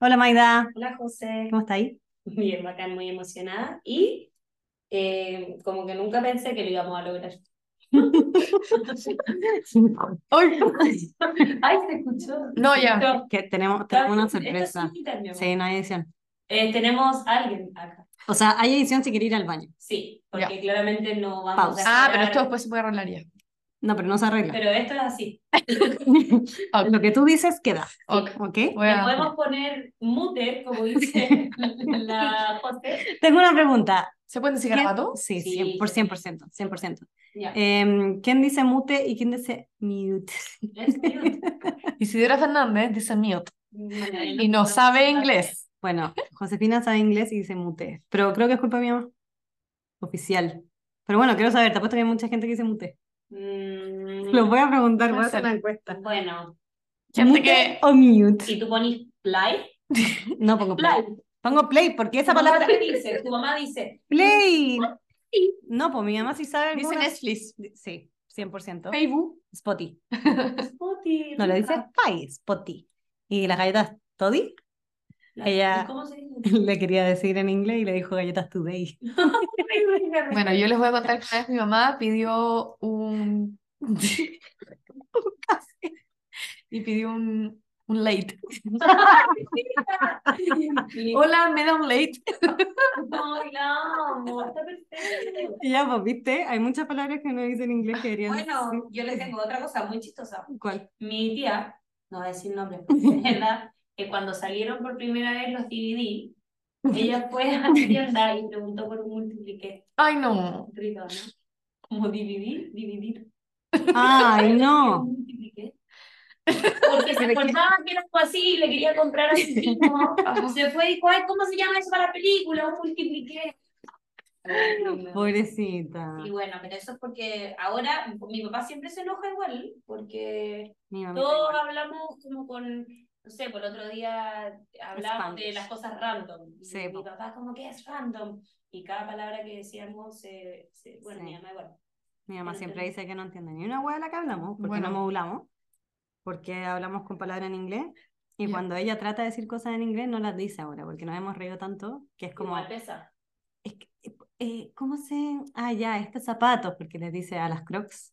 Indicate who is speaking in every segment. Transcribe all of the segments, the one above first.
Speaker 1: Hola Maida,
Speaker 2: Hola José,
Speaker 1: ¿cómo está ahí?
Speaker 2: bien bacán, muy emocionada y eh, como que nunca pensé que lo íbamos a lograr.
Speaker 1: Hoy.
Speaker 2: Ay, se escuchó.
Speaker 1: No,
Speaker 2: se
Speaker 1: ya. Es
Speaker 2: escuchó.
Speaker 1: que tenemos, tenemos
Speaker 2: Está
Speaker 1: una
Speaker 2: bien, Esto
Speaker 1: sorpresa.
Speaker 2: sí quita, mi amor.
Speaker 1: Sí, no hay edición.
Speaker 2: Eh, tenemos a alguien acá,
Speaker 1: O sea, hay edición si quiere ir al baño.
Speaker 2: sí,
Speaker 3: Ya.
Speaker 2: porque claramente no vamos
Speaker 1: Pausa.
Speaker 3: Ah,
Speaker 2: a
Speaker 3: pero esto
Speaker 2: esperar,
Speaker 3: después se puede arreglar ya.
Speaker 1: No, pero no se arregla.
Speaker 2: pero esto es así.
Speaker 3: Ok,
Speaker 1: Lo que tú dices queda,
Speaker 3: ok.
Speaker 1: ¿ok?
Speaker 3: Voy
Speaker 2: Le
Speaker 3: a-
Speaker 2: podemos poner mute, como dice la José.
Speaker 1: Tengo una pregunta.
Speaker 3: ¿Se pueden decir
Speaker 1: ¿Quién-
Speaker 3: garabato?
Speaker 1: Sí, 100%,
Speaker 2: Sí.
Speaker 1: por 100%, 100%.
Speaker 2: Ya,
Speaker 3: Eh.
Speaker 1: Em, ¿quién dice mute y quién dice mute?
Speaker 2: es mute.
Speaker 3: Isidora Fernández dice mute
Speaker 2: Bueno, ahí
Speaker 3: y no
Speaker 2: nos-
Speaker 3: sabe inglés.
Speaker 1: Bueno, Josefina sabe inglés y dice mute, pero creo que es culpa de mi mamá. Oficial. Pero bueno, quiero saber, te apuesto que hay mucha gente que dice mute.
Speaker 2: Mm,
Speaker 1: Lo voy a preguntar, voy a
Speaker 3: Puede
Speaker 1: hacer
Speaker 3: ser.
Speaker 1: una encuesta.
Speaker 2: Bueno,
Speaker 3: Gente
Speaker 1: ¿Mute
Speaker 3: que.
Speaker 1: o mute?
Speaker 2: si tú pones play,
Speaker 1: No pongo play.
Speaker 2: play.
Speaker 1: Pongo play porque esa
Speaker 2: Tu mamá
Speaker 1: palabra
Speaker 2: te dice, tu mamá dice,
Speaker 1: play.
Speaker 2: sí,
Speaker 1: No, pues mi mamá sí sabe
Speaker 3: Dice
Speaker 1: algunas.
Speaker 3: Netflix.
Speaker 1: Sí, 100%.
Speaker 3: Facebook.
Speaker 1: Spotty.
Speaker 2: Spotty,
Speaker 1: No, le dice
Speaker 2: rica.
Speaker 1: Spy, Spotty. Y las galletas Toddy Ella-
Speaker 2: ¿Y ¿Cómo se dice?
Speaker 1: le quería decir en inglés y le dijo galletas Today.
Speaker 2: Ay, rica, rica.
Speaker 3: Bueno, yo les voy a contar que una vez mi mamá pidió un. y pidió un, un late.
Speaker 2: Y-
Speaker 3: Hola, ¿me da un late?
Speaker 2: No, la amo, está perfecto.
Speaker 1: Y ya, pues, viste, hay muchas palabras que uno dice en inglés que deberían.
Speaker 2: Bueno, yo les tengo otra cosa muy chistosa.
Speaker 1: ¿Cuál?
Speaker 2: Mi tía, no voy a decir nombre, es verdad que cuando salieron por primera vez los DVD, ella fue a la tienda y preguntó por un multipliqué.
Speaker 3: Ay, no.
Speaker 2: Rico, ¿no? Como dividir, dividir.
Speaker 1: Ay, no.
Speaker 2: multipliqué. Porque se acordaba que era algo así y le quería comprar a su hijo. Se fue y dijo, ay, ¿cómo se llama eso para la película? Un multipliqué. Ay, no.
Speaker 1: Pobrecita.
Speaker 2: Y bueno, pero eso es porque ahora mi papá siempre se enoja igual, porque
Speaker 1: Mi mamá.
Speaker 2: todos hablamos como con, no sé, por otro día hablamos de
Speaker 1: Spanish.
Speaker 2: las cosas random. Y
Speaker 1: Sí,
Speaker 2: mi
Speaker 1: po.
Speaker 2: papá como que es random. Y cada palabra que decíamos, se, se- bueno,
Speaker 1: Sí.
Speaker 2: mi mamá igual.
Speaker 1: Mi mamá siempre dice que no entiende ni una hueá de la que hablamos, porque no
Speaker 3: Bueno.
Speaker 1: modulamos, porque hablamos con palabras en inglés, y
Speaker 3: Ya.
Speaker 1: cuando ella trata de decir cosas en inglés no las dice ahora, porque nos hemos reído tanto que es como,
Speaker 2: Igual pesa.
Speaker 1: es que, eh, eh, ¿cómo se...? Ah, ya, estos zapatos, porque les dice a las crocs,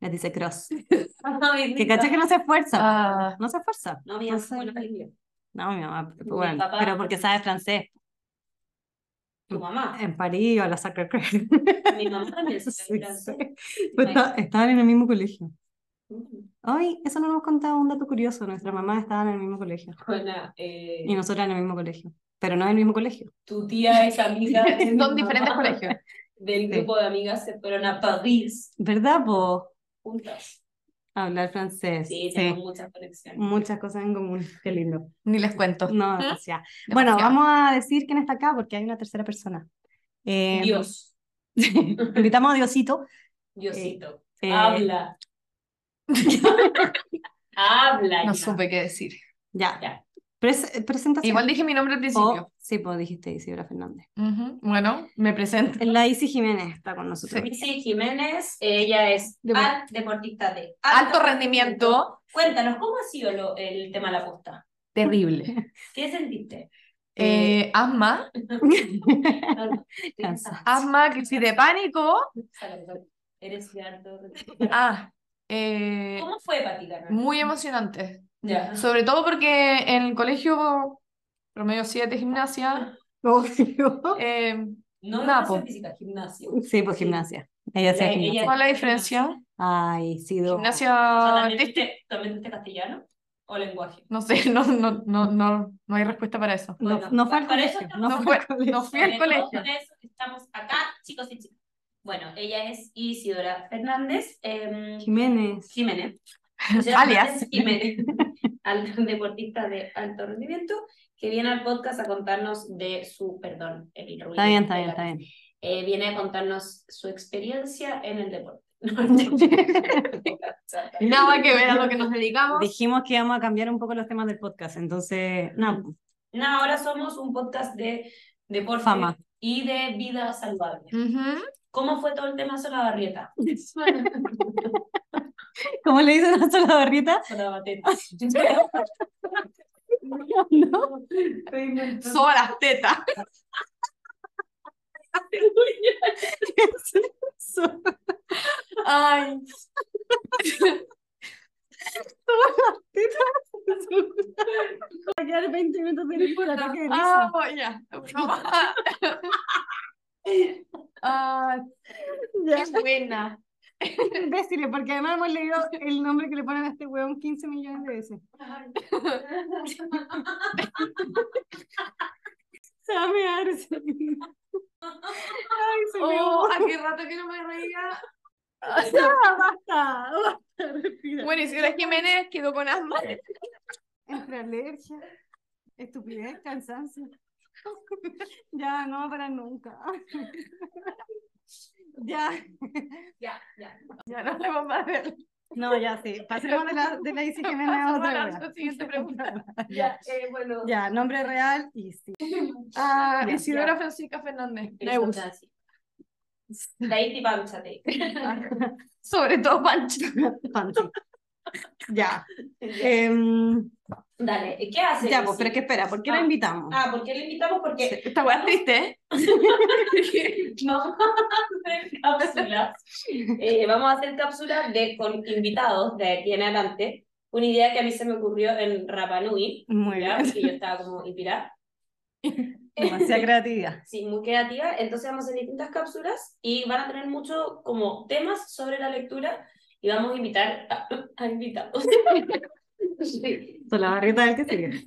Speaker 1: les dice cross. Que caché que no se esfuerza,
Speaker 3: Ah,
Speaker 1: no se esfuerza.
Speaker 2: No, mi mamá es
Speaker 1: Entonces,
Speaker 2: buena para el inglés.
Speaker 1: no, mi mamá,
Speaker 2: Mi
Speaker 1: bueno,
Speaker 2: papá-
Speaker 1: pero porque sabe francés,
Speaker 2: Tu mamá.
Speaker 1: en París o a la Sacre Cœur.
Speaker 2: Mi mamá también
Speaker 1: Sí,
Speaker 2: se
Speaker 1: sí.
Speaker 2: francés.
Speaker 1: Pues esta- Estaban en el mismo colegio.
Speaker 2: Mm.
Speaker 1: Ay, eso no nos hemos contado, un dato curioso, nuestra mamá estaba en el mismo colegio.
Speaker 2: Bueno, eh,
Speaker 1: Y nosotras en el mismo colegio, pero no en el mismo colegio.
Speaker 2: tu tía es amiga de mi
Speaker 3: son diferentes
Speaker 2: mamá.
Speaker 3: colegios.
Speaker 2: Del
Speaker 1: Sí.
Speaker 2: grupo de amigas se fueron a París
Speaker 1: ¿Verdad, po?
Speaker 2: juntas.
Speaker 1: Hablar francés.
Speaker 2: Sí,
Speaker 1: Sí.
Speaker 2: tenemos muchas conexiones.
Speaker 1: Muchas cosas en común. Qué lindo.
Speaker 3: Ni les cuento.
Speaker 1: No,
Speaker 3: ¿Mm?
Speaker 1: demasiado. Bueno,
Speaker 3: Demasiado.
Speaker 1: vamos a decir quién está acá porque hay una tercera persona. Eh,
Speaker 2: Dios,
Speaker 1: invitamos a Diosito.
Speaker 2: Diosito,
Speaker 1: Eh,
Speaker 2: habla. Habla.
Speaker 3: No
Speaker 2: ya.
Speaker 3: supe qué decir.
Speaker 1: Ya.
Speaker 2: Ya.
Speaker 1: Pres- presentación.
Speaker 3: Igual dije mi nombre al principio.
Speaker 1: O- sí, pues dijiste Isidora Fernández.
Speaker 3: Ujú, Bueno, me presento.
Speaker 1: La Isi Jiménez está con nosotros.
Speaker 2: Missy Jiménez, ella es
Speaker 3: Depor-
Speaker 2: al- deportista de
Speaker 3: Alto rendimiento.
Speaker 2: Cuéntanos, ¿cómo ha sido lo- el tema de la posta?
Speaker 3: Terrible.
Speaker 2: ¿Qué sentiste?
Speaker 3: Eh, asma.
Speaker 2: No, no, estoy
Speaker 1: Cansa.
Speaker 3: Asma, crisis de pánico.
Speaker 2: cansada. Eres de alto rendimiento.
Speaker 3: Ah, eh,
Speaker 2: ¿Cómo fue para ti, Carmen?
Speaker 3: muy emocionante.
Speaker 2: Ya.
Speaker 3: Sobre todo porque en el colegio promedio 7 gimnasia.
Speaker 1: Oh,
Speaker 3: eh,
Speaker 2: No
Speaker 3: Nada,
Speaker 2: educación
Speaker 3: po.
Speaker 2: física, gimnasia.
Speaker 1: Sí, pues
Speaker 2: Sí.
Speaker 1: gimnasia. Ella hacía
Speaker 3: Eh,
Speaker 2: Ella-
Speaker 1: gimnasia.
Speaker 3: ¿cuál es la diferencia?
Speaker 1: Ay, sido.
Speaker 2: O sea,
Speaker 3: Gimnasia
Speaker 2: ¿también
Speaker 3: artística.
Speaker 2: tuviste, también tuviste castellano o lenguaje?
Speaker 3: No sé, no, no, no, no, no hay respuesta para eso.
Speaker 1: No,
Speaker 2: Bueno,
Speaker 1: no fue al
Speaker 2: por eso
Speaker 1: colegio.
Speaker 2: estamos-
Speaker 1: No fue al colegio.
Speaker 3: no fui al
Speaker 2: Sobre todo
Speaker 3: colegio.
Speaker 2: por eso estamos acá, chicos y chicas. Bueno, ella es Isidora Fernández em,
Speaker 1: Jiménez.
Speaker 2: Jiménez. Isidora
Speaker 3: Alias.
Speaker 2: Fernández Jiménez, al- deportista de alto rendimiento, que viene al podcast a contarnos de su, perdón, el ruido.
Speaker 1: Está bien, está bien, está bien.
Speaker 2: Eh, viene a contarnos su experiencia en el deporte.
Speaker 3: Nada que ver a lo que nos dedicamos.
Speaker 1: Dijimos que íbamos a cambiar un poco los temas del podcast, entonces, no,
Speaker 2: No, ahora somos un podcast de deporte
Speaker 1: fama.
Speaker 2: y de vida saludable.
Speaker 3: Ujú.
Speaker 2: ¿Cómo fue todo el tema Solabarrieta?
Speaker 1: ¿Cómo le dicen a la barrita?
Speaker 2: Solabateta.
Speaker 1: ¿no?
Speaker 3: Soba las tetas. Ay.
Speaker 1: Callar 20 minutos de por ataque de
Speaker 3: Ah, ya. Ah,
Speaker 1: Ya,
Speaker 3: es buena.
Speaker 1: Ah, imbéciles, porque además hemos leído el nombre que le ponen a este huevón 15 millones de veces. Se va a mear ese niño. Ay, se meó.
Speaker 3: Oh, hace rato que no me reía.
Speaker 1: Ya, basta, basta, respira.
Speaker 3: Bueno, Isidora Jiménez quedó con asma.
Speaker 1: Entre alergia, estupidez, cansancio. Ya, no va a parar nunca. Ya.
Speaker 2: Ya, ya.
Speaker 3: Ya no podemos más ver.
Speaker 1: No, ya sí. Pasemos de la, de la ICI que me
Speaker 3: Pasemos
Speaker 1: a
Speaker 3: a la
Speaker 1: otra wea.
Speaker 3: siguiente pregunta.
Speaker 1: Ya,
Speaker 2: Eh, bueno.
Speaker 1: ya, nombre real, Isi.
Speaker 3: Ah,
Speaker 1: Ya,
Speaker 3: Isidora Francisca Fernández. Neus.
Speaker 2: Neus. Leite y Bánchate.
Speaker 3: Sobre todo Pancho.
Speaker 1: Fancy. Ya. Em,
Speaker 2: Dale, ¿eh? ¿qué haces?
Speaker 1: ya, pues, pero es que espera, ¿por qué la
Speaker 2: Ah.
Speaker 1: invitamos?
Speaker 2: Ah, ¿por qué le invitamos? Porque
Speaker 3: Esta weá es triste, ¿eh?
Speaker 2: no cápsulas. Eh, vamos a hacer cápsulas de, con invitados de aquí en adelante. Una idea que a mí se me ocurrió en Rapa Nui,
Speaker 1: Muy
Speaker 2: ¿ya?
Speaker 1: bien.
Speaker 2: Porque yo estaba como inspirada.
Speaker 1: Demasiada creatividad.
Speaker 2: Sí, muy creativa. Entonces vamos a hacer distintas cápsulas y van a tener mucho como temas sobre la lectura y vamos a invitar a, a invitados. Sí.
Speaker 1: Con la barrita del que sigue.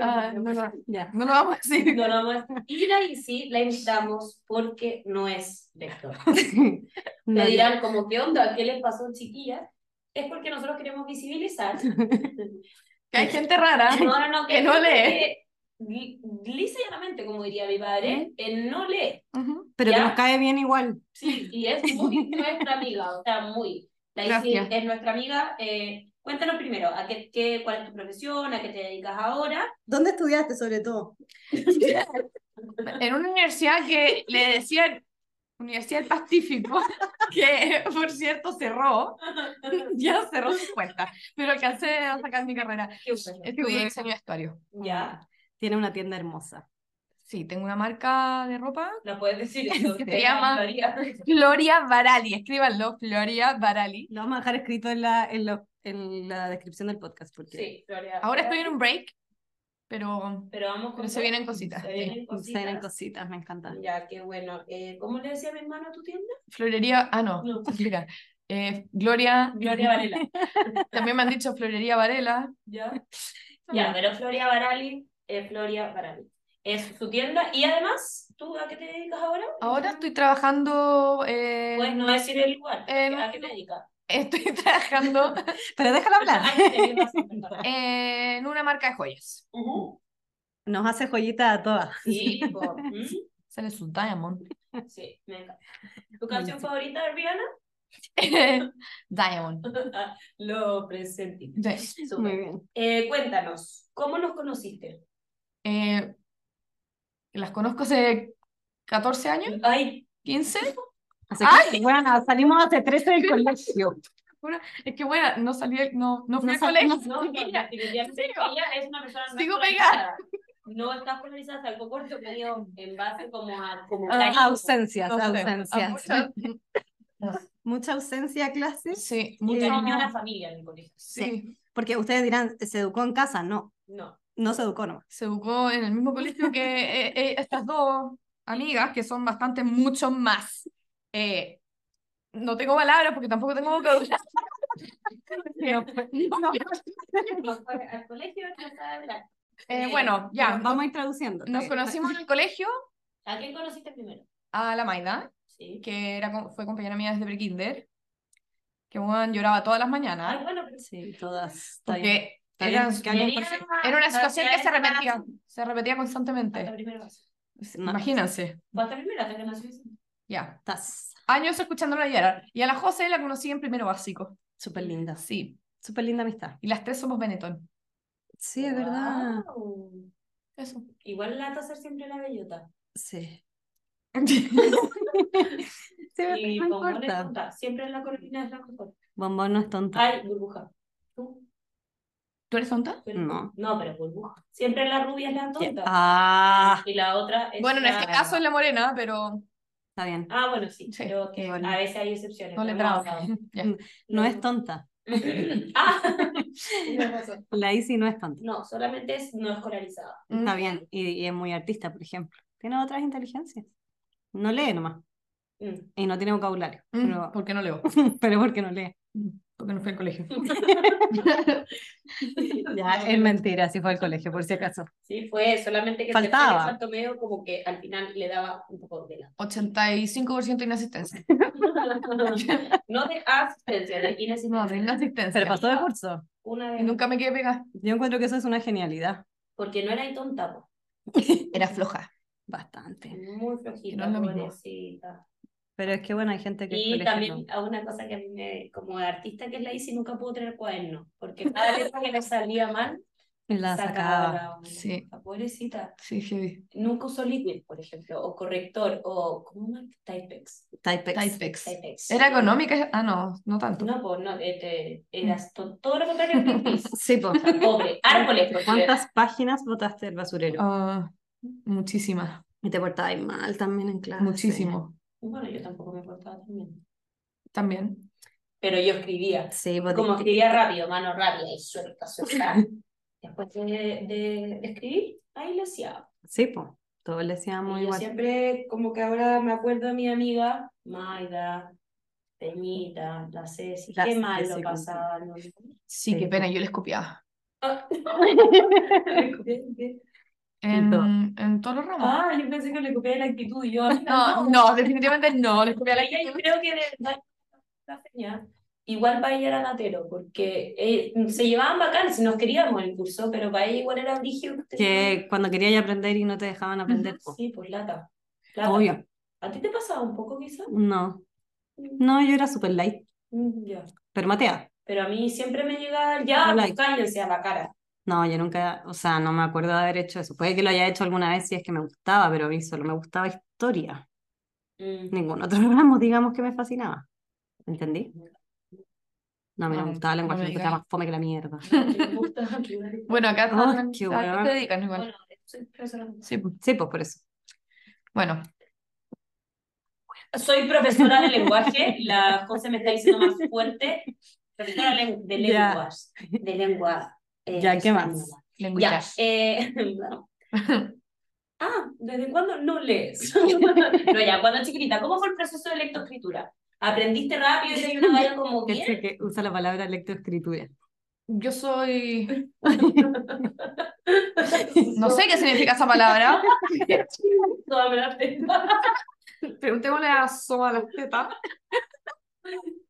Speaker 3: Ah, no, no,
Speaker 1: Ya.
Speaker 3: no lo vamos a decir.
Speaker 2: No, no, no. Y la Isi la invitamos porque no es lectora.
Speaker 1: No,
Speaker 2: Me
Speaker 1: ya.
Speaker 2: dirán como, ¿qué onda? ¿Qué les pasó, chiquillas? Es porque nosotros queremos visibilizar.
Speaker 3: Que hay gente rara.
Speaker 2: No, no, no,
Speaker 3: Que no lee.
Speaker 2: lee. Lisa y llanamente, como diría mi padre, él no lee.
Speaker 3: Ujú.
Speaker 1: Pero que
Speaker 2: Ya.
Speaker 1: nos cae bien igual.
Speaker 2: Sí, y es muy nuestra amiga, o sea, muy. La Isi
Speaker 3: Gracias.
Speaker 2: es nuestra amiga. Eh, cuéntanos primero, ¿a qué, qué, ¿cuál es tu profesión? ¿A qué te dedicas ahora?
Speaker 1: ¿Dónde estudiaste sobre todo?
Speaker 3: En una universidad que le decían Universidad del Pacífico, que por cierto cerró, ya cerró sus puertas, pero alcancé a sacar mi carrera.
Speaker 2: Qué bueno.
Speaker 3: Estudié diseño de vestuario.
Speaker 2: Ya,
Speaker 1: Ah, Tiene una tienda hermosa.
Speaker 3: Sí, tengo una marca de ropa.
Speaker 2: no puedes decir eso.
Speaker 3: Se
Speaker 2: te
Speaker 3: llama-
Speaker 2: daría.
Speaker 3: Gloria Barali, escríbanlo, Gloria Barali.
Speaker 1: Lo vamos a dejar escrito en la, en lo- en la descripción del podcast. Porque
Speaker 2: Sí, Gloria.
Speaker 3: Ahora estoy en un break, pero,
Speaker 2: Pero vamos
Speaker 3: pero
Speaker 2: con
Speaker 3: se
Speaker 2: todo.
Speaker 3: vienen cositas.
Speaker 2: Se
Speaker 3: sí.
Speaker 2: vienen
Speaker 1: Se vienen
Speaker 2: cositas.
Speaker 1: cositas, me encanta.
Speaker 2: Ya, qué bueno. Eh, ¿Cómo le decía mi hermano a tu tienda?
Speaker 3: Florería, ah, no,
Speaker 2: No.
Speaker 3: mira. eh, Gloria,
Speaker 2: Gloria Varela.
Speaker 3: también me han dicho Florería Varela.
Speaker 2: Ya. Ya, pero Floria Varali es Floria Varali. Es su tienda. Y además, ¿tú a qué te dedicas ahora?
Speaker 3: Ahora estoy trabajando, eh,
Speaker 2: Puedes no decir el lugar.
Speaker 3: eh,
Speaker 2: ¿A qué te dedicas?
Speaker 3: estoy trabajando
Speaker 1: Pero déjala hablar.
Speaker 2: Ay, te digo así, perdón.
Speaker 3: eh, en una marca de joyas.
Speaker 2: Ujú.
Speaker 1: Nos hace joyita a todas.
Speaker 2: Sí, po. Mm,
Speaker 3: Sale su Diamond.
Speaker 2: sí, me encanta. ¿Tu canción favorita de Rihanna?
Speaker 3: Diamond.
Speaker 2: Lo presentí.
Speaker 3: Sí.
Speaker 2: Súper.
Speaker 1: Muy bien.
Speaker 2: Eh, cuéntanos, ¿cómo nos conociste?
Speaker 3: Eh, las conozco hace 14 años,
Speaker 2: Ay,
Speaker 3: 15.
Speaker 1: Así que, bueno, salimos hace 13 del colegio.
Speaker 3: Es que bueno, no salí, del- no, no fui
Speaker 1: No
Speaker 3: al
Speaker 1: sal-
Speaker 3: colegio.
Speaker 1: no-
Speaker 2: no, no,
Speaker 3: Mira,
Speaker 2: definitivamente
Speaker 3: serio?
Speaker 2: ella es una persona no
Speaker 3: Sigo
Speaker 2: polarizada. No estás polarizada, salgo corto medio en base como a como
Speaker 1: Ah,
Speaker 2: cariño.
Speaker 1: ausencias,
Speaker 3: no sé, Ah, a
Speaker 1: ausencias.
Speaker 3: muchas-
Speaker 1: Mucha ausencia a clases.
Speaker 3: Sí,
Speaker 2: Mucho
Speaker 3: mucho
Speaker 2: cariño a la familia en el colegio.
Speaker 3: Sí,
Speaker 1: Porque ustedes dirán, ¿se educó en casa? No,
Speaker 2: No.
Speaker 1: no se educó nomás.
Speaker 3: se educó en el mismo colegio que eh, eh, estas dos amigas, que son bastante mucho más. Eh, no tengo palabras porque tampoco tengo vocabulario. No, no.
Speaker 2: No fue al colegio no sabe hablar.
Speaker 3: Eh, bueno, ya,
Speaker 1: Pero Vamos a ir traduciendo. está
Speaker 3: nos
Speaker 1: bien.
Speaker 3: conocimos en el colegio
Speaker 2: ¿A quién conociste primero?
Speaker 3: a la Maida,
Speaker 2: Sí.
Speaker 3: que era, com- fue compañera mía desde prekinder, que bueno, lloraba todas las
Speaker 2: Ay,
Speaker 3: mañanas,
Speaker 2: bueno, pero
Speaker 1: Sí, todas. Está bien.
Speaker 3: porque
Speaker 1: Está bien,
Speaker 3: era,
Speaker 1: que alguien por fin-
Speaker 3: era una situación que se repetía, se repetía
Speaker 2: Hasta
Speaker 3: constantemente.
Speaker 2: primero básico.
Speaker 1: No.
Speaker 3: Imagínense,
Speaker 2: Fue Pues hasta primero hasta que nació Vicente.
Speaker 3: ya.
Speaker 1: Estás
Speaker 3: años escuchándola llorar. Y a la José la conocí en primero básico.
Speaker 1: súper linda.
Speaker 3: Sí.
Speaker 1: Súper linda amistad.
Speaker 3: Y las tres somos Benetton.
Speaker 1: Sí, es verdad.
Speaker 2: Wow.
Speaker 3: Eso.
Speaker 2: Igual lata ser siempre la bellota.
Speaker 1: Sí. Sí,
Speaker 2: Y
Speaker 1: no
Speaker 2: bombón es
Speaker 1: importa.
Speaker 2: tonta, Siempre la cortina es la mejor.
Speaker 1: Ah, Bombón no es tonto.
Speaker 2: Ay, burbuja. ¿Tú?
Speaker 3: ¿Tú eres tonta?
Speaker 1: No.
Speaker 2: No, pero burbuja. Siempre la rubia es la tonta.
Speaker 1: Ah,
Speaker 2: Y la otra es
Speaker 3: Bueno, en
Speaker 2: la-
Speaker 3: este caso es la morena, pero
Speaker 1: está bien.
Speaker 2: Ah, bueno, sí.
Speaker 3: Sí,
Speaker 2: pero que
Speaker 1: igual.
Speaker 2: a veces hay excepciones.
Speaker 3: no le
Speaker 2: pero hemos
Speaker 3: trabo.
Speaker 2: hablado.
Speaker 3: Ya.
Speaker 1: No es tonta.
Speaker 2: Ah,
Speaker 1: La Isi no es tonta.
Speaker 2: no, solamente es no escolarizada.
Speaker 3: Mm.
Speaker 1: Está bien. Y, y es muy artista, por ejemplo. Tiene otras inteligencias. No lee nomás.
Speaker 2: Mm.
Speaker 1: Y no tiene vocabulario.
Speaker 3: Mm,
Speaker 1: Pero,
Speaker 3: ¿Por qué no leo?
Speaker 1: pero porque no lee.
Speaker 3: Porque no fui al colegio.
Speaker 1: Ya, es mentira, si fue al colegio, por si acaso.
Speaker 2: Sí, fue solamente que
Speaker 1: Faltaba.
Speaker 2: el cuarto medio como que al final le daba un poco de la.
Speaker 3: 85% de inasistencia.
Speaker 2: no de asistencia, de
Speaker 3: No, de
Speaker 2: inasistencia.
Speaker 3: inasistencia.
Speaker 1: Pero pasó de curso.
Speaker 2: Una
Speaker 3: Y
Speaker 2: vez.
Speaker 3: nunca me quedé pegada.
Speaker 1: Yo encuentro que eso es una genialidad.
Speaker 2: Porque no era tonta, po.
Speaker 3: Era floja.
Speaker 1: Bastante.
Speaker 2: muy flojita,
Speaker 3: No es lo mismo.
Speaker 2: pobrecita.
Speaker 1: Pero es que bueno, hay gente que. al
Speaker 2: Y
Speaker 1: colegio
Speaker 2: también
Speaker 1: no.
Speaker 2: a una cosa que a mí me, como artista que es la hice, nunca pudo tener cuaderno, porque cada letra que le salía mal,
Speaker 1: La
Speaker 2: sacaba.
Speaker 1: sacaba.
Speaker 2: la hoja.
Speaker 3: Sí.
Speaker 2: La pobrecita.
Speaker 3: Sí, heavy.
Speaker 2: Nunca usó Liquid, por ejemplo, o corrector, o ¿cómo marca? Typex.
Speaker 1: Typex.
Speaker 3: Typex.
Speaker 2: Typex.
Speaker 3: Era económica. Ah, no, no tanto.
Speaker 2: No, pues no, este, eras to- todo lo contrario que Chris.
Speaker 1: Sí, po.
Speaker 2: Pobre, árboles, porque
Speaker 1: ¿Cuántas páginas botaste el basurero?
Speaker 3: Ah, muchísima.
Speaker 1: Y te portabas mal también en clase.
Speaker 3: Muchísimo.
Speaker 2: Bueno, yo tampoco me portaba tan bien.
Speaker 3: También.
Speaker 2: Pero yo escribía.
Speaker 1: Sí, pues, po,
Speaker 2: Como
Speaker 1: te-
Speaker 2: escribía rápido, mano rápida, y suelta, suelta. Después de, de escribir, ahí lo hacía.
Speaker 1: sí, po. Todos le decíamos
Speaker 2: Y yo
Speaker 1: igual.
Speaker 2: siempre, como que ahora me acuerdo de mi amiga, Maida, Peñita, la Ceci,
Speaker 1: La
Speaker 2: qué mal
Speaker 1: Ceci
Speaker 2: lo
Speaker 1: con-
Speaker 2: pasaban. ¿no?
Speaker 3: Sí,
Speaker 1: Sí.
Speaker 3: qué pena, yo les copiaba.
Speaker 2: Bien, bien.
Speaker 3: En,
Speaker 1: todo.
Speaker 3: en todos los ramos.
Speaker 2: Ah, yo pensé que le copié la actitud, y yo a mí
Speaker 3: No, no, definitivamente no, les copiaba la
Speaker 2: Ella yo creo que de verdad la señal. Igual para ella era natero, porque eh, se llevaban bacán si nos queríamos en el curso, pero para ella igual era brígido. que
Speaker 1: Que cuando querías aprender y no te dejaban aprender, po.
Speaker 2: Sí, pues lata. Lata.
Speaker 1: Obvio.
Speaker 2: ¿A ti te pasaba un poco quizás?
Speaker 1: No.
Speaker 3: Mm.
Speaker 1: No, yo era súper light. Mm,
Speaker 2: ya.
Speaker 1: Pero Matea.
Speaker 2: Pero a mí siempre me llegaba ya,
Speaker 1: Like.
Speaker 2: cállense a la cara.
Speaker 1: No, yo nunca, o sea, no me acuerdo de haber hecho eso. Puede que lo haya hecho alguna vez si es que me gustaba, pero a mí solo me gustaba historia.
Speaker 2: Mm.
Speaker 1: Ningún otro ramo, digamos, que me fascinaba. ¿Entendí? No, a mí no me
Speaker 3: No,
Speaker 1: gustaba el
Speaker 3: no
Speaker 1: lenguaje,
Speaker 3: me
Speaker 1: lo encontraba
Speaker 3: digas.
Speaker 1: más fome que la mierda.
Speaker 2: Me gusta ayudar.
Speaker 3: Bueno, acá
Speaker 1: Ay,
Speaker 3: están-
Speaker 1: qué
Speaker 3: ¿a qué
Speaker 1: hueva.
Speaker 3: te dedican igual?
Speaker 2: Bueno, soy profesora.
Speaker 3: Sí, pues.
Speaker 1: Sí, pues por eso.
Speaker 3: bueno,
Speaker 2: Soy profesora de lenguaje, la José me está diciendo más fuerte. Profesora de len- de
Speaker 1: Ya.
Speaker 2: lenguas, de lengua. eh,
Speaker 1: Ya, ¿qué más?
Speaker 2: española. Ya,
Speaker 3: lengüita.
Speaker 2: eh, no. Ah, ¿desde cuándo no lees? no, ya, cuando chiquitita, ¿cómo fue el proceso de lectoescritura? ¿Aprendiste rápido y hay una valla como
Speaker 1: Que
Speaker 2: bien?
Speaker 1: sé que usa la palabra lectoescritura.
Speaker 3: Yo soy, no sé qué significa esa palabra.
Speaker 2: Toda me la pena.
Speaker 3: Preguntémosle a Soma las tetas.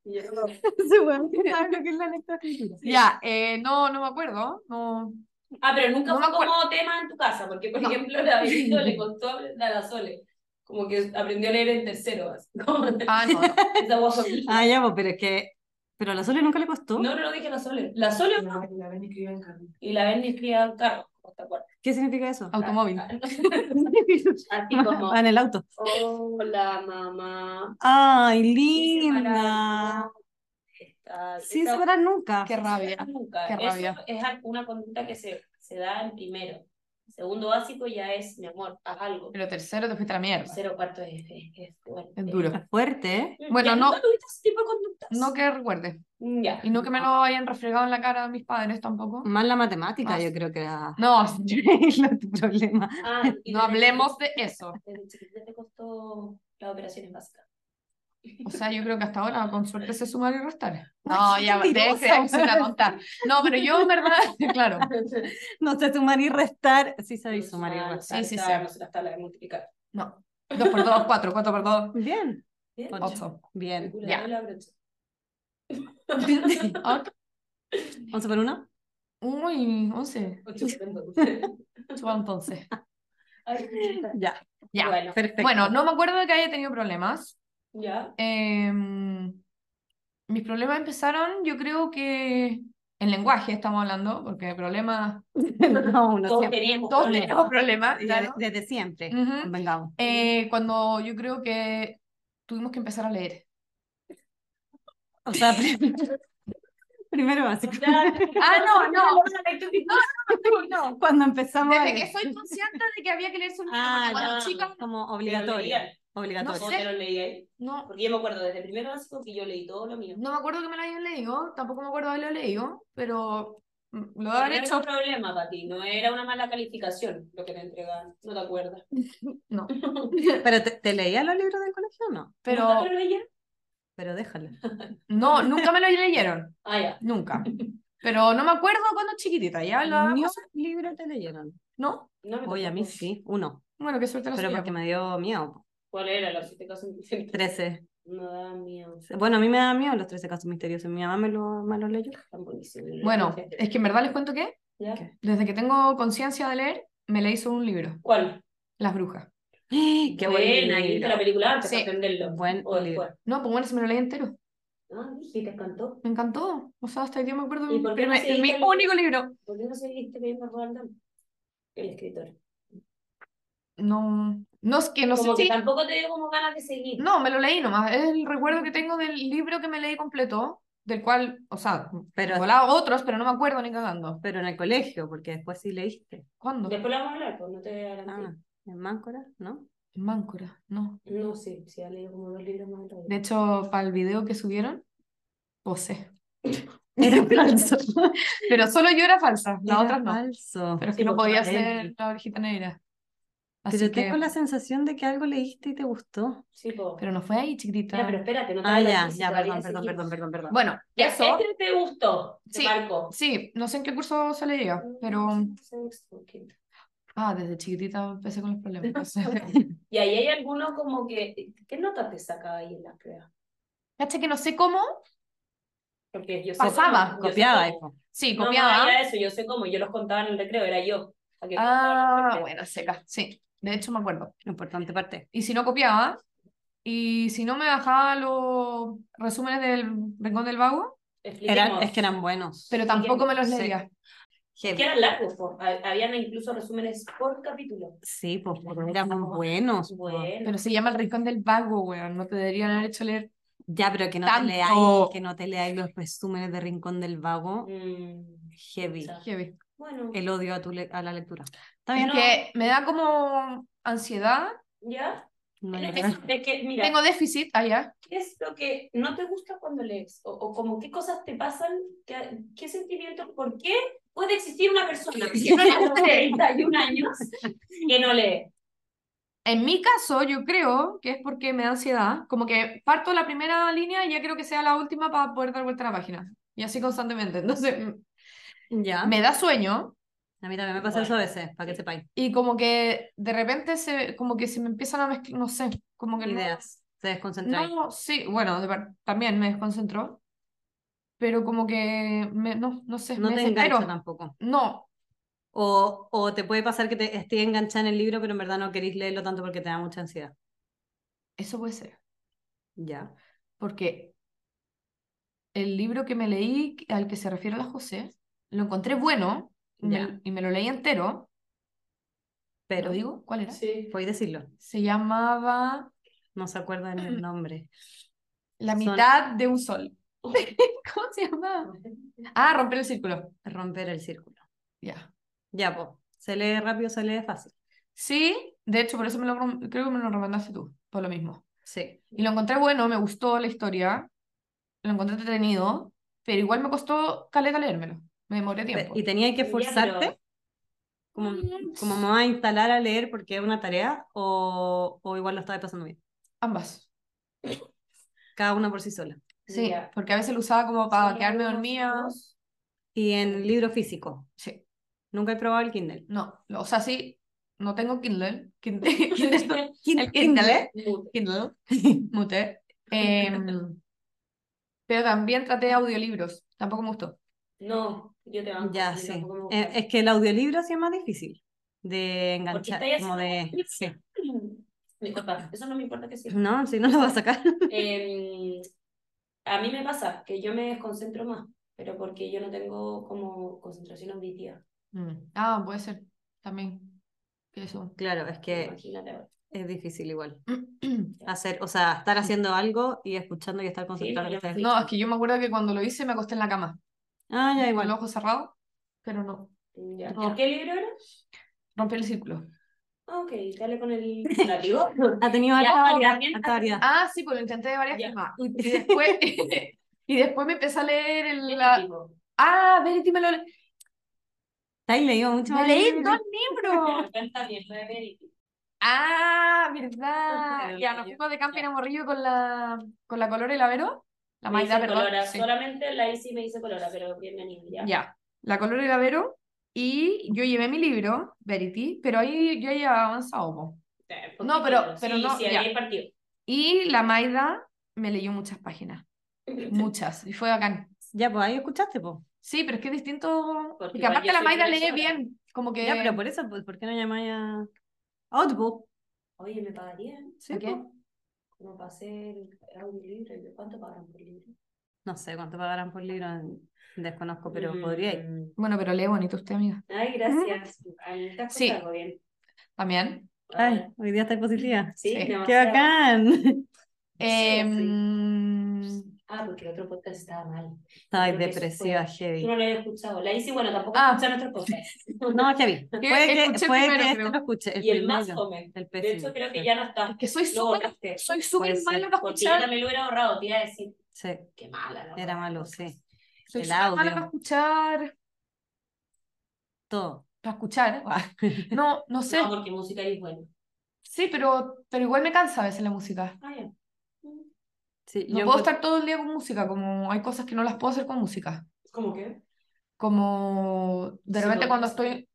Speaker 2: Y yo,
Speaker 1: Se puede saber lo que es la lectoescritura.
Speaker 3: Ya, eh, no, no me acuerdo. No,
Speaker 2: Ah, pero nunca
Speaker 3: No me
Speaker 2: fue como tema en tu casa, porque por
Speaker 3: No.
Speaker 2: ejemplo la Benito le costó aprender a la Sole, como que aprendió a leer en tercero, así como
Speaker 3: ah, no, no.
Speaker 2: esa guapa.
Speaker 1: Ah, ya, pues, pero es que. Pero a la Sole nunca le costó.
Speaker 2: No, no lo dije a la Sole, la Sole no. Y la Benny escribía en carro, como te acuerdas.
Speaker 1: ¿Qué significa eso?
Speaker 3: Automóvil.
Speaker 2: Ah, Así como,
Speaker 1: Ah, en el auto.
Speaker 2: hola mamá.
Speaker 1: Ay,
Speaker 2: Y se
Speaker 1: linda.
Speaker 2: paraba, está-
Speaker 1: Sí,
Speaker 2: está-
Speaker 1: separar nunca.
Speaker 3: Qué rabia.
Speaker 2: Nunca.
Speaker 3: Qué
Speaker 2: Eso
Speaker 3: rabia.
Speaker 2: es al- una conducta que se, se da en primero. Segundo básico ya es, mi amor, haz algo.
Speaker 3: Pero tercero te fuiste a la mierda.
Speaker 2: Tercero, cuarto es, es, es fuerte. Mm,
Speaker 3: Es duro.
Speaker 1: Es fuerte, ¿eh?
Speaker 3: Bueno,
Speaker 2: Ya,
Speaker 3: no-
Speaker 2: ¿nunca tuviste ese tipo de conductas?
Speaker 3: No que recuerde.
Speaker 2: Ya.
Speaker 3: Y no que me lo hayan refregado en la cara mis padres tampoco.
Speaker 1: Más la matemática,
Speaker 3: Más.
Speaker 1: yo creo que era
Speaker 3: No,
Speaker 1: el problema.
Speaker 2: Ah, y
Speaker 3: no
Speaker 2: desde
Speaker 3: hablemos
Speaker 2: chiquitita-
Speaker 3: de eso.
Speaker 2: Desde chiquitita te costó las operaciones básicas.
Speaker 3: O sea, yo creo que hasta ahora con suerte sé sumar y restar. No, ya,
Speaker 1: mentirosa.
Speaker 3: debe ser una tonta. No, pero yo en verdad, claro.
Speaker 1: No sé sumar y restar. Sí sabéis sumar y
Speaker 2: Ah,
Speaker 1: restar.
Speaker 3: sí, sí,
Speaker 2: está,
Speaker 3: sí.
Speaker 2: No se las tablas de multiplicar.
Speaker 3: No. Dos por dos, cuatro. Cuatro por dos,
Speaker 1: Bien,
Speaker 2: Bien.
Speaker 1: Ocho.
Speaker 3: ocho.
Speaker 1: bien.
Speaker 2: Calculadora, brocha.
Speaker 3: Ocho. Ah,
Speaker 1: 11 por 1.
Speaker 3: Uy, once.
Speaker 2: Ocho, perdón.
Speaker 3: Suba entonces.
Speaker 2: Ay,
Speaker 1: Ya,
Speaker 3: Ya.
Speaker 2: Bueno,
Speaker 1: perfecto.
Speaker 3: Bueno, no me acuerdo de que haya tenido problemas.
Speaker 2: ya.
Speaker 3: Em, mis problemas empezaron, yo creo que en lenguaje estamos hablando, porque problemas,
Speaker 1: no, uno
Speaker 2: Todos
Speaker 1: siempre.
Speaker 2: teníamos
Speaker 3: todos
Speaker 2: problemas.
Speaker 3: tenemos problemas,
Speaker 1: Ya
Speaker 3: claro.
Speaker 1: de- Desde siempre.
Speaker 3: Ujú.
Speaker 1: Convengamos.
Speaker 3: Eh, cuando yo creo que tuvimos que empezar a leer.
Speaker 1: O sea, pri- Primero básico.
Speaker 2: Ah, no, no.
Speaker 3: no.
Speaker 1: Cuando empezamos
Speaker 3: Desde
Speaker 1: a-
Speaker 3: que soy consciente de que había que leerse un libro,
Speaker 1: Ah,
Speaker 3: porque cuando
Speaker 2: no.
Speaker 3: chica,
Speaker 1: como
Speaker 2: Pero lo
Speaker 1: obligatorio.
Speaker 2: leía.
Speaker 1: Obligatorio.
Speaker 2: ¿Cómo te lo leía ahí?
Speaker 3: no,
Speaker 2: Porque yo me acuerdo desde primero básico que yo leí todo lo mío.
Speaker 3: no me acuerdo que me lo hayan leído, tampoco me acuerdo de lo leído, pero mm, lo
Speaker 2: No
Speaker 3: habré
Speaker 2: era
Speaker 3: hecho.
Speaker 2: un problema para ti, no era una mala calificación lo que te entregaban, no te acuerdas.
Speaker 3: No,
Speaker 1: ¿Pero te, te leía los libros del colegio o no?
Speaker 2: ¿Nunca
Speaker 3: pero
Speaker 2: te lo leyeron?
Speaker 1: Pero déjalo.
Speaker 3: no, nunca me lo leyeron,
Speaker 2: Ah, ya.
Speaker 3: nunca. Pero no me acuerdo cuando chiquitita, ya hablaba.
Speaker 1: Ni un libro te leyeron.
Speaker 3: No,
Speaker 2: No me
Speaker 1: Oye, a mí
Speaker 2: tocó.
Speaker 1: sí, uno.
Speaker 3: bueno, qué suerte la
Speaker 1: Pero
Speaker 3: suya.
Speaker 1: porque me dio miedo. po.
Speaker 2: ¿Cuál era la siete casos misteriosos?
Speaker 1: 13.
Speaker 2: No da miedo.
Speaker 1: Bueno, a mí me da miedo los 13 casos misteriosos. Mi mamá me lo, me lo leyó.
Speaker 2: Tan buenísimo. ¿no?
Speaker 3: pues. Bueno,
Speaker 2: Fíjate.
Speaker 3: es que en verdad les cuento que
Speaker 2: ¿Ya?
Speaker 1: ¿Qué?
Speaker 3: desde que tengo conciencia de leer, me leí solo un libro,
Speaker 2: ¿Cuál?
Speaker 3: Las Brujas.
Speaker 1: ¡Eh, ¡Qué
Speaker 2: buena,
Speaker 1: buen
Speaker 2: y viste
Speaker 1: libro!
Speaker 2: la película antes
Speaker 3: Sí.
Speaker 2: para aprenderlo.
Speaker 1: Buen
Speaker 2: o
Speaker 1: libro.
Speaker 2: después.
Speaker 3: No, pues bueno, se me lo leí entero.
Speaker 2: Ah, dije, te encantó.
Speaker 3: Me encantó. O sea, hasta hoy día me acuerdo de
Speaker 2: ¿Y
Speaker 3: mi
Speaker 2: por qué no
Speaker 3: primer- de
Speaker 2: seguiste
Speaker 3: mi
Speaker 2: el-
Speaker 3: único libro.
Speaker 2: ¿Por qué no seguiste leyendo a Roald Dahl? El escritor.
Speaker 3: No, no es que no sé
Speaker 2: Como que
Speaker 3: si-
Speaker 2: tampoco te dio como ganas de seguir.
Speaker 3: No, me lo leí nomás. Es el recuerdo que tengo del libro que me leí completo, del cual, o sea,
Speaker 1: Pero,
Speaker 3: volaba otros, pero no me acuerdo ni cagando.
Speaker 1: pero en el colegio, porque después sí leíste.
Speaker 3: ¿Cuándo?
Speaker 2: Después lo vamos a hablar, pues no te
Speaker 1: Ah,
Speaker 2: garantizo.
Speaker 1: en Máncora, ¿no?
Speaker 3: En Máncora, no.
Speaker 2: No, sí, sí, ha leído como dos libros más en
Speaker 3: De
Speaker 2: realidad.
Speaker 3: hecho, para el video que subieron, posé.
Speaker 1: Era falso.
Speaker 3: Pero solo yo era falsa, las
Speaker 1: Era
Speaker 3: otras no.
Speaker 1: falso.
Speaker 3: Pero es que
Speaker 2: Sí,
Speaker 3: no
Speaker 2: porque
Speaker 3: podía
Speaker 2: era
Speaker 3: ser
Speaker 2: Enki.
Speaker 3: la orejita negra. Así
Speaker 1: Pero
Speaker 3: que-
Speaker 1: tengo la sensación de que algo leíste y te gustó.
Speaker 2: Sí, po.
Speaker 3: Pero no fue ahí, chiquitita.
Speaker 2: Ya, pero espérate, no te
Speaker 1: Ah,
Speaker 2: hablo de
Speaker 1: ya,
Speaker 2: si
Speaker 1: ya,
Speaker 2: todavía
Speaker 1: perdón, perdón,
Speaker 2: seguimos.
Speaker 1: perdón, perdón, perdón.
Speaker 3: Bueno,
Speaker 2: Ya,
Speaker 3: eso.
Speaker 2: Este te gustó, te
Speaker 3: Sí.
Speaker 2: marcó.
Speaker 3: Sí, no sé en qué curso se leía, pero. Ah, desde chiquitita empecé con los problemas.
Speaker 2: Y ahí hay alguno como que. ¿Qué nota te sacaba ahí en la prueba?
Speaker 3: Cacha que no sé cómo.
Speaker 2: Porque yo sé
Speaker 3: Pasaba,
Speaker 2: cómo, yo sé
Speaker 1: Copiaba,
Speaker 2: cómo.
Speaker 1: hijo.
Speaker 3: Sí,
Speaker 2: No,
Speaker 3: copiaba.
Speaker 2: No, era eso, yo sé cómo, yo los contaba en el recreo, era yo. la que contaba los
Speaker 3: Ah,
Speaker 2: recreos.
Speaker 3: bueno, seca, sí. De hecho, me acuerdo.
Speaker 1: Importante parte.
Speaker 3: Y si no copiaba, y si no me bajaba los resúmenes del Rincón del Vago,
Speaker 1: Eran,
Speaker 2: Expliquemos.
Speaker 1: es que eran buenos.
Speaker 3: pero tampoco me los
Speaker 1: Sí.
Speaker 3: leía.
Speaker 1: Heavy.
Speaker 2: Que eran largos, po. Ha- Habían incluso resúmenes por capítulo.
Speaker 1: Sí, pues porque eran buenos. po.
Speaker 2: Bueno,
Speaker 3: Pero se llama El Rincón del Vago, weón. No te deberían haber hecho leer.
Speaker 1: Ya, pero que no
Speaker 3: Tanto.
Speaker 1: te leáis, que no te leáis los resúmenes de Rincón del Vago.
Speaker 2: mm,
Speaker 1: Heavy.
Speaker 2: Ya.
Speaker 3: Heavy.
Speaker 2: bueno,
Speaker 1: El odio a, tu le- a la lectura. Está
Speaker 3: Es
Speaker 1: bien.
Speaker 2: No.
Speaker 3: que me da como ansiedad.
Speaker 2: ya.
Speaker 1: No,
Speaker 2: Es
Speaker 1: yo
Speaker 2: que-
Speaker 1: creo-
Speaker 2: es que, mira,
Speaker 3: Tengo déficit ah, allá.
Speaker 2: ¿qué es lo que no te gusta cuando lees? O, o como qué cosas te pasan, qué, qué sentimientos, por qué puede existir una persona que tiene 31 años que no lee.
Speaker 3: En mi caso, yo creo que es porque me da ansiedad. Como que parto la primera línea y ya creo que sea la última para poder dar vuelta a la página. Y así constantemente. Entonces,
Speaker 1: Mm.
Speaker 3: m-
Speaker 1: Ya.
Speaker 3: me da sueño.
Speaker 1: A mí también me pasa eso a veces, para que sepáis.
Speaker 3: Y como que de repente se, como que se me empiezan a mezclar, no sé, como que no-
Speaker 1: Ideas. Se
Speaker 3: no,
Speaker 1: desconcentráis.
Speaker 3: sí, bueno, de par- también me desconcentró, pero como que me, no, no sé,
Speaker 1: No
Speaker 3: me
Speaker 1: te
Speaker 3: desespero.
Speaker 1: engancha tampoco.
Speaker 3: No,
Speaker 1: O, o te puede pasar que te estés enganchada en el libro, pero en verdad no queréis leerlo tanto porque te da mucha ansiedad.
Speaker 3: eso puede ser,
Speaker 1: Ya.
Speaker 3: porque el libro que me leí, al que se refiere la José, lo encontré bueno y me-
Speaker 1: Ya.
Speaker 3: y me lo leí entero.
Speaker 1: Pero
Speaker 3: ¿Lo digo? ¿Cuál era?
Speaker 2: Sí.
Speaker 1: podéis decirlo.
Speaker 3: Se llamaba
Speaker 1: No se acuerdan el nombre.
Speaker 3: La
Speaker 1: Son-
Speaker 3: mitad de un sol. ¿Cómo se llamaba? Ah, romper el círculo.
Speaker 1: Romper el círculo.
Speaker 3: Ya.
Speaker 1: Ya, pues. Se lee rápido, se lee fácil.
Speaker 3: Sí, de hecho, por eso me lo, recom- creo que me lo recomendaste tú, por lo mismo.
Speaker 1: Sí.
Speaker 3: Y lo encontré bueno, me gustó la historia, lo encontré entretenido, pero igual me costó caleta leérmelo, me demoré tiempo.
Speaker 1: ¿Y tenías que
Speaker 2: Ya, pero-
Speaker 1: forzarte? Como,
Speaker 3: Mm,
Speaker 1: como me voy a instalar a leer porque es una tarea o, o igual lo estaba pasando bien.
Speaker 3: Ambas.
Speaker 1: Cada una por sí sola.
Speaker 3: Sí,
Speaker 2: Ya.
Speaker 3: porque a veces lo usaba como para
Speaker 2: Sí,
Speaker 3: quedarme
Speaker 2: algunos
Speaker 3: dormida.
Speaker 2: otros.
Speaker 1: Y en libro físico.
Speaker 3: Sí,
Speaker 1: Nunca he probado el Kindle.
Speaker 3: no, lo- o sea, sí, no tengo Kindle, Kindle, Kindle, el Kindle,
Speaker 1: Kindle. ¿eh?
Speaker 2: Mute.
Speaker 3: Kindle, mute. Em, pero también traté de audiolibros, tampoco me gustó.
Speaker 2: No, yo te banco.
Speaker 1: Ya,
Speaker 2: yo
Speaker 1: sí.
Speaker 2: tampoco me gusta.
Speaker 1: Eh, Es, que el audiolibro sí es más difícil de enganchar,
Speaker 2: estáis
Speaker 1: como de...
Speaker 2: haciendo una
Speaker 1: sí.
Speaker 2: Disculpa, eso no me importa que sí.
Speaker 1: No, si no lo vas a sacar.
Speaker 2: Eh, a mí me pasa que yo me desconcentro más, pero porque yo no tengo como concentración auditiva.
Speaker 3: Mm. Ah, puede ser, también. Eso.
Speaker 1: Claro, es que
Speaker 2: Imagínate ahora.
Speaker 1: es difícil igual.
Speaker 3: No,
Speaker 1: Hacer, o sea, estar haciendo algo y escuchando y estar concentrado en lo que
Speaker 2: yo
Speaker 1: estás
Speaker 2: sí.
Speaker 3: es que yo me acuerdo que cuando lo hice me acosté en la cama
Speaker 1: Ah, ya
Speaker 3: con el
Speaker 1: igual.
Speaker 3: ojo cerrado, pero no.
Speaker 2: Ya.
Speaker 3: No.
Speaker 2: ¿Qué libro era? Ah,
Speaker 3: Rompió el círculo.
Speaker 2: Ok, dale con el látigo.
Speaker 1: Ha tenido
Speaker 2: Ya,
Speaker 1: harta
Speaker 2: no,
Speaker 1: variedad,
Speaker 2: también-
Speaker 1: harta variedad.
Speaker 3: Ah, sí, pues lo intenté de varias
Speaker 2: Ya.
Speaker 3: formas. Y, y después, y después me empecé a leer el... la-
Speaker 2: Látigo.
Speaker 3: Ah, Verity me lo le-
Speaker 1: Ahí leído mucho
Speaker 3: me
Speaker 1: más
Speaker 3: leí
Speaker 1: libros.
Speaker 3: dos libros.
Speaker 2: Cuenta bien, no es verídico.
Speaker 3: Ah, verdad. Ya nos fuimos de camping a Morrillo con la, con la Color y la Vero. La
Speaker 2: Me
Speaker 3: Maida,
Speaker 2: hice
Speaker 3: perdón.
Speaker 2: colora.
Speaker 3: sí.
Speaker 2: Solamente la Isi me hice colora, pero bien me animo, ya.
Speaker 3: Ya, la Color y la Vero. Y yo llevé mi libro, Verity, pero ahí yo ya avanzado. po.
Speaker 2: Eh,
Speaker 3: No, pero-
Speaker 2: poquito,
Speaker 3: pero
Speaker 2: sí,
Speaker 3: no,
Speaker 2: sí,
Speaker 3: ya.
Speaker 2: había partido.
Speaker 3: Y la Maida me leyó muchas páginas. Muchas. Y fue bacán.
Speaker 1: Ya, pues ahí escuchaste, pues.
Speaker 3: Sí, pero es que es distinto.
Speaker 2: Porque
Speaker 3: Porque
Speaker 2: igual
Speaker 3: aparte
Speaker 2: yo
Speaker 3: la
Speaker 2: soy
Speaker 3: Maida lee
Speaker 2: profesora.
Speaker 3: bien. Como que.
Speaker 1: Ya, pero por eso, pues, ¿por qué no llamáis a Outbook? pues.
Speaker 2: Oye, ¿me pagarían?
Speaker 3: ¿Sí,
Speaker 1: ¿Por qué?
Speaker 3: po?
Speaker 2: Como para hacer audiolibro. ¿y ¿Cuánto pagan por libro?
Speaker 1: No sé cuánto pagarán por libro, desconozco, pero
Speaker 2: Mm.
Speaker 1: podría.
Speaker 3: Bueno, pero lee bonito usted, amiga.
Speaker 2: Ay, gracias. Ay, me estás
Speaker 3: Sí.
Speaker 2: portando bien.
Speaker 3: También.
Speaker 1: Ay,
Speaker 2: Ah,
Speaker 1: hoy día estáis positiva.
Speaker 2: sí,
Speaker 3: sí. Qué
Speaker 1: ¡Qué
Speaker 2: demasiado.
Speaker 1: bacán!
Speaker 3: Em,
Speaker 2: Ah, porque el otro podcast estaba mal.
Speaker 1: Ay,
Speaker 2: Creo que eso
Speaker 1: depresiva,
Speaker 2: Tú
Speaker 1: heavy.
Speaker 2: no lo habías escuchado. La Isi, bueno, tampoco
Speaker 3: Ah.
Speaker 2: escucha nuestros podcasts.
Speaker 1: No, heavy. Puede que,
Speaker 3: escuché
Speaker 1: puede
Speaker 3: primero,
Speaker 1: que este
Speaker 3: creo.
Speaker 1: lo escuche.
Speaker 2: Y el
Speaker 1: primero
Speaker 2: más
Speaker 1: yo,
Speaker 2: joven.
Speaker 1: El
Speaker 2: De
Speaker 1: pésimo.
Speaker 2: hecho, creo que ya no
Speaker 3: Es
Speaker 2: está.
Speaker 3: que soy
Speaker 2: Lo
Speaker 3: súper
Speaker 2: borraste.
Speaker 3: soy súper
Speaker 1: Puede ser,
Speaker 3: mala para
Speaker 2: Porque yo
Speaker 3: escuchar.
Speaker 2: también lo hubiera ahorrado. Te iba a decir,
Speaker 1: Sí,
Speaker 2: qué mala. la
Speaker 1: era
Speaker 2: verdad.
Speaker 1: malo, sí.
Speaker 3: Soy
Speaker 1: el
Speaker 3: súper mala
Speaker 1: audio.
Speaker 3: para escuchar.
Speaker 1: Todo.
Speaker 3: Para escuchar. ah. No, no sé.
Speaker 2: No, porque música es bueno.
Speaker 3: Sí, pero, pero igual me cansa a veces la música.
Speaker 2: Ah, ya.
Speaker 1: Sí,
Speaker 3: No
Speaker 1: yo encuentro-
Speaker 3: puedo estar todo el día con música, como hay cosas que no las puedo hacer con música.
Speaker 2: ¿Cómo qué?
Speaker 3: Como de
Speaker 2: Sí,
Speaker 3: repente
Speaker 2: lo
Speaker 3: cuando
Speaker 2: pienso.
Speaker 3: estoy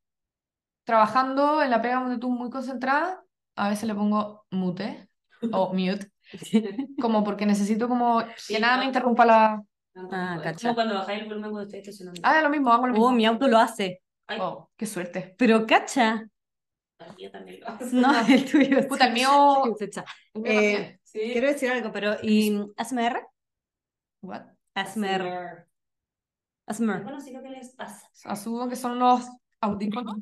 Speaker 3: trabajando en la pega donde tú muy concentrada, a veces le pongo mute o mute, como porque necesito como que nada me
Speaker 2: no.
Speaker 3: interrumpa la...
Speaker 2: No,
Speaker 1: Ah,
Speaker 2: tampoco. es
Speaker 1: cacha.
Speaker 2: como cuando bajáis el volumen cuando estáis estacionando.
Speaker 3: Ah, lo mismo, hago lo mismo.
Speaker 1: Oh, mi auto lo hace.
Speaker 2: Ay,
Speaker 3: Oh, qué suerte.
Speaker 1: Pero cacha.
Speaker 2: la mía también lo hace.
Speaker 1: No, el tuyo.
Speaker 3: Puta,
Speaker 1: sí.
Speaker 3: el mío-
Speaker 1: Sí, se echa.
Speaker 3: El mío
Speaker 1: Eh,
Speaker 3: también.
Speaker 2: Sí.
Speaker 1: Quiero decir algo, pero. ¿Y ASMR?
Speaker 3: What?
Speaker 1: ASMR.
Speaker 2: ASMR. Es
Speaker 1: ASMR.
Speaker 2: conocido que les pasa.
Speaker 3: Asumo que son los audífonos.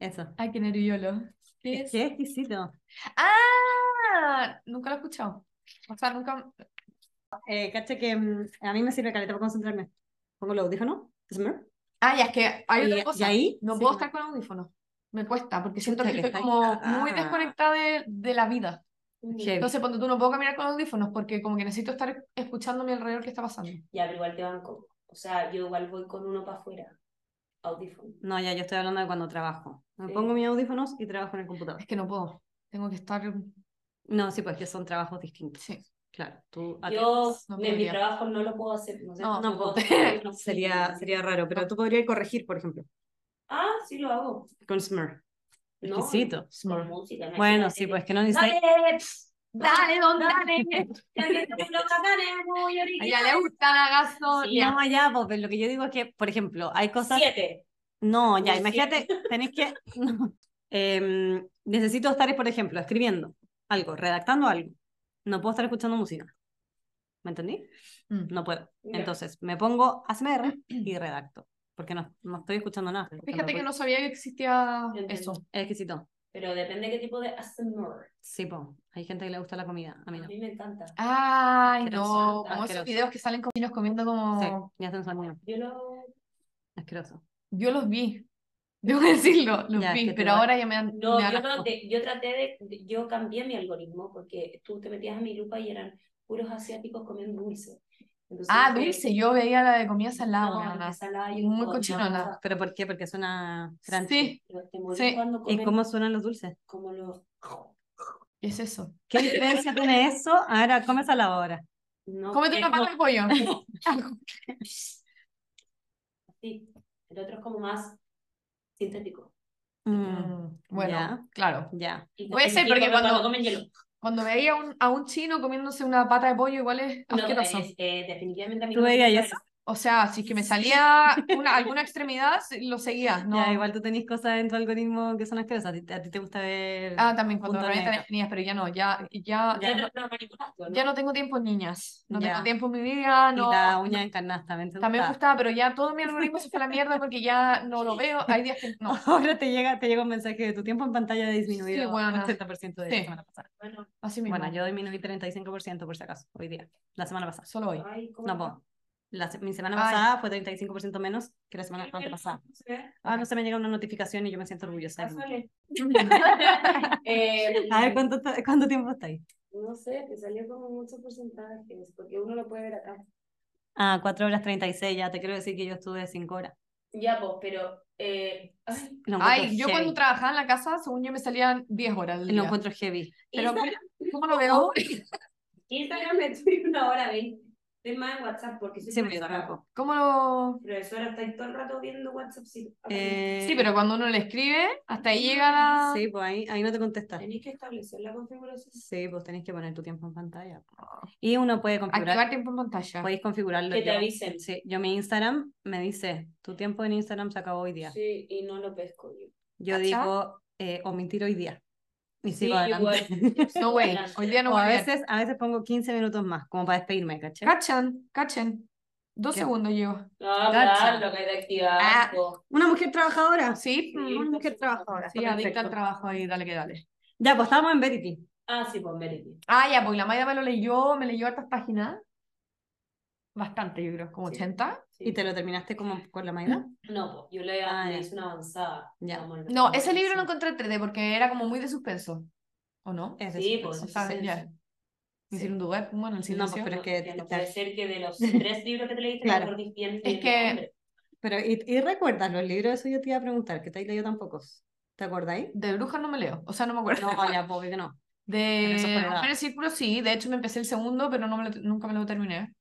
Speaker 1: Eso.
Speaker 3: Ay, qué nerviolo. ¿Qué
Speaker 1: Es
Speaker 3: es?
Speaker 1: que es exquisito.
Speaker 3: ¡Ah! Nunca lo he escuchado. O sea, nunca...
Speaker 1: Eh, cacha que mm, a mí me sirve caleta para concentrarme. Pongo los audífonos. ASMR.
Speaker 3: Ah, ya es que hay
Speaker 1: Y,
Speaker 3: otra
Speaker 1: y
Speaker 3: cosa.
Speaker 1: ahí.
Speaker 3: No
Speaker 1: sí,
Speaker 3: puedo estar con audífonos. Me cuesta, porque siento
Speaker 1: Chuta,
Speaker 3: que Ah.
Speaker 1: que
Speaker 3: estoy
Speaker 1: estáis
Speaker 3: como muy
Speaker 1: cagada.
Speaker 3: desconectada de, de la vida.
Speaker 1: heavy.
Speaker 3: Entonces, cuando tú no puedo caminar con audífonos porque como que necesito estar escuchando a mi alrededor qué está pasando.
Speaker 2: Ya, pero igual te van con. O sea, yo igual voy con uno para afuera. Audífono.
Speaker 1: No, ya, yo estoy hablando de cuando trabajo. Me
Speaker 2: Sí.
Speaker 1: pongo mis audífonos y trabajo en el computador.
Speaker 3: Es que no puedo. Tengo que estar...
Speaker 1: No, sí, pues que son trabajos distintos.
Speaker 3: Sí.
Speaker 1: Claro, tú
Speaker 2: Yo
Speaker 3: no
Speaker 2: en mi
Speaker 3: podría.
Speaker 2: trabajo no lo puedo hacer. No sé,
Speaker 3: No,
Speaker 1: no puedo.
Speaker 2: puedo hacer, no sé.
Speaker 1: sería, sería raro, pero tú podrías corregir, por ejemplo,
Speaker 2: Ah, sí lo hago.
Speaker 1: con Smurf.
Speaker 2: No,
Speaker 1: Exquisito.
Speaker 2: con
Speaker 3: Smart.
Speaker 2: música. no hay
Speaker 1: Bueno,
Speaker 2: que
Speaker 1: sí,
Speaker 2: hacer-
Speaker 1: pues que no necesitáis.
Speaker 2: Dale, pss,
Speaker 3: Dale, don, dale.
Speaker 2: dale, que este los bacanes, muy
Speaker 3: A
Speaker 2: originales.
Speaker 3: ella le gusta la gaso.
Speaker 2: Sí,
Speaker 3: ya.
Speaker 1: No, ya, pues pero lo que yo digo es que, por ejemplo, hay cosas.
Speaker 2: Siete.
Speaker 1: No, ya,
Speaker 2: No,
Speaker 1: imagínate, tenés que. no. Em, necesito estar, por ejemplo, escribiendo algo, redactando algo. No puedo estar escuchando música. ¿Me entendí?
Speaker 3: Mm.
Speaker 1: No puedo.
Speaker 2: Ya.
Speaker 1: Entonces, me pongo ASMR y redacto. Porque no, no estoy escuchando nada. estoy escuchando
Speaker 3: Fíjate que
Speaker 1: ruido.
Speaker 3: no sabía que existía
Speaker 2: Entiendo.
Speaker 3: eso.
Speaker 1: Es exquisito.
Speaker 2: Pero depende qué tipo de ASMR.
Speaker 1: Sí, po. Hay gente que le gusta la comida. A
Speaker 2: A
Speaker 1: mí no.
Speaker 2: mí me encanta.
Speaker 3: Ay,
Speaker 1: Asqueroso,
Speaker 3: no, como esos
Speaker 1: asqueroso.
Speaker 3: videos que salen con chinos comiendo como...
Speaker 1: Sí, ya están saliendo.
Speaker 2: Yo lo...
Speaker 1: Asqueroso.
Speaker 3: Yo los vi, debo decirlo, los
Speaker 1: Ya, es
Speaker 3: vi,
Speaker 1: que tú
Speaker 3: pero
Speaker 1: igual-
Speaker 3: ahora ya me dan,
Speaker 2: No,
Speaker 3: me dan
Speaker 2: yo, no
Speaker 3: asco.
Speaker 2: te- yo traté de, de- Yo cambié mi algoritmo porque tú te metías a mi lupa y eran puros asiáticos comiendo dulce. Entonces,
Speaker 3: Ah,
Speaker 2: dije,
Speaker 3: dulce, yo veía la de comida salada,
Speaker 2: no,
Speaker 3: weona.
Speaker 2: la salada y
Speaker 3: Muy
Speaker 2: no,
Speaker 3: cochinona.
Speaker 2: no,
Speaker 1: ¿Pero por qué? Porque suena crunchy.
Speaker 3: Sí,
Speaker 2: pero te morís
Speaker 3: Sí.
Speaker 2: cuando
Speaker 1: ¿Y
Speaker 2: comen
Speaker 1: cómo suenan los dulces?
Speaker 2: como los...
Speaker 3: es eso.
Speaker 1: ¿Qué diferencia tiene eso? Ahora, comes a la hora.
Speaker 2: No,
Speaker 3: Cómete
Speaker 2: es
Speaker 3: una pata de pollo.
Speaker 2: así. El otro es como más sintético.
Speaker 3: Mm, Bueno,
Speaker 1: Ya.
Speaker 3: claro.
Speaker 1: ya.
Speaker 2: Y
Speaker 3: Puede
Speaker 2: comen
Speaker 3: ser,
Speaker 2: hielo,
Speaker 3: porque
Speaker 2: pero
Speaker 3: cuando-
Speaker 2: comen hielo.
Speaker 3: Cuando veía a un, a un chino comiéndose una pata de pollo, igual es
Speaker 2: No,
Speaker 3: asqueroso.
Speaker 2: es- eh, definitivamente a mí
Speaker 1: ¿Tú
Speaker 2: no me
Speaker 1: veías
Speaker 2: gusta
Speaker 1: eso?
Speaker 3: O sea, si es que me salía una, alguna extremidad, lo seguía, ¿no?
Speaker 1: Ya, igual tú tenés cosas en tu algoritmo que son asquerosas. A ti, a ti te gusta ver.
Speaker 3: Ah, también cuando
Speaker 1: Punto
Speaker 3: realmente
Speaker 1: negro.
Speaker 3: tenías, pero ya no, ya, ya,
Speaker 2: Ya
Speaker 3: ya,
Speaker 2: no,
Speaker 3: no,
Speaker 2: no, manipulaste, ¿no?
Speaker 3: ya no tengo tiempo en niñas. No
Speaker 1: Ya.
Speaker 3: tengo tiempo en mi vida,
Speaker 1: Y
Speaker 3: no.
Speaker 1: la uña en canasta, ¿me
Speaker 3: También me gustaba, pero ya todo mi algoritmo se fue a la mierda porque ya no lo veo. Hay días que no.
Speaker 1: Ahora te llega, te llega un mensaje de tu tiempo en pantalla ha disminuido
Speaker 3: Sí, buena.
Speaker 1: 80% de
Speaker 3: Sí.
Speaker 1: la semana pasada.
Speaker 2: Bueno,
Speaker 3: Así mismo.
Speaker 1: Bueno, yo disminuí 35% por si acaso, hoy día, la semana pasada.
Speaker 3: Solo hoy.
Speaker 2: ay, ¿cómo
Speaker 1: No
Speaker 2: no?
Speaker 1: puedo. La, se- mi semana
Speaker 3: Ay.
Speaker 1: pasada fue 35% menos que la semana antepasada.
Speaker 2: No sé,
Speaker 1: Ah, no se me llega una notificación y yo me siento orgullosa. de mí.
Speaker 2: casuales. Eh,
Speaker 1: A ver, ¿cuánto, ta- cuánto tiempo está ahí?
Speaker 2: No sé, te salió como muchos porcentajes, porque uno lo puede ver acá.
Speaker 1: Ah, 4 horas 36, ya te quiero decir que yo estuve 5 horas.
Speaker 2: Ya, pues, pero. eh, ay,
Speaker 1: Lo encuentro
Speaker 3: Ay, yo
Speaker 1: heavy.
Speaker 3: cuando trabajaba en la casa, según yo me salían 10 horas del
Speaker 1: Lo
Speaker 3: día.
Speaker 1: encuentro heavy.
Speaker 3: Pero ¿cómo, cómo lo veo?
Speaker 2: Instagram me estoy una hora veinte. Estoy más en WhatsApp porque soy
Speaker 1: Siempre yo
Speaker 2: profesora.
Speaker 1: tampoco.
Speaker 3: ¿Cómo lo...?
Speaker 2: Profesora, estáis todo el rato viendo WhatsApp. Sí,
Speaker 1: Eh,
Speaker 3: Sí, pero cuando uno le escribe, hasta ahí llega la...
Speaker 1: Sí, pues ahí, ahí no te contesta.
Speaker 2: Tenéis que establecer la configuración.
Speaker 1: Sí, pues tenés que poner tu tiempo en pantalla. Y uno puede configurar,
Speaker 3: Activar tiempo en pantalla.
Speaker 1: podéis configurarlo.
Speaker 2: Ah, Que te
Speaker 1: yo.
Speaker 2: avisen.
Speaker 1: Sí, yo mi Instagram me dice, tu tiempo en Instagram se acabó hoy día.
Speaker 2: Sí, y no lo pesco yo.
Speaker 1: Yo
Speaker 3: ¿Cachai?
Speaker 1: digo, eh, omitir hoy día. Y
Speaker 2: Sí,
Speaker 1: sigo adelante.
Speaker 2: igual.
Speaker 3: No, güey, hoy día no
Speaker 1: O
Speaker 3: voy
Speaker 1: a
Speaker 3: a ver.
Speaker 1: veces, a veces pongo 15 minutos más, como para despedirme, ¿cachai?
Speaker 2: ¿Ah?
Speaker 3: Cachen, cachen. Dos
Speaker 1: ¿Qué?
Speaker 3: segundos llevo.
Speaker 2: No,
Speaker 1: Cacha.
Speaker 2: claro, que hay de activar.
Speaker 3: Ah.
Speaker 2: po.
Speaker 1: Una mujer trabajadora.
Speaker 3: Sí, mm.
Speaker 2: Sí,
Speaker 1: Una mujer
Speaker 2: perfecto.
Speaker 1: trabajadora.
Speaker 3: sí,
Speaker 1: está
Speaker 3: adicta al
Speaker 1: perfecto.
Speaker 3: trabajo ahí, dale que dale.
Speaker 1: Ya, pues estábamos en Verity.
Speaker 2: Ah, sí, pues, Verity.
Speaker 3: Ah, ya, porque la Maida me lo leyó, me leyó hartas páginas. Bastante, yo creo, como
Speaker 2: Sí.
Speaker 3: 80.
Speaker 2: Sí.
Speaker 1: ¿Y te lo terminaste como con la mañana?
Speaker 2: No, pues, yo le,
Speaker 1: Ah,
Speaker 2: le
Speaker 1: ya.
Speaker 2: hice una avanzada.
Speaker 1: Ya.
Speaker 2: Como en-
Speaker 3: No, ese libro lo
Speaker 2: Sí,
Speaker 3: encontré 3D porque era como muy de suspenso. ¿O no?
Speaker 1: Es
Speaker 2: Sí,
Speaker 1: suspenso.
Speaker 2: pues,
Speaker 3: O sea,
Speaker 2: sí,
Speaker 3: ya. Me hicieron dudar, bueno, el
Speaker 1: No,
Speaker 3: silencio.
Speaker 1: pues, pero es
Speaker 2: Ya
Speaker 1: que...
Speaker 2: no puede ser que de los tres libros que te leíste,
Speaker 1: Claro.
Speaker 2: no acordís bien,
Speaker 3: Es
Speaker 2: bien
Speaker 3: que-
Speaker 2: el nombre.
Speaker 1: Pero, ¿y, y recuerdas los libros? Eso yo te iba a preguntar, que te he leído tan pocos. ¿Te acordáis?
Speaker 3: De brujas no me leo, o sea, no me acuerdo.
Speaker 1: No, ya, pues, que no.
Speaker 3: De
Speaker 1: eso fue verdad.
Speaker 3: Romper el Círculo sí, de hecho me empecé el segundo, pero no me lo- nunca me lo terminé.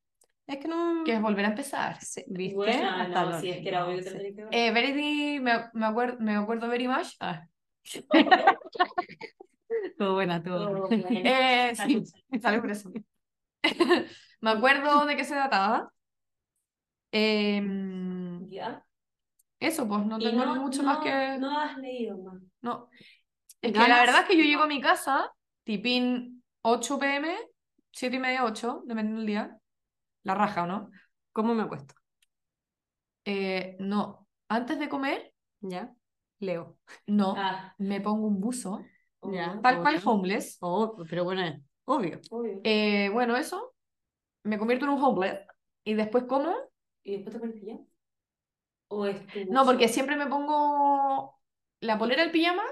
Speaker 1: Es que no...
Speaker 3: Que es volver a empezar.
Speaker 1: Sí, ¿Viste?
Speaker 2: Bueno,
Speaker 1: Hasta
Speaker 2: no,
Speaker 1: lo-
Speaker 2: si es que era obvio que te
Speaker 1: sí.
Speaker 2: tenías que ver.
Speaker 3: Eh, Verity, me, me, acuerdo, me acuerdo very much. Ah.
Speaker 1: Estuvo buena, estuvo buena.
Speaker 2: Oh, bueno.
Speaker 3: Eh, sí, sale por eso. Me acuerdo de qué se trataba. Em,
Speaker 2: Ya.
Speaker 3: eso, pues, no
Speaker 2: Y
Speaker 3: tengo
Speaker 2: no-
Speaker 3: mucho
Speaker 2: no-
Speaker 3: más que...
Speaker 2: No has leído más.
Speaker 3: No. Es que
Speaker 1: Ganas.
Speaker 3: la verdad es que yo llego a mi casa, tipín 8 pm, 7 y media, 8, dependiendo del día. La raja, ¿o no?
Speaker 1: ¿Cómo me acuesto?
Speaker 3: Eh, no. Antes de comer,
Speaker 1: ¿Ya? Leo.
Speaker 3: no.
Speaker 2: Ah,
Speaker 3: Me pongo un buzo,
Speaker 1: Ya.
Speaker 2: obvio,
Speaker 3: tal cual
Speaker 1: obvio.
Speaker 3: homeless.
Speaker 1: Oh, pero bueno, eh, obvio.
Speaker 2: obvio.
Speaker 3: Eh, bueno, eso. Me convierto en un homeless. Y después como.
Speaker 2: ¿Y después te pones pijama? ¿O es tu
Speaker 3: No,
Speaker 2: buzo?
Speaker 3: porque siempre me pongo la polera del pijama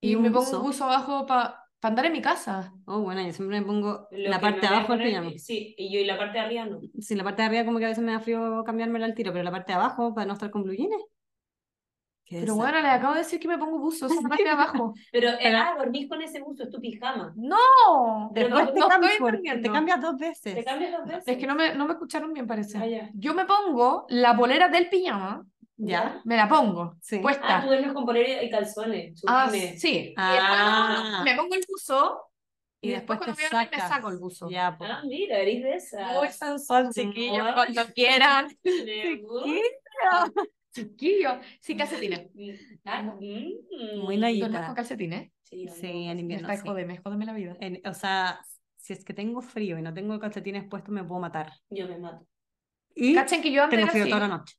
Speaker 1: Y
Speaker 3: y
Speaker 1: un
Speaker 3: me pongo
Speaker 1: buzo.
Speaker 3: un buzo abajo para andar en mi casa.
Speaker 1: Oh, bueno, yo siempre me pongo
Speaker 2: Lo
Speaker 1: la
Speaker 2: que me
Speaker 1: parte de
Speaker 2: voy a
Speaker 1: abajo del
Speaker 2: poner-
Speaker 1: pijama.
Speaker 2: Sí, y yo y la parte de arriba no.
Speaker 1: Sí, la parte de arriba como que a veces me da frío cambiármela al tiro, pero la parte de abajo para no estar con blue jeans. Qué
Speaker 3: Pero bueno,
Speaker 1: desastre.
Speaker 3: les acabo de decir que me pongo buzo, siempre parte de abajo.
Speaker 2: Pero, eh,
Speaker 1: Pero-
Speaker 2: ah, dormís con ese buzo, es tu pijama.
Speaker 3: ¡No!
Speaker 2: Pero
Speaker 1: Después
Speaker 3: no-
Speaker 1: te
Speaker 3: no estoy
Speaker 1: cambias, porque te
Speaker 3: entendiendo.
Speaker 1: cambias dos
Speaker 2: ¿Te
Speaker 1: veces.
Speaker 2: cambias dos veces?
Speaker 3: Es que no me, no me escucharon bien, parece.
Speaker 2: Ah, ya.
Speaker 3: Yo me pongo la polera del pijama,
Speaker 1: ¿Ya?
Speaker 3: me la pongo,
Speaker 1: Sí.
Speaker 2: Ah,
Speaker 3: puesta.
Speaker 2: tú duermes con polera y calzones.
Speaker 3: Ah,
Speaker 2: chupines.
Speaker 3: sí.
Speaker 1: Ah.
Speaker 3: Y después no, me pongo el buzo y,
Speaker 1: Y
Speaker 3: después,
Speaker 1: después te
Speaker 3: cuando voy a dormir me
Speaker 1: sacas.
Speaker 3: saco el buzo.
Speaker 1: Ya, pues. po.
Speaker 2: Ah, mira, eres de esas.
Speaker 3: Muy sensual, chiquillos,
Speaker 2: Ay.
Speaker 3: cuando quieran.
Speaker 2: Me
Speaker 3: Chiquillos, sin calcetines.
Speaker 2: gusta. Ah, mm.
Speaker 1: Muy naif. Ahí
Speaker 3: ¿Duermes con
Speaker 1: está.
Speaker 3: calcetines?
Speaker 2: Sí, no,
Speaker 1: Sí,
Speaker 2: no,
Speaker 1: en
Speaker 3: Ya
Speaker 1: invierno
Speaker 3: está,
Speaker 1: sí.
Speaker 3: jódeme, jódeme la vida.
Speaker 1: En- o sea, si es que tengo frío y no tengo calcetines puestos, me puedo matar.
Speaker 2: Yo me mato.
Speaker 1: Y
Speaker 3: Cachen que yo antes
Speaker 1: tengo
Speaker 3: era
Speaker 1: frío
Speaker 3: así.
Speaker 1: toda la noche.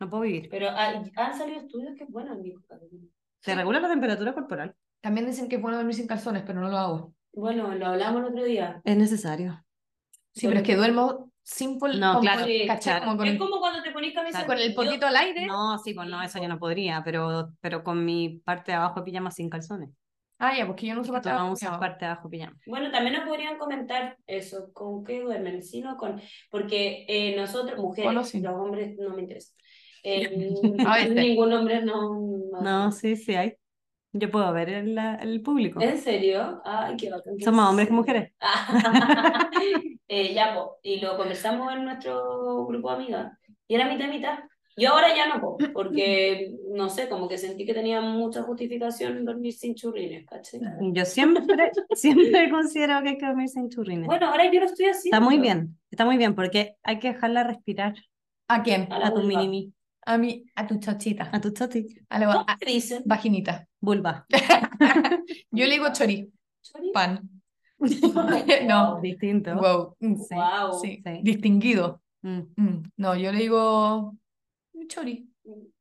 Speaker 1: No puedo vivir.
Speaker 2: Pero hay- han salido estudios que es bueno, amigo.
Speaker 1: Te regula la temperatura corporal.
Speaker 3: También dicen que es bueno dormir sin calzones, pero no lo hago.
Speaker 2: Bueno, lo hablamos el otro día.
Speaker 1: Es necesario.
Speaker 3: Sí, pero es que duermo sin pol-
Speaker 1: No,
Speaker 3: con
Speaker 1: claro,
Speaker 3: pol- ¿cachai?
Speaker 1: claro.
Speaker 3: Como con
Speaker 2: es
Speaker 3: el-
Speaker 2: como cuando te pones camisa
Speaker 1: Claro.
Speaker 3: con el
Speaker 2: yo-
Speaker 3: potito al aire.
Speaker 1: No, sí, pues no, eso yo no podría, pero, pero con mi parte de abajo de pijama sin calzones.
Speaker 3: Ah, ya, porque yo no uso
Speaker 1: Tú
Speaker 3: patada.
Speaker 1: no usas parte de abajo de pijama.
Speaker 2: Bueno, también nos podrían comentar eso, con qué duermen, sino con, porque eh, nosotros, mujeres,
Speaker 3: Con o sin.
Speaker 2: los hombres no me interesan. Eh,
Speaker 3: A veces.
Speaker 2: ningún hombre no,
Speaker 1: No, sí, sí hay. Yo puedo ver el, la- el público.
Speaker 2: ¿En serio? Ay, qué bacán.
Speaker 1: Son más hombres que mujeres.
Speaker 2: Eh, ya, po, y lo conversamos en nuestro grupo de amigas. Y era mitad y mitad. Yo ahora ya no, po, porque no sé, como que sentí que tenía mucha justificación dormir sin churrines, ¿cachai?
Speaker 1: Yo siempre, siempre considero que hay que dormir sin churrines.
Speaker 2: Bueno, ahora yo lo estoy haciendo.
Speaker 1: Está muy bien, está muy bien, porque hay que dejarla respirar
Speaker 3: ¿A quién?
Speaker 2: A la
Speaker 1: a tu
Speaker 2: vulva.
Speaker 1: mini
Speaker 3: A mí, a tu chochita.
Speaker 1: a tu choti,
Speaker 3: A la
Speaker 2: ¿Cómo
Speaker 3: va- a-
Speaker 2: te dicen?
Speaker 3: vaginita.
Speaker 1: vulva.
Speaker 3: Yo le digo chori,
Speaker 2: ¿Chori?
Speaker 3: pan.
Speaker 2: No.
Speaker 3: No.
Speaker 1: Distinto.
Speaker 3: Wow. mm,
Speaker 1: Sí,
Speaker 2: Guau.
Speaker 3: sí.
Speaker 1: sí.
Speaker 3: Distinguido.
Speaker 1: Mm.
Speaker 3: Mm, No, yo le digo chori.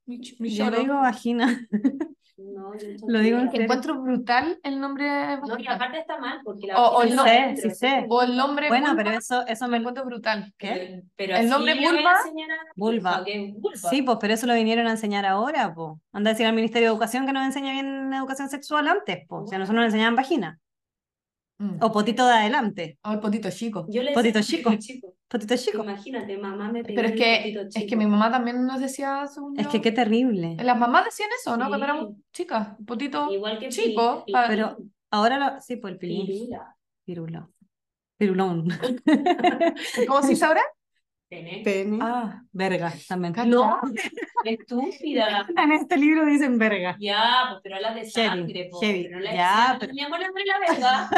Speaker 1: Yo lo digo vagina.
Speaker 2: No,
Speaker 1: Lo digo en
Speaker 3: Que
Speaker 1: serio.
Speaker 3: encuentro brutal el nombre.
Speaker 2: No, y aparte está mal, porque la
Speaker 3: O- o
Speaker 2: vagina
Speaker 3: no
Speaker 2: está
Speaker 1: sé,
Speaker 2: dentro,
Speaker 1: sí
Speaker 2: eso
Speaker 1: sé.
Speaker 2: es como-
Speaker 3: O el nombre.
Speaker 1: Bueno,
Speaker 3: vulva,
Speaker 1: pero eso, eso
Speaker 3: lo
Speaker 1: me
Speaker 3: encuentro brutal.
Speaker 1: ¿Qué?
Speaker 2: Pero
Speaker 3: ¿El
Speaker 2: así
Speaker 3: nombre
Speaker 2: llama
Speaker 3: vulva?
Speaker 2: la señora
Speaker 1: Vulva.
Speaker 2: Vulva, que es vulva.
Speaker 1: Sí, pues, pero eso lo vinieron a enseñar ahora, pues. Anda a decir al Ministerio de Educación que nos enseña bien educación sexual antes, pues. O sea, nosotros nos enseñaban vagina.
Speaker 3: Mm.
Speaker 1: O potito de adelante.
Speaker 3: O el potito chico.
Speaker 2: Yo le
Speaker 1: Potito
Speaker 2: decía,
Speaker 1: chico.
Speaker 2: chico.
Speaker 1: Potito chico.
Speaker 2: Imagínate, mamá me
Speaker 3: Pero es
Speaker 2: pegó
Speaker 3: que-
Speaker 2: el potito
Speaker 3: Es que
Speaker 2: chico.
Speaker 3: mi mamá también nos decía. según
Speaker 1: Es
Speaker 3: yo.
Speaker 1: que qué terrible.
Speaker 3: Las mamás decían eso, ¿no? Cuando
Speaker 2: Sí.
Speaker 3: éramos chicas. Un potito.
Speaker 2: Igual que
Speaker 3: Chico,
Speaker 2: pi-
Speaker 3: para-
Speaker 1: Pero ahora lo... sí, pues el
Speaker 2: pi-
Speaker 1: pilín.
Speaker 2: pirula,
Speaker 1: Pirulón. Pirulón.
Speaker 3: ¿Cómo se dice ahora?
Speaker 2: pene.
Speaker 1: Pene. Ah, verga, también.
Speaker 2: No, estúpida.
Speaker 1: En este libro dicen verga.
Speaker 2: Ya, pues, pero hablas de
Speaker 1: Heavy,
Speaker 2: sangre, po,
Speaker 1: heavy.
Speaker 2: pero no la-
Speaker 1: Ya, pero-
Speaker 2: Mi amor, dame la verga.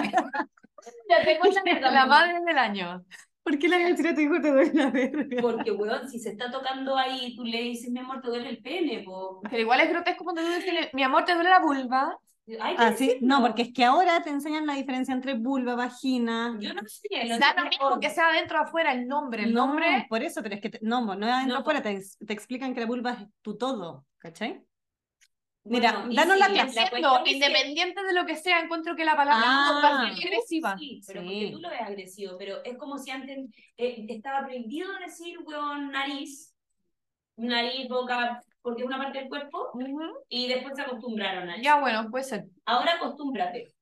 Speaker 2: Ya tengo pues, la verga,
Speaker 3: La
Speaker 2: mi
Speaker 3: madre del año.
Speaker 1: ¿Por qué le voy a decir a tu hijo te duele la verga?
Speaker 2: amor. Porque, weón, si se está tocando ahí, tú le dices, mi amor, te duele el pene, pues". po.
Speaker 3: Pero igual es grotesco cuando tú dices, mi amor, te duele la vulva.
Speaker 2: Hay que
Speaker 1: Ah, sí. No,
Speaker 2: decirlo.
Speaker 1: porque es que ahora te enseñan la diferencia entre vulva, vagina.
Speaker 2: Yo no sé. lo
Speaker 3: Da lo
Speaker 2: sé
Speaker 3: mismo
Speaker 2: por-
Speaker 3: que sea adentro o afuera el nombre. El
Speaker 1: No,
Speaker 3: nombre.
Speaker 1: por eso, pero es que te- no, no es adentro
Speaker 2: No,
Speaker 1: afuera, te, ex- te explican que la vulva es tu todo, ¿cachai?
Speaker 2: Bueno,
Speaker 1: Mira,
Speaker 2: y
Speaker 1: danos la
Speaker 2: sí,
Speaker 1: clase,
Speaker 2: cuestión
Speaker 3: Siendo
Speaker 2: es que-
Speaker 3: independiente de lo que sea, encuentro que la palabra
Speaker 1: Ah.
Speaker 3: es bastante agresiva.
Speaker 2: Sí, pero
Speaker 1: Sí.
Speaker 2: porque tú lo ves agresivo, pero es como si antes eh, estaba prohibido decir, weón, nariz, nariz, boca, porque es una parte del cuerpo,
Speaker 3: Ujú.
Speaker 2: y después se acostumbraron a eso.
Speaker 3: Ya, bueno, puede ser.
Speaker 2: Ahora acostúmbrate.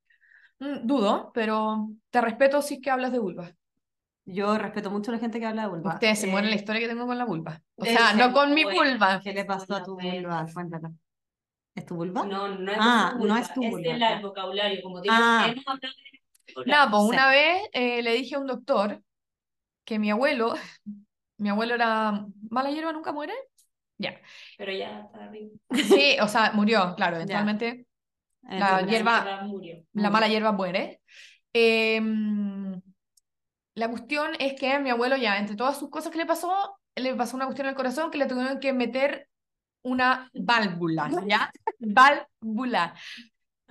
Speaker 3: Mm, Dudo, pero te respeto si es que hablas de vulva.
Speaker 1: Yo respeto mucho a la gente que habla de vulva.
Speaker 3: Ustedes se
Speaker 1: Eh,
Speaker 3: mueren la historia que tengo con la vulva. O
Speaker 2: eh,
Speaker 3: sea, no
Speaker 2: sí,
Speaker 3: con mi
Speaker 2: bueno.
Speaker 3: vulva.
Speaker 1: ¿Qué le pasó a tu
Speaker 2: Bueno, pero-
Speaker 1: vulva? Cuéntala. ¿Es tu vulva?
Speaker 2: No, no es
Speaker 1: Ah,
Speaker 2: tu
Speaker 1: no
Speaker 2: vulva,
Speaker 1: es tu vulva,
Speaker 2: el
Speaker 1: ya.
Speaker 2: vocabulario, como te digo,
Speaker 1: Ah.
Speaker 2: hemos hablado de vocabulario.
Speaker 3: Nada, pues
Speaker 1: Sí.
Speaker 3: una vez eh, le dije a un doctor que mi abuelo, mi abuelo era mala hierba, nunca muere.
Speaker 2: pero ya está bien.
Speaker 3: Sí, o sea, murió, claro, eventualmente.
Speaker 1: Eh,
Speaker 3: La
Speaker 1: tu-
Speaker 2: La
Speaker 3: hierba-
Speaker 2: señora murió.
Speaker 3: la mala hierba muere. Em, la cuestión es que mi abuelo ya, entre todas sus cosas que le pasó, le pasó una cuestión al corazón que le tuvieron que meter una válvula, ¿ya? Válvula.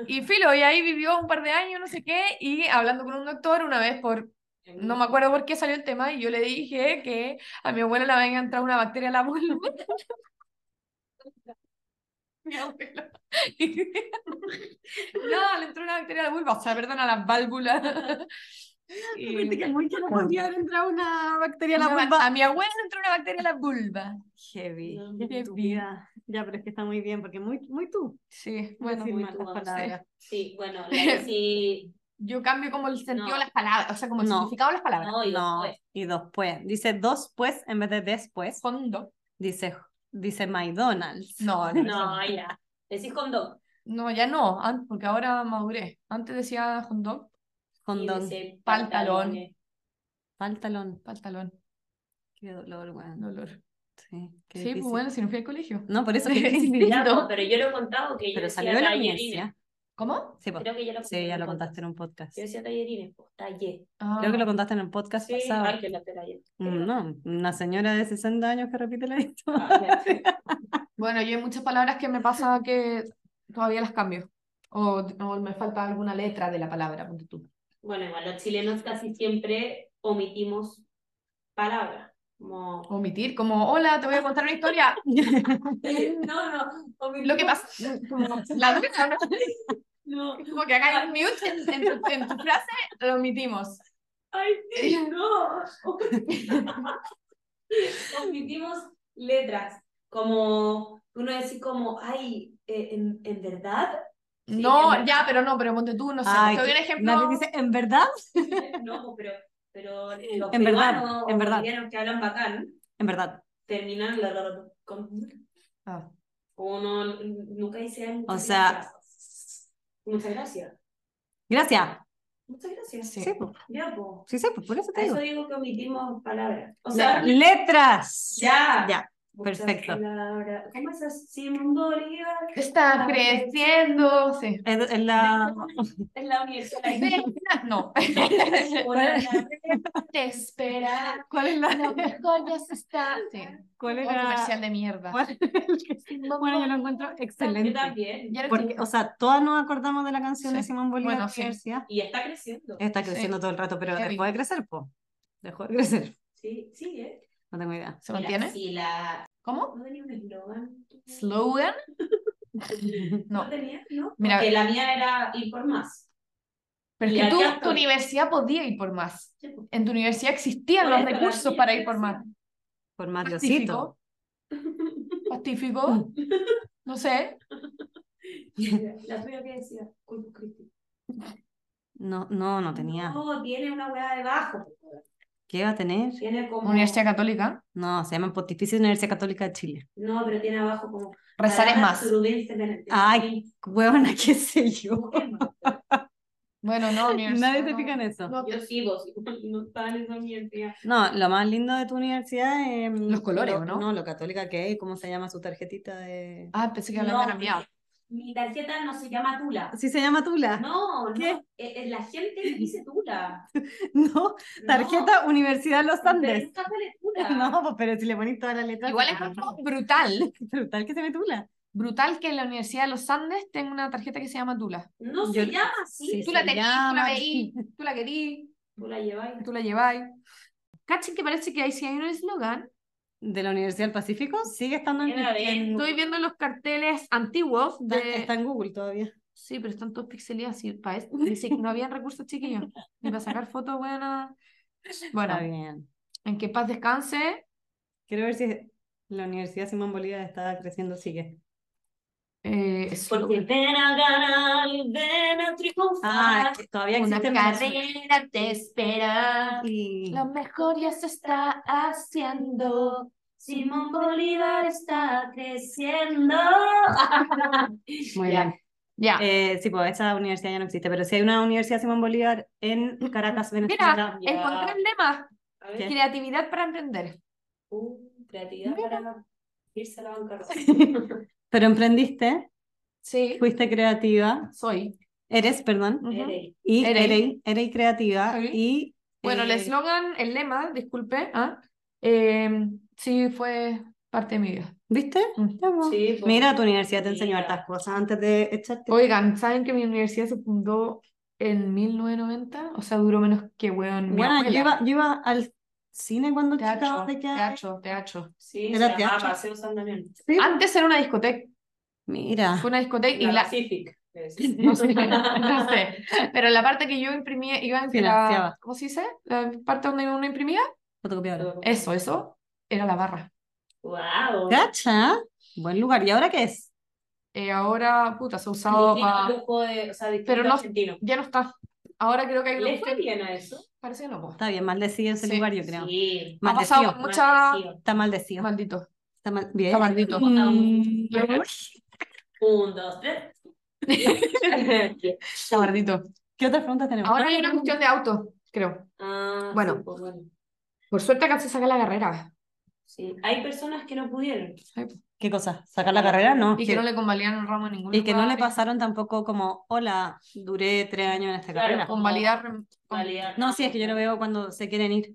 Speaker 3: Y filo, y ahí vivió un par de años, no sé qué, y hablando con un doctor una vez por, no me acuerdo por qué salió el tema, y yo le dije que a mi abuela le había entrado una bacteria a la válvula. Mi abuelo. No, le entró una bacteria a la vulva, o sea, perdón, a la válvula. Y-
Speaker 1: Viste que el muy que no podía haber entrado una bacteria a la
Speaker 3: una ba-
Speaker 1: vulva.
Speaker 3: A mi abuela le entró una bacteria a la vulva.
Speaker 1: Heavy.
Speaker 2: No,
Speaker 1: qué
Speaker 2: muy
Speaker 1: estúpida. Ya, pero es que está muy bien, porque muy, muy tú.
Speaker 3: Sí,
Speaker 1: Bueno,
Speaker 3: bueno,
Speaker 1: muy
Speaker 2: tú,
Speaker 1: malas
Speaker 2: no sé.
Speaker 1: palabras.
Speaker 2: Sí, bueno, la- sí,
Speaker 3: yo cambio como el sentido de
Speaker 2: No.
Speaker 3: las palabras, o sea, como el
Speaker 1: No.
Speaker 3: significado de las palabras.
Speaker 2: no, y
Speaker 1: No,
Speaker 2: después.
Speaker 1: y después. Dice dos pues en vez de después.
Speaker 3: Fondo.
Speaker 1: Dice, dice McDonald's.
Speaker 3: No, no, no.
Speaker 2: No, ya. Decís con dos.
Speaker 3: No, ya no, an- porque ahora maduré. Antes decía hot dog,
Speaker 1: Condón.
Speaker 2: Dice
Speaker 3: Pantalón.
Speaker 2: pantalones.
Speaker 1: Pantalón.
Speaker 3: pantalón,
Speaker 1: Qué dolor, weón.
Speaker 3: dolor.
Speaker 1: Sí, qué
Speaker 3: sí,
Speaker 1: difícil.
Speaker 3: pues bueno, si no fui al colegio.
Speaker 1: No, por eso que es
Speaker 3: Sí.
Speaker 1: difícil.
Speaker 2: Ya,
Speaker 3: No.
Speaker 2: po, pero yo lo he contado que yo
Speaker 1: Pero
Speaker 2: decía
Speaker 1: salió de la
Speaker 2: tallerines.
Speaker 1: universidad.
Speaker 3: ¿Cómo?
Speaker 1: Sí, pues.
Speaker 2: Creo que ya lo
Speaker 1: Sí, ya lo
Speaker 2: contaste
Speaker 1: contaste en un podcast.
Speaker 2: Yo decía tallerines, pues taller.
Speaker 3: Ah,
Speaker 1: Creo que lo contaste en el podcast
Speaker 2: Sí,
Speaker 1: pasado.
Speaker 2: ay, que la taller.
Speaker 1: Mm, No, una señora de 60 años que repite la historia.
Speaker 3: Bueno, yo hay muchas palabras que me pasa que todavía las cambio. O, o me falta alguna letra de la palabra, ponte tú.
Speaker 2: Bueno, igual los chilenos casi siempre omitimos palabras. Como...
Speaker 3: Omitir, como, hola, te voy a contar una historia.
Speaker 2: No, no, omitimos.
Speaker 3: Lo que pasa, como, la duda, ¿no?
Speaker 2: No,
Speaker 3: como que hagáis un mute en, en tu, en tu frase, lo omitimos.
Speaker 2: ay, sí, no. omitimos letras. Como uno decir como, ay, eh, en, en verdad. Sí, en
Speaker 3: No,
Speaker 2: verdad.
Speaker 3: ya, pero no, pero ponte tú, no sé.
Speaker 1: Ay,
Speaker 3: te doy un
Speaker 1: que-
Speaker 3: ejemplo.
Speaker 1: Nati dice, ¿en verdad?
Speaker 2: No, pues, pero, pero los
Speaker 1: En verdad,
Speaker 2: peruanos
Speaker 1: en
Speaker 2: o
Speaker 1: verdad.
Speaker 2: bolivianos que hablan bacán
Speaker 1: En verdad.
Speaker 2: terminan la- la- la- con
Speaker 3: Ah,
Speaker 2: uno n- nunca dice "Ay, muchas
Speaker 1: O sea-
Speaker 2: gracias". Muchas gracias.
Speaker 1: Gracias.
Speaker 2: Muchas gracias.
Speaker 1: Sí,
Speaker 3: Sí.
Speaker 1: pues,
Speaker 2: Ya, po.
Speaker 1: sí, sí, pues, por eso
Speaker 2: A
Speaker 1: te digo.
Speaker 2: Eso digo que omitimos palabras. O sea,
Speaker 1: Ya. Letras.
Speaker 2: ya.
Speaker 1: Ya.
Speaker 2: Muchas
Speaker 1: perfecto.
Speaker 2: palabras. ¿Cómo es así, mundo Bolívar?
Speaker 3: Está creciendo. Sí.
Speaker 1: En, en la...
Speaker 2: Es la universidad.
Speaker 3: No.
Speaker 2: Una de las-
Speaker 3: Te espera.
Speaker 1: ¿Cuál es la...?
Speaker 3: Lo mejor ya se está. Sí.
Speaker 1: ¿Cuál
Speaker 3: Un
Speaker 1: es la-
Speaker 3: comercial de mierda.
Speaker 1: cuál- Bueno, yo lo encuentro
Speaker 2: Yo
Speaker 1: excelente.
Speaker 2: también.
Speaker 3: Ya no
Speaker 1: Porque, o sea, todas nos acordamos de la canción de
Speaker 3: Sí.
Speaker 1: Simón Bolívar
Speaker 3: Bueno, sí.
Speaker 1: Universidad.
Speaker 2: Y está creciendo.
Speaker 1: Está
Speaker 3: Sí.
Speaker 1: creciendo todo el rato, pero
Speaker 3: Heavy.
Speaker 1: dejó de crecer, po. Dejó de crecer.
Speaker 2: Sí, sí, ¿eh?
Speaker 1: No tengo idea.
Speaker 3: ¿Se mantiene?
Speaker 2: Sí, la,
Speaker 3: ¿Cómo?
Speaker 2: ¿No tenía un eslogan?
Speaker 3: ¿Slogan?
Speaker 2: ¿No
Speaker 3: No.
Speaker 2: tenía? ¿No?
Speaker 3: Mira.
Speaker 2: Porque la mía era ir por más.
Speaker 3: Pero es
Speaker 2: Y
Speaker 3: que tú
Speaker 2: acá
Speaker 3: en tu
Speaker 2: estoy.
Speaker 3: universidad podías ir por más.
Speaker 2: Sí, pues.
Speaker 3: En tu universidad existían los
Speaker 2: Por eso, la
Speaker 3: recursos
Speaker 2: mía
Speaker 3: para ir por
Speaker 2: decía-
Speaker 3: más.
Speaker 1: Por más Diosito.
Speaker 3: Pacífico.
Speaker 2: Mm.
Speaker 3: Pacífico. No sé.
Speaker 2: La tuya que decía, Corpus Christi.
Speaker 1: No, no, no tenía.
Speaker 2: No, tiene una hueá debajo.
Speaker 1: ¿Qué iba a tener?
Speaker 2: Tiene como.
Speaker 3: Universidad Católica.
Speaker 1: No, se llama Pontificia Universidad Católica de Chile.
Speaker 2: No, pero tiene abajo como.
Speaker 3: Rezar es más.
Speaker 1: Ay, huevona, qué sé yo.
Speaker 3: Bueno, no, universidad.
Speaker 1: Nadie se
Speaker 3: no.
Speaker 1: fija en eso.
Speaker 3: No,
Speaker 2: Yo sigo, sigo. No estaba en esa universidad.
Speaker 1: No, lo más lindo de tu universidad es...
Speaker 3: Los colores,
Speaker 1: lo-
Speaker 3: ¿o no?
Speaker 1: No, lo católica que es, cómo se llama su tarjetita de...
Speaker 3: Ah, pensé que hablaba de la
Speaker 2: No.
Speaker 3: mía.
Speaker 2: Mi tarjeta no se llama Tula.
Speaker 1: ¿Sí se llama Tula?
Speaker 2: No,
Speaker 1: Ah, ¿Qué?
Speaker 2: no. eh, eh, la gente le dice Tula.
Speaker 1: No, tarjeta Universidad Los
Speaker 2: No, pero
Speaker 1: Andes.
Speaker 2: nunca sale este Tula.
Speaker 1: No, pues, pero si le pones todas las letras...
Speaker 3: Igual es brutal.
Speaker 1: Brutal que se ve Tula.
Speaker 3: Brutal que en la Universidad de los Andes tenga una tarjeta que se llama Tula.
Speaker 2: No se
Speaker 1: Yo-
Speaker 2: llama
Speaker 3: Ah,
Speaker 2: así.
Speaker 1: sí,
Speaker 3: Tú
Speaker 1: Se
Speaker 3: la tenías, tú la
Speaker 1: llama-
Speaker 3: veís, tú la querís,
Speaker 2: Tú la llevas.
Speaker 3: tú la lleváis. Cachen que parece que ahí sí hay un eslogan.
Speaker 1: ¿De la Universidad del Pacífico? Sigue estando en...
Speaker 2: Era de-
Speaker 1: en-
Speaker 3: Estoy viendo los carteles antiguos
Speaker 1: está-
Speaker 3: de...
Speaker 1: está en Google todavía.
Speaker 3: Sí, pero están todos pixelados. Y para esto, ni si- no habían recursos chiquillos. Ni para sacar fotos buenas. Bueno,
Speaker 1: Está bien.
Speaker 3: en que paz descanse.
Speaker 1: Quiero ver si la Universidad Simón Bolívar está creciendo, sigue.
Speaker 3: eh, es
Speaker 2: Porque ven a ganar, ven a
Speaker 1: Ah,
Speaker 2: triunfar.
Speaker 1: todavía
Speaker 3: una
Speaker 1: existe en Venezuela.
Speaker 3: carrera te espera.
Speaker 1: Y-
Speaker 3: Lo mejor este. ya se está haciendo.
Speaker 2: Simón Bolívar está creciendo.
Speaker 1: Muy
Speaker 2: Ya.
Speaker 1: bien.
Speaker 3: Ya.
Speaker 1: Eh, sí, pues esa universidad ya no existe, pero sí hay una Universidad Simón Bolívar en Caracas, Venezuela.
Speaker 2: ya.
Speaker 3: Encontré el lema.
Speaker 2: A ver,
Speaker 1: ¿Qué?
Speaker 3: Creatividad para emprender.
Speaker 2: uh, creatividad para irse a la bancarrota.
Speaker 1: Pero emprendiste,
Speaker 3: Sí.
Speaker 1: fuiste creativa,
Speaker 3: Soy.
Speaker 1: eres, perdón,
Speaker 3: Ujú.
Speaker 2: Eres.
Speaker 1: y
Speaker 3: Eres.
Speaker 1: eres, eres creativa
Speaker 3: Ok.
Speaker 1: y...
Speaker 3: Bueno, el
Speaker 1: eh,
Speaker 3: eslogan, el lema, disculpe. ah, eh, sí, fue parte de mi vida.
Speaker 1: ¿Viste?
Speaker 3: Mm.
Speaker 1: Vamos.
Speaker 2: Sí, pues.
Speaker 1: Mira, tu universidad te enseñó
Speaker 2: Mira.
Speaker 1: hartas cosas antes de echarte.
Speaker 3: Oigan, ¿saben que mi universidad se fundó en 1990? O sea, duró menos que, weón, mi
Speaker 1: Bueno, yo
Speaker 3: abuela.
Speaker 1: iba, yo iba al cine cuando
Speaker 3: Teatro,
Speaker 1: chica, de que...
Speaker 3: teatro, teatro.
Speaker 2: Sí,
Speaker 1: Era
Speaker 2: se llamaba
Speaker 1: teatro.
Speaker 2: Paseo San Damián.
Speaker 1: Sí.
Speaker 3: Antes era una discoteca,
Speaker 1: Mira,
Speaker 3: Ah, fue una discoteca y
Speaker 2: La
Speaker 3: la...
Speaker 2: Pacific.
Speaker 3: No sé, no sé. Pero la parte que yo imprimía, iba en la...
Speaker 1: Financiaba.
Speaker 3: ¿Cómo se dice? La parte donde uno imprimía.
Speaker 1: fotocopiadora.
Speaker 3: Eso, eso. Era la barra.
Speaker 2: Wow.
Speaker 1: Cacha, buen lugar. ¿Y ahora qué es?
Speaker 3: Eh, ahora, puta, se ha usado pa-
Speaker 2: de, o sea, distinto
Speaker 3: ah, Pero no-
Speaker 2: argentino.
Speaker 3: Ya no está. Ahora creo que hay una
Speaker 2: ¿Le fue
Speaker 3: cuestión-
Speaker 2: bien a eso?
Speaker 3: Parece que no, po.
Speaker 1: Está bien, maldecido ese
Speaker 3: Sí,
Speaker 1: lugar, yo creo.
Speaker 2: Sí.
Speaker 3: Ha pasado
Speaker 1: Maldecido.
Speaker 3: por mucha...
Speaker 2: Maldición.
Speaker 1: Está maldecido.
Speaker 3: Maldito.
Speaker 1: Está mal... ¿Bien?
Speaker 3: Está maldito.
Speaker 1: Mm,
Speaker 2: Un, dos, tres.
Speaker 3: Está maldito.
Speaker 1: ¿Qué otras preguntas tenemos?
Speaker 3: Ahora hay una cuestión de auto, creo.
Speaker 2: Ah,
Speaker 3: Bueno.
Speaker 2: sí, pues bueno.
Speaker 3: Por suerte alcancé a sacar la carrera.
Speaker 2: Sí. Hay personas que no pudieron.
Speaker 1: ¿Qué cosa? ¿Sacar la carrera? No.
Speaker 3: Y que no le convalidaron el ramo a ninguna.
Speaker 1: y que no le
Speaker 3: escuela,
Speaker 1: pasaron tampoco como, hola, duré tres años en esta
Speaker 2: Claro.
Speaker 1: carrera.
Speaker 3: Convalidar rem-
Speaker 2: Validar.
Speaker 1: Ah, No, sí, es que yo lo veo cuando se quieren ir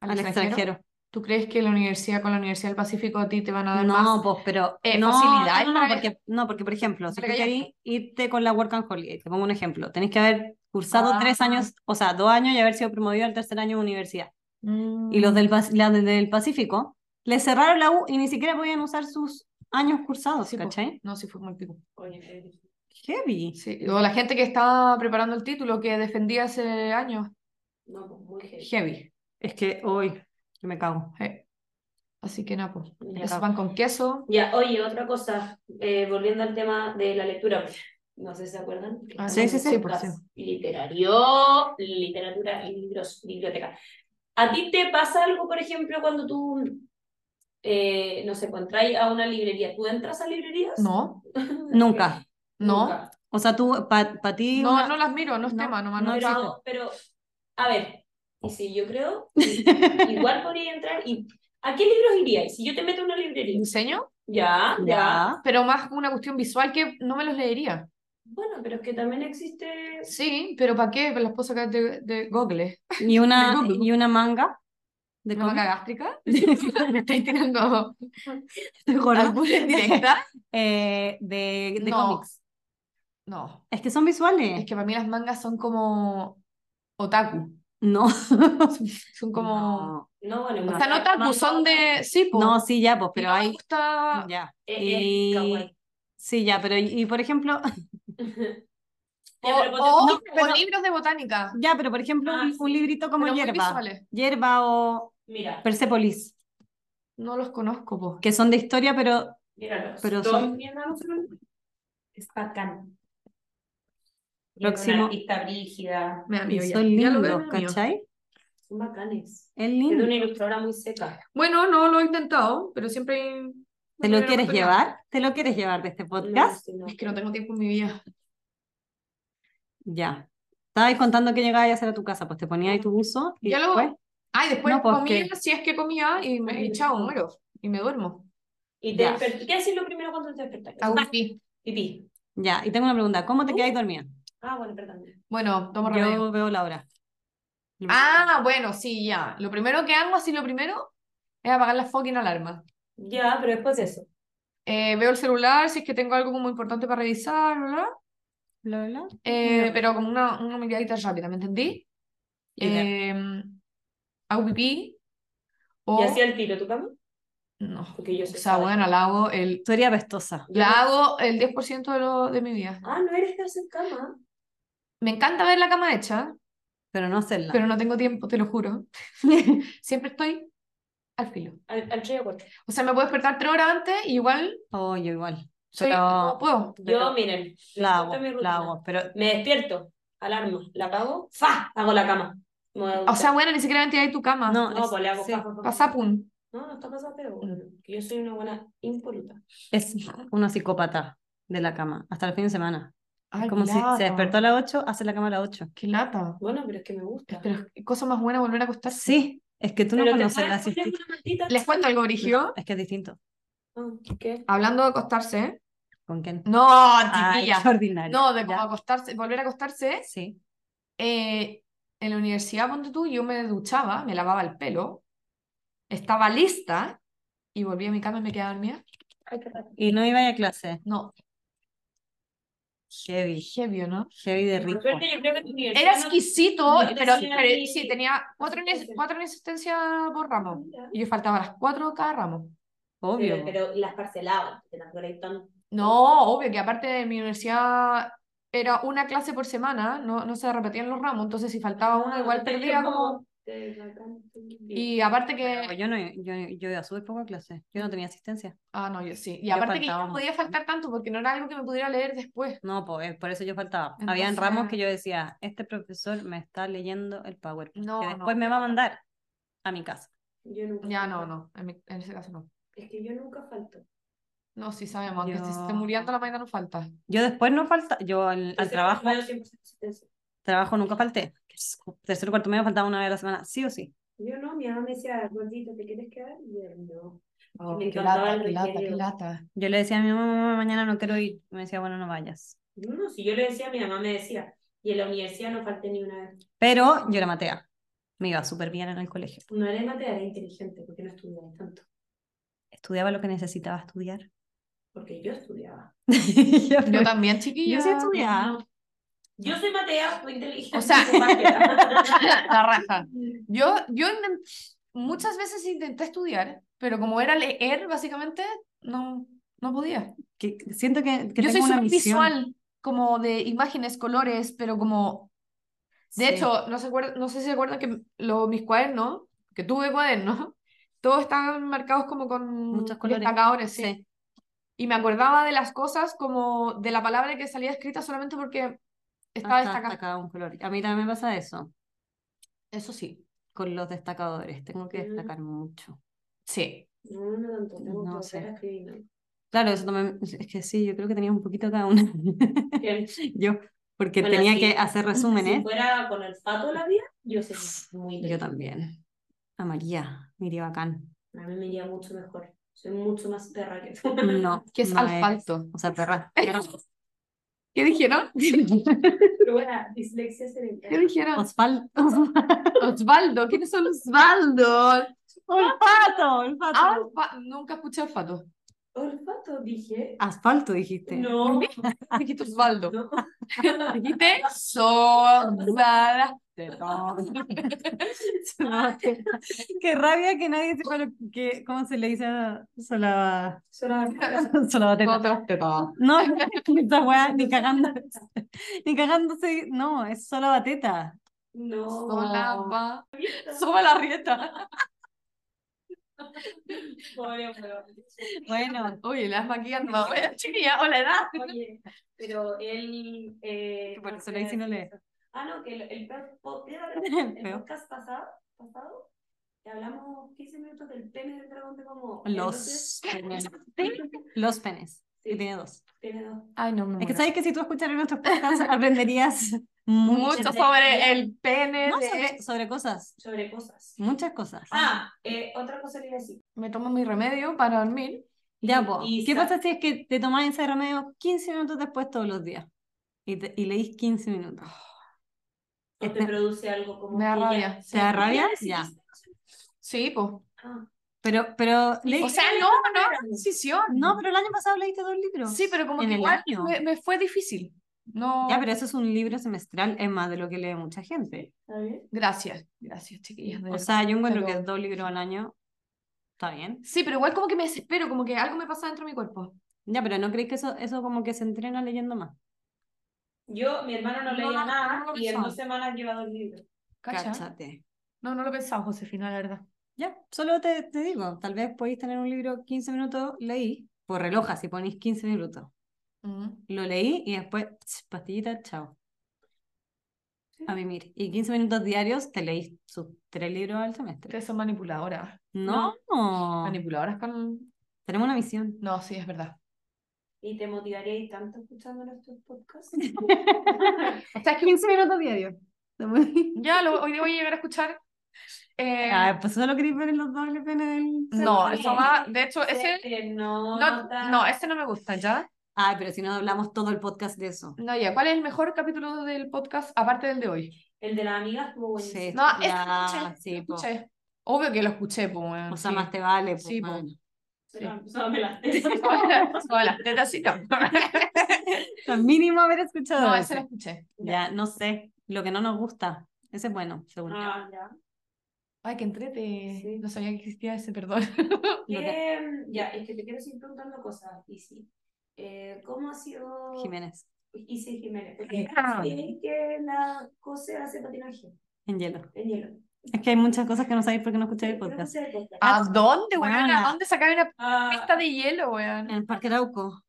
Speaker 3: al
Speaker 1: al
Speaker 3: extranjero.
Speaker 1: extranjero.
Speaker 3: ¿Tú crees que la universidad con la Universidad del Pacífico a ti te van a dar
Speaker 1: No,
Speaker 3: Ah, más?
Speaker 1: pues, pero
Speaker 3: eh,
Speaker 1: no,
Speaker 3: facilidades
Speaker 1: no, no,
Speaker 3: para-
Speaker 1: porque, no, porque por ejemplo, si tú
Speaker 3: para que
Speaker 1: querés irte con la Work and Holiday, te pongo un ejemplo, tenés que haber cursado
Speaker 3: Ah.
Speaker 1: tres años, o sea, dos años y haber sido promovido al tercer año de universidad.
Speaker 3: Mm.
Speaker 1: y los del, Pas- la de- del Pacífico, le cerraron la U y ni siquiera podían usar sus años cursados,
Speaker 3: Sí, po.
Speaker 1: ¿cachai?
Speaker 3: No, sí fue muy pico.
Speaker 2: Oye, eh,
Speaker 1: Heavy.
Speaker 3: Sí. O la gente que estaba preparando el título, que defendía hace años.
Speaker 2: no, pues muy heavy.
Speaker 3: Heavy.
Speaker 1: Es que hoy me cago.
Speaker 3: Sí. Así que nada, pues.
Speaker 2: Ya.
Speaker 3: Eso pan con queso.
Speaker 2: Ya, oye, otra cosa, eh, volviendo al tema de la lectura, no sé si se acuerdan, que
Speaker 3: Ah,
Speaker 2: estamos
Speaker 1: sí,
Speaker 2: en
Speaker 1: sí,
Speaker 2: un
Speaker 1: sí,
Speaker 3: por
Speaker 2: podcast
Speaker 3: sí.
Speaker 2: literario, literatura y libros, biblioteca. ¿A ti te pasa algo, por ejemplo, cuando tú, eh, no sé, cuando entras a una librería? ¿Tú entras a librerías?
Speaker 3: No,
Speaker 1: Nunca.
Speaker 3: no.
Speaker 2: Nunca.
Speaker 1: O sea, tú, para ti,
Speaker 3: No,
Speaker 1: una-
Speaker 3: no las miro, no es
Speaker 1: No,
Speaker 3: tema, nomás
Speaker 1: no
Speaker 3: no
Speaker 1: existe.
Speaker 3: existe.
Speaker 2: Pero, pero, a ver, y si yo creo, igual podría entrar y... ¿A qué libros irías? Si yo te meto a una librería.
Speaker 3: Diseño,
Speaker 2: Ya, ya.
Speaker 1: ya.
Speaker 3: pero más una cuestión visual que no me los leería.
Speaker 2: Bueno, pero es que también existe...
Speaker 3: Sí, pero ¿para qué? Pues Las puedo sacar de, de Google.
Speaker 1: Y una,
Speaker 3: Google.
Speaker 1: y una manga de
Speaker 3: ¿No me
Speaker 1: cómic.
Speaker 3: cagástrica? ¿Me estáis tirando
Speaker 1: ¿Te acuerdas?
Speaker 3: alguna indirecta?
Speaker 1: Eh, de de
Speaker 3: Ah, No.
Speaker 1: cómics.
Speaker 3: No,
Speaker 1: Es que son visuales.
Speaker 3: es que para mí las mangas son como otaku.
Speaker 1: No.
Speaker 3: Son como...
Speaker 2: No, bueno,
Speaker 3: O
Speaker 2: más. eh,
Speaker 3: sea, nota el buzón de... Sí,
Speaker 1: No,
Speaker 3: po.
Speaker 1: no, sí, ya, pues, pero
Speaker 3: no me
Speaker 1: hay.
Speaker 3: gusta-
Speaker 1: Ya.
Speaker 2: Es- es
Speaker 1: Y-
Speaker 2: kawaii.
Speaker 1: Sí, ya, pero y, y, por ejemplo,
Speaker 2: Ya,
Speaker 3: O,
Speaker 2: pero ponte-
Speaker 3: o-
Speaker 2: no,
Speaker 3: o
Speaker 1: pero-
Speaker 3: libros de botánica.
Speaker 1: ya, pero por ejemplo,
Speaker 2: Ah,
Speaker 1: un, un
Speaker 2: sí.
Speaker 1: librito como
Speaker 3: pero muy
Speaker 1: Hierba,
Speaker 3: visuales.
Speaker 1: Hierba o
Speaker 2: Mira,
Speaker 1: Persepolis,
Speaker 3: No los conozco, po.
Speaker 1: que son de historia, pero
Speaker 2: míralos.
Speaker 1: pero
Speaker 2: Todos
Speaker 1: son-
Speaker 2: míralos. Es bacán. Y es
Speaker 1: Próximo.
Speaker 2: Una artista brígida.
Speaker 3: Me da miedo ya.
Speaker 1: son
Speaker 3: Ya lo
Speaker 1: lindos,
Speaker 3: veo, me da miedo.
Speaker 1: ¿cachai?
Speaker 2: Son bacanes.
Speaker 1: Es
Speaker 2: Es de
Speaker 1: lindo.
Speaker 2: una ilustradora muy seca.
Speaker 3: Bueno, no lo he intentado, pero siempre... no
Speaker 1: ¿Te
Speaker 3: tengo
Speaker 1: lo
Speaker 3: la
Speaker 1: quieres
Speaker 3: oportunidad.
Speaker 1: llevar? ¿Te lo quieres llevar de este
Speaker 2: No,
Speaker 1: podcast?
Speaker 2: sí, no.
Speaker 3: Es que no tengo tiempo en mi vida.
Speaker 1: Ya. Estabas contando que llegabas a hacer a tu casa, pues te ponías ahí tu buzo y
Speaker 3: Ya lo-
Speaker 1: después,
Speaker 3: Ay, después
Speaker 1: No, pues,
Speaker 3: comía, si es que comía, y, me, y chao, muero. Y me duermo.
Speaker 2: Y te
Speaker 1: Ya.
Speaker 2: desper- ¿Qué haces lo primero cuando te despertas?
Speaker 3: Hago pipí.
Speaker 2: Pipí.
Speaker 1: ya. Y tengo una pregunta, ¿cómo te quedáis dormida?
Speaker 2: Ah, bueno, perdón.
Speaker 3: Bueno, tomo Uh, remedio.
Speaker 1: Yo veo la hora.
Speaker 3: Ah, bueno, sí, ya. Lo primero que hago, así lo primero, es apagar la fucking alarma.
Speaker 2: Ya, pero después de eso.
Speaker 3: Eh, veo el celular, si es que tengo algo como importante para revisar, bla, bla.
Speaker 1: Bla, bla, bla.
Speaker 3: Eh,
Speaker 1: Mira.
Speaker 3: pero como una, una miradita rápida, ¿me entendí?
Speaker 1: Y de-
Speaker 3: Eh, hago pipí. O...
Speaker 2: ¿Y hacía el tiro tu cama?
Speaker 3: No.
Speaker 2: Porque yo
Speaker 3: O
Speaker 2: sé
Speaker 3: sea,
Speaker 2: saber.
Speaker 3: bueno, la hago el,
Speaker 1: Tú eres apestosa.
Speaker 3: la hago el 10% de, lo, de mi vida.
Speaker 2: Ah, no eres de hacer cama.
Speaker 3: Me encanta ver la cama hecha,
Speaker 1: Pero no hacerla.
Speaker 3: pero no tengo tiempo, te lo juro. Siempre estoy al filo.
Speaker 2: Al, al tres o cuatro.
Speaker 3: O sea, me puedo despertar tres horas antes y igual
Speaker 1: Oh, yo igual.
Speaker 3: soy
Speaker 1: Pero-
Speaker 3: como puedo.
Speaker 2: Yo, miren,
Speaker 1: La
Speaker 2: Esta es mi
Speaker 1: hago,
Speaker 2: rutina.
Speaker 1: la hago. Pero
Speaker 2: me despierto, alarma, la apago, ¡fa! Hago la cama. Me voy a
Speaker 3: O sea,
Speaker 2: duchar.
Speaker 3: bueno, ni siquiera me tiré de tu cama.
Speaker 1: no,
Speaker 2: no,
Speaker 1: es,
Speaker 2: pues le hago
Speaker 1: sí,
Speaker 2: fa, fa, fa.
Speaker 3: Pasapun.
Speaker 2: No, no está pasado, pero bueno, que yo soy una buena impoluta.
Speaker 1: es una psicópata de la cama, hasta el fin de semana.
Speaker 3: Ay,
Speaker 1: Como
Speaker 3: qué
Speaker 1: si se
Speaker 3: lata.
Speaker 1: despertó a las 8, hace la cama a las 8.
Speaker 3: Qué lata.
Speaker 2: Bueno, pero es que me gusta.
Speaker 3: Pero qué cosa más buena volver a acostarse.
Speaker 1: Sí, es que tú no
Speaker 2: Pero te
Speaker 1: conoces
Speaker 2: puedes
Speaker 1: la
Speaker 2: poner
Speaker 1: siestita.
Speaker 2: una mantita.
Speaker 3: Les cuento algo, Brigio.
Speaker 1: Es que es distinto.
Speaker 2: Ah, ¿qué?
Speaker 3: Hablando de acostarse.
Speaker 1: ¿Con quién? Ah,
Speaker 3: No,
Speaker 1: Ay,
Speaker 3: chiquilla.
Speaker 1: qué ordinario.
Speaker 3: No, de
Speaker 1: Ya.
Speaker 3: como acostarse, volver a acostarse.
Speaker 1: Sí.
Speaker 3: eh, en la universidad, ponte tú, yo me duchaba, me lavaba el pelo, estaba lista y volví a mi cama y me quedaba dormida.
Speaker 2: Ay, qué raro.
Speaker 1: Y no iba a clase.
Speaker 3: No,
Speaker 1: Heavy.
Speaker 3: heavy, ¿no?
Speaker 1: Heavy de rico.
Speaker 2: Por suerte, yo creo que tu
Speaker 3: Era
Speaker 2: universidad no-
Speaker 3: exquisito,
Speaker 2: no
Speaker 3: pero,
Speaker 2: tenía
Speaker 3: pero
Speaker 2: ni-
Speaker 3: sí, tenía cuatro, ines- cuatro insistencias por ramo.
Speaker 2: Mira.
Speaker 3: Y yo faltaba a las cuatro cada ramo.
Speaker 1: Obvio.
Speaker 2: eh, Pero, pero las parcelaba, te las conectan.
Speaker 3: No, obvio que aparte de mi universidad era una clase por semana, no, no se repetían los ramos, entonces si faltaba
Speaker 1: Ah,
Speaker 3: una igual perdía como...
Speaker 2: Te sacan tu-
Speaker 3: Y aparte
Speaker 1: Pero
Speaker 3: que...
Speaker 1: yo no yo, yo iba súper poco a clase. Yo no tenía asistencia.
Speaker 3: Ah, no, yo sí. Y
Speaker 1: Yo
Speaker 3: aparte que yo
Speaker 1: faltaba
Speaker 3: no podía faltar tanto porque no era algo que me pudiera leer después.
Speaker 1: No, pues, por eso yo faltaba. Habían
Speaker 3: Entonces-
Speaker 1: ramos que yo decía, este profesor me está leyendo el PowerPoint,
Speaker 3: No,
Speaker 1: que
Speaker 3: no.
Speaker 1: después me va a mandar a mi casa.
Speaker 2: Yo nunca
Speaker 3: Ya,
Speaker 2: falto.
Speaker 3: no, no, en, mi- en ese caso no.
Speaker 2: Es que yo nunca falto.
Speaker 3: No, sí sabemos, aunque si se esté
Speaker 1: Yo-
Speaker 3: muriendo la mañana no falta.
Speaker 1: Yo después no falta, yo al, al
Speaker 2: Entonces,
Speaker 1: trabajo,
Speaker 2: yo siempre soy asistencia.
Speaker 1: trabajo nunca falté. Tercero, cuarto medio faltaba una vez a la semana, sí o sí.
Speaker 2: Yo no, mi mamá me decía, gordito, ¿te quieres quedar? Y yo, no.
Speaker 3: Oh,
Speaker 2: Me
Speaker 3: qué
Speaker 2: encantaba
Speaker 3: lata,
Speaker 2: el
Speaker 3: qué lata, qué
Speaker 2: recreo.
Speaker 3: lata.
Speaker 1: Yo le decía a mi mamá, mamá, mañana no quiero ir. Y Me decía, bueno, no vayas.
Speaker 2: No, si yo le decía, mi mamá me decía, y en la universidad no falté ni una vez.
Speaker 1: Pero yo era matea. Me iba súper bien en el colegio.
Speaker 2: No eres matea, era inteligente, porque no estudiaba tanto.
Speaker 1: Estudiaba lo que necesitaba estudiar.
Speaker 2: Porque yo estudiaba.
Speaker 1: yo,
Speaker 3: Yo también, chiquilla.
Speaker 1: Yo sí estudiaba.
Speaker 2: Yo soy matea, fui inteligente.
Speaker 3: O sea-
Speaker 2: soy matea.
Speaker 3: La raja. Yo, yo intent- muchas veces intenté estudiar, pero como era leer, básicamente, no, no podía.
Speaker 1: Que- siento que, que
Speaker 3: yo soy
Speaker 1: tengo una
Speaker 3: súper
Speaker 1: visión.
Speaker 3: visual, como de imágenes, colores, pero como... De
Speaker 1: Sí.
Speaker 3: hecho, no, se acuer- no sé si se acuerdan que lo, mis cuadernos, que tuve cuadernos, todos estaban marcados como con
Speaker 1: Muchos colores.
Speaker 3: destacadores, sí.
Speaker 1: Sí.
Speaker 3: Y me acordaba de las cosas como de la palabra que salía escrita solamente porque estaba
Speaker 1: Ah, está
Speaker 3: destacada.
Speaker 1: destacado un color. A mí también me pasa eso,
Speaker 3: Eso sí.
Speaker 1: con los destacadores. Tengo que
Speaker 2: Mm.
Speaker 1: destacar mucho.
Speaker 3: Sí.
Speaker 2: No, no tanto, tengo que
Speaker 1: No
Speaker 2: volver
Speaker 1: sé.
Speaker 2: a escribir, ¿no?
Speaker 1: Claro, eso también, es que sí, yo creo que tenía un poquito cada una.
Speaker 2: Bien.
Speaker 1: Yo, porque
Speaker 2: Bueno,
Speaker 1: tenía
Speaker 2: sí.
Speaker 1: que hacer
Speaker 2: Si
Speaker 1: resúmenes.
Speaker 2: fuera con olfato la vida, yo sería
Speaker 1: ¿eh?
Speaker 2: muy
Speaker 1: Yo
Speaker 2: inteligente.
Speaker 1: también. A María, me iría bacán.
Speaker 2: A mí me iría mucho mejor. Soy mucho más perra que tú.
Speaker 1: No,
Speaker 3: Que es
Speaker 1: no
Speaker 3: alfalto.
Speaker 1: O sea, perra.
Speaker 3: ¿Qué dijeron?
Speaker 2: Pero bueno, dislexia
Speaker 3: ¿Qué
Speaker 2: cerebral.
Speaker 3: dijeron?
Speaker 1: Osfal-
Speaker 3: Osvaldo. ¿Quiénes son Osvaldo?
Speaker 1: Olfato, olfato.
Speaker 3: Alfa- Nunca escuché olfato.
Speaker 2: Olfato, dije.
Speaker 1: Asfalto, dijiste.
Speaker 2: No,
Speaker 1: Ah.
Speaker 3: Dijiste Osvaldo.
Speaker 2: no.
Speaker 3: Dijiste Sorda.
Speaker 1: Qué rabia que nadie sepa lo que, cómo se le dice a solaba, solaba teta.
Speaker 3: Otro.
Speaker 1: No, esta weá, ni cagándose. Ni cagándose, no, es solaba teta.
Speaker 2: No.
Speaker 3: Solapa. Soba la rieta.
Speaker 2: Pobre, pero-
Speaker 1: Bueno,
Speaker 3: Oye, las maquillan más buenas, chiquilla, o la edad.
Speaker 2: Oye, pero él. Eh,
Speaker 1: Que por
Speaker 2: no
Speaker 1: eso
Speaker 2: sé,
Speaker 1: le dicen no lee.
Speaker 2: Ah, no, que el, el, pe- po- el
Speaker 1: Feo.
Speaker 2: podcast pasado, pasado, que hablamos 15 minutos del pene del dragón de como.
Speaker 1: los penes. Los penes. Y tiene dos.
Speaker 2: Tiene dos.
Speaker 3: Ay, no, me
Speaker 1: Es que sabes que si tú escucharas nuestros podcasts aprenderías mucho,
Speaker 3: Mucho sobre el pene
Speaker 1: no,
Speaker 3: de...
Speaker 1: sobre, sobre cosas,
Speaker 2: Sobre cosas.
Speaker 1: muchas cosas.
Speaker 2: Ah, eh, otra cosa que iba a decir.
Speaker 3: Me tomo mi remedio para dormir.
Speaker 1: Ya,
Speaker 2: Y-
Speaker 1: po.
Speaker 2: y
Speaker 1: ¿Qué
Speaker 2: sa-
Speaker 1: pasa si es que te tomás ese remedio 15 minutos después todos los días? Y, te- y leís 15 minutos.
Speaker 2: ¿O te produce algo como.
Speaker 3: Me da
Speaker 2: que ya-
Speaker 3: rabia.
Speaker 1: ¿Te da rabia?
Speaker 2: Ya.
Speaker 3: Sí, pues.
Speaker 2: Ah,
Speaker 1: Pero, pero leí-
Speaker 3: O sea, no, no, era decisión.
Speaker 1: no, pero el año pasado leíste dos libros.
Speaker 3: Sí, pero como
Speaker 1: en
Speaker 3: que
Speaker 1: el
Speaker 3: igual
Speaker 1: año.
Speaker 3: me, me fue difícil. No.
Speaker 1: Ya, pero eso es un libro semestral, es más de lo que lee mucha gente.
Speaker 2: ¿está bien?
Speaker 3: Gracias, gracias, chiquillas. de
Speaker 1: O sea, yo encuentro
Speaker 3: pero-
Speaker 1: que dos libros al año está bien.
Speaker 3: Sí, pero igual como que me desespero, como que algo me pasa dentro de mi cuerpo.
Speaker 1: Ya, pero ¿no creéis que eso, eso como que se entrena leyendo más?
Speaker 2: Yo, mi hermano no
Speaker 3: No,
Speaker 2: leía
Speaker 3: no,
Speaker 2: nada
Speaker 3: no lo
Speaker 2: y en
Speaker 3: pensaba.
Speaker 2: dos semanas lleva dos libros.
Speaker 3: ¿Cacha?
Speaker 1: Cáchate.
Speaker 3: No, no lo pensaba, Josefina, la verdad.
Speaker 1: Ya, solo te, te digo, tal vez podéis tener un libro 15 minutos, leí, por reloj, si ponéis 15 minutos.
Speaker 3: Mm.
Speaker 1: Lo leí y después, ts, pastillita, chao. A mimir. Y 15 minutos diarios te leís sus tres libros al semestre.
Speaker 3: Ustedes son manipuladoras.
Speaker 1: No,
Speaker 3: Manipuladoras con.
Speaker 1: tenemos una misión.
Speaker 3: No, sí, es verdad.
Speaker 2: Y te motivaríais tanto escuchando nuestros podcasts.
Speaker 1: O sea, 15 minutos diarios.
Speaker 3: Ya, lo, hoy día voy a llegar a escuchar. eh,
Speaker 1: Ah, pues solo queréis ver los dobles penes del...
Speaker 3: no, eso va. De hecho,
Speaker 2: Sé
Speaker 3: ese.
Speaker 2: que no,
Speaker 3: No,
Speaker 2: está-
Speaker 3: no, eh. ese no me gusta, ¿ya?
Speaker 1: Ay, pero si no hablamos todo el podcast de eso.
Speaker 3: No, ya. ¿Cuál es el mejor capítulo del podcast aparte del de hoy?
Speaker 2: El de las amigas estuvo buenísimo.
Speaker 1: Sí,
Speaker 3: No, ese
Speaker 1: ya,
Speaker 3: lo escuché.
Speaker 1: sí,
Speaker 3: lo
Speaker 1: po.
Speaker 3: escuché. Obvio que lo escuché, pues.
Speaker 1: O sea, más te vale. po,
Speaker 3: Sí, po.
Speaker 1: man.
Speaker 2: Pero no me las
Speaker 3: Hola, tetacita.
Speaker 1: Lo mínimo haber escuchado
Speaker 3: No,
Speaker 1: eso.
Speaker 3: ese lo escuché.
Speaker 1: Ya, no sé. Lo que no nos gusta. Ese es bueno, según yo.
Speaker 2: Ah, ya.
Speaker 3: Ay, que entrete.
Speaker 2: Sí.
Speaker 3: No sabía que existía ese, perdón.
Speaker 1: Lo que-
Speaker 2: Eh, ya, es que te quiero seguir preguntando cosas, Isi. Eh, ¿cómo ha sido
Speaker 1: Jiménez,
Speaker 2: Isi Jiménez? Porque
Speaker 3: Ah.
Speaker 2: sí que la José hace patinaje
Speaker 1: en hielo.
Speaker 2: en hielo.
Speaker 1: Es que hay muchas cosas que no sabéis porque no escucháis el
Speaker 2: Creo que
Speaker 1: podcast.
Speaker 2: sea el podcast.
Speaker 3: ¿A dónde, weón?
Speaker 1: Buena.
Speaker 3: ¿A dónde sacar una
Speaker 2: Ah,
Speaker 3: pista de hielo, weón?
Speaker 1: En el Parque Arauco.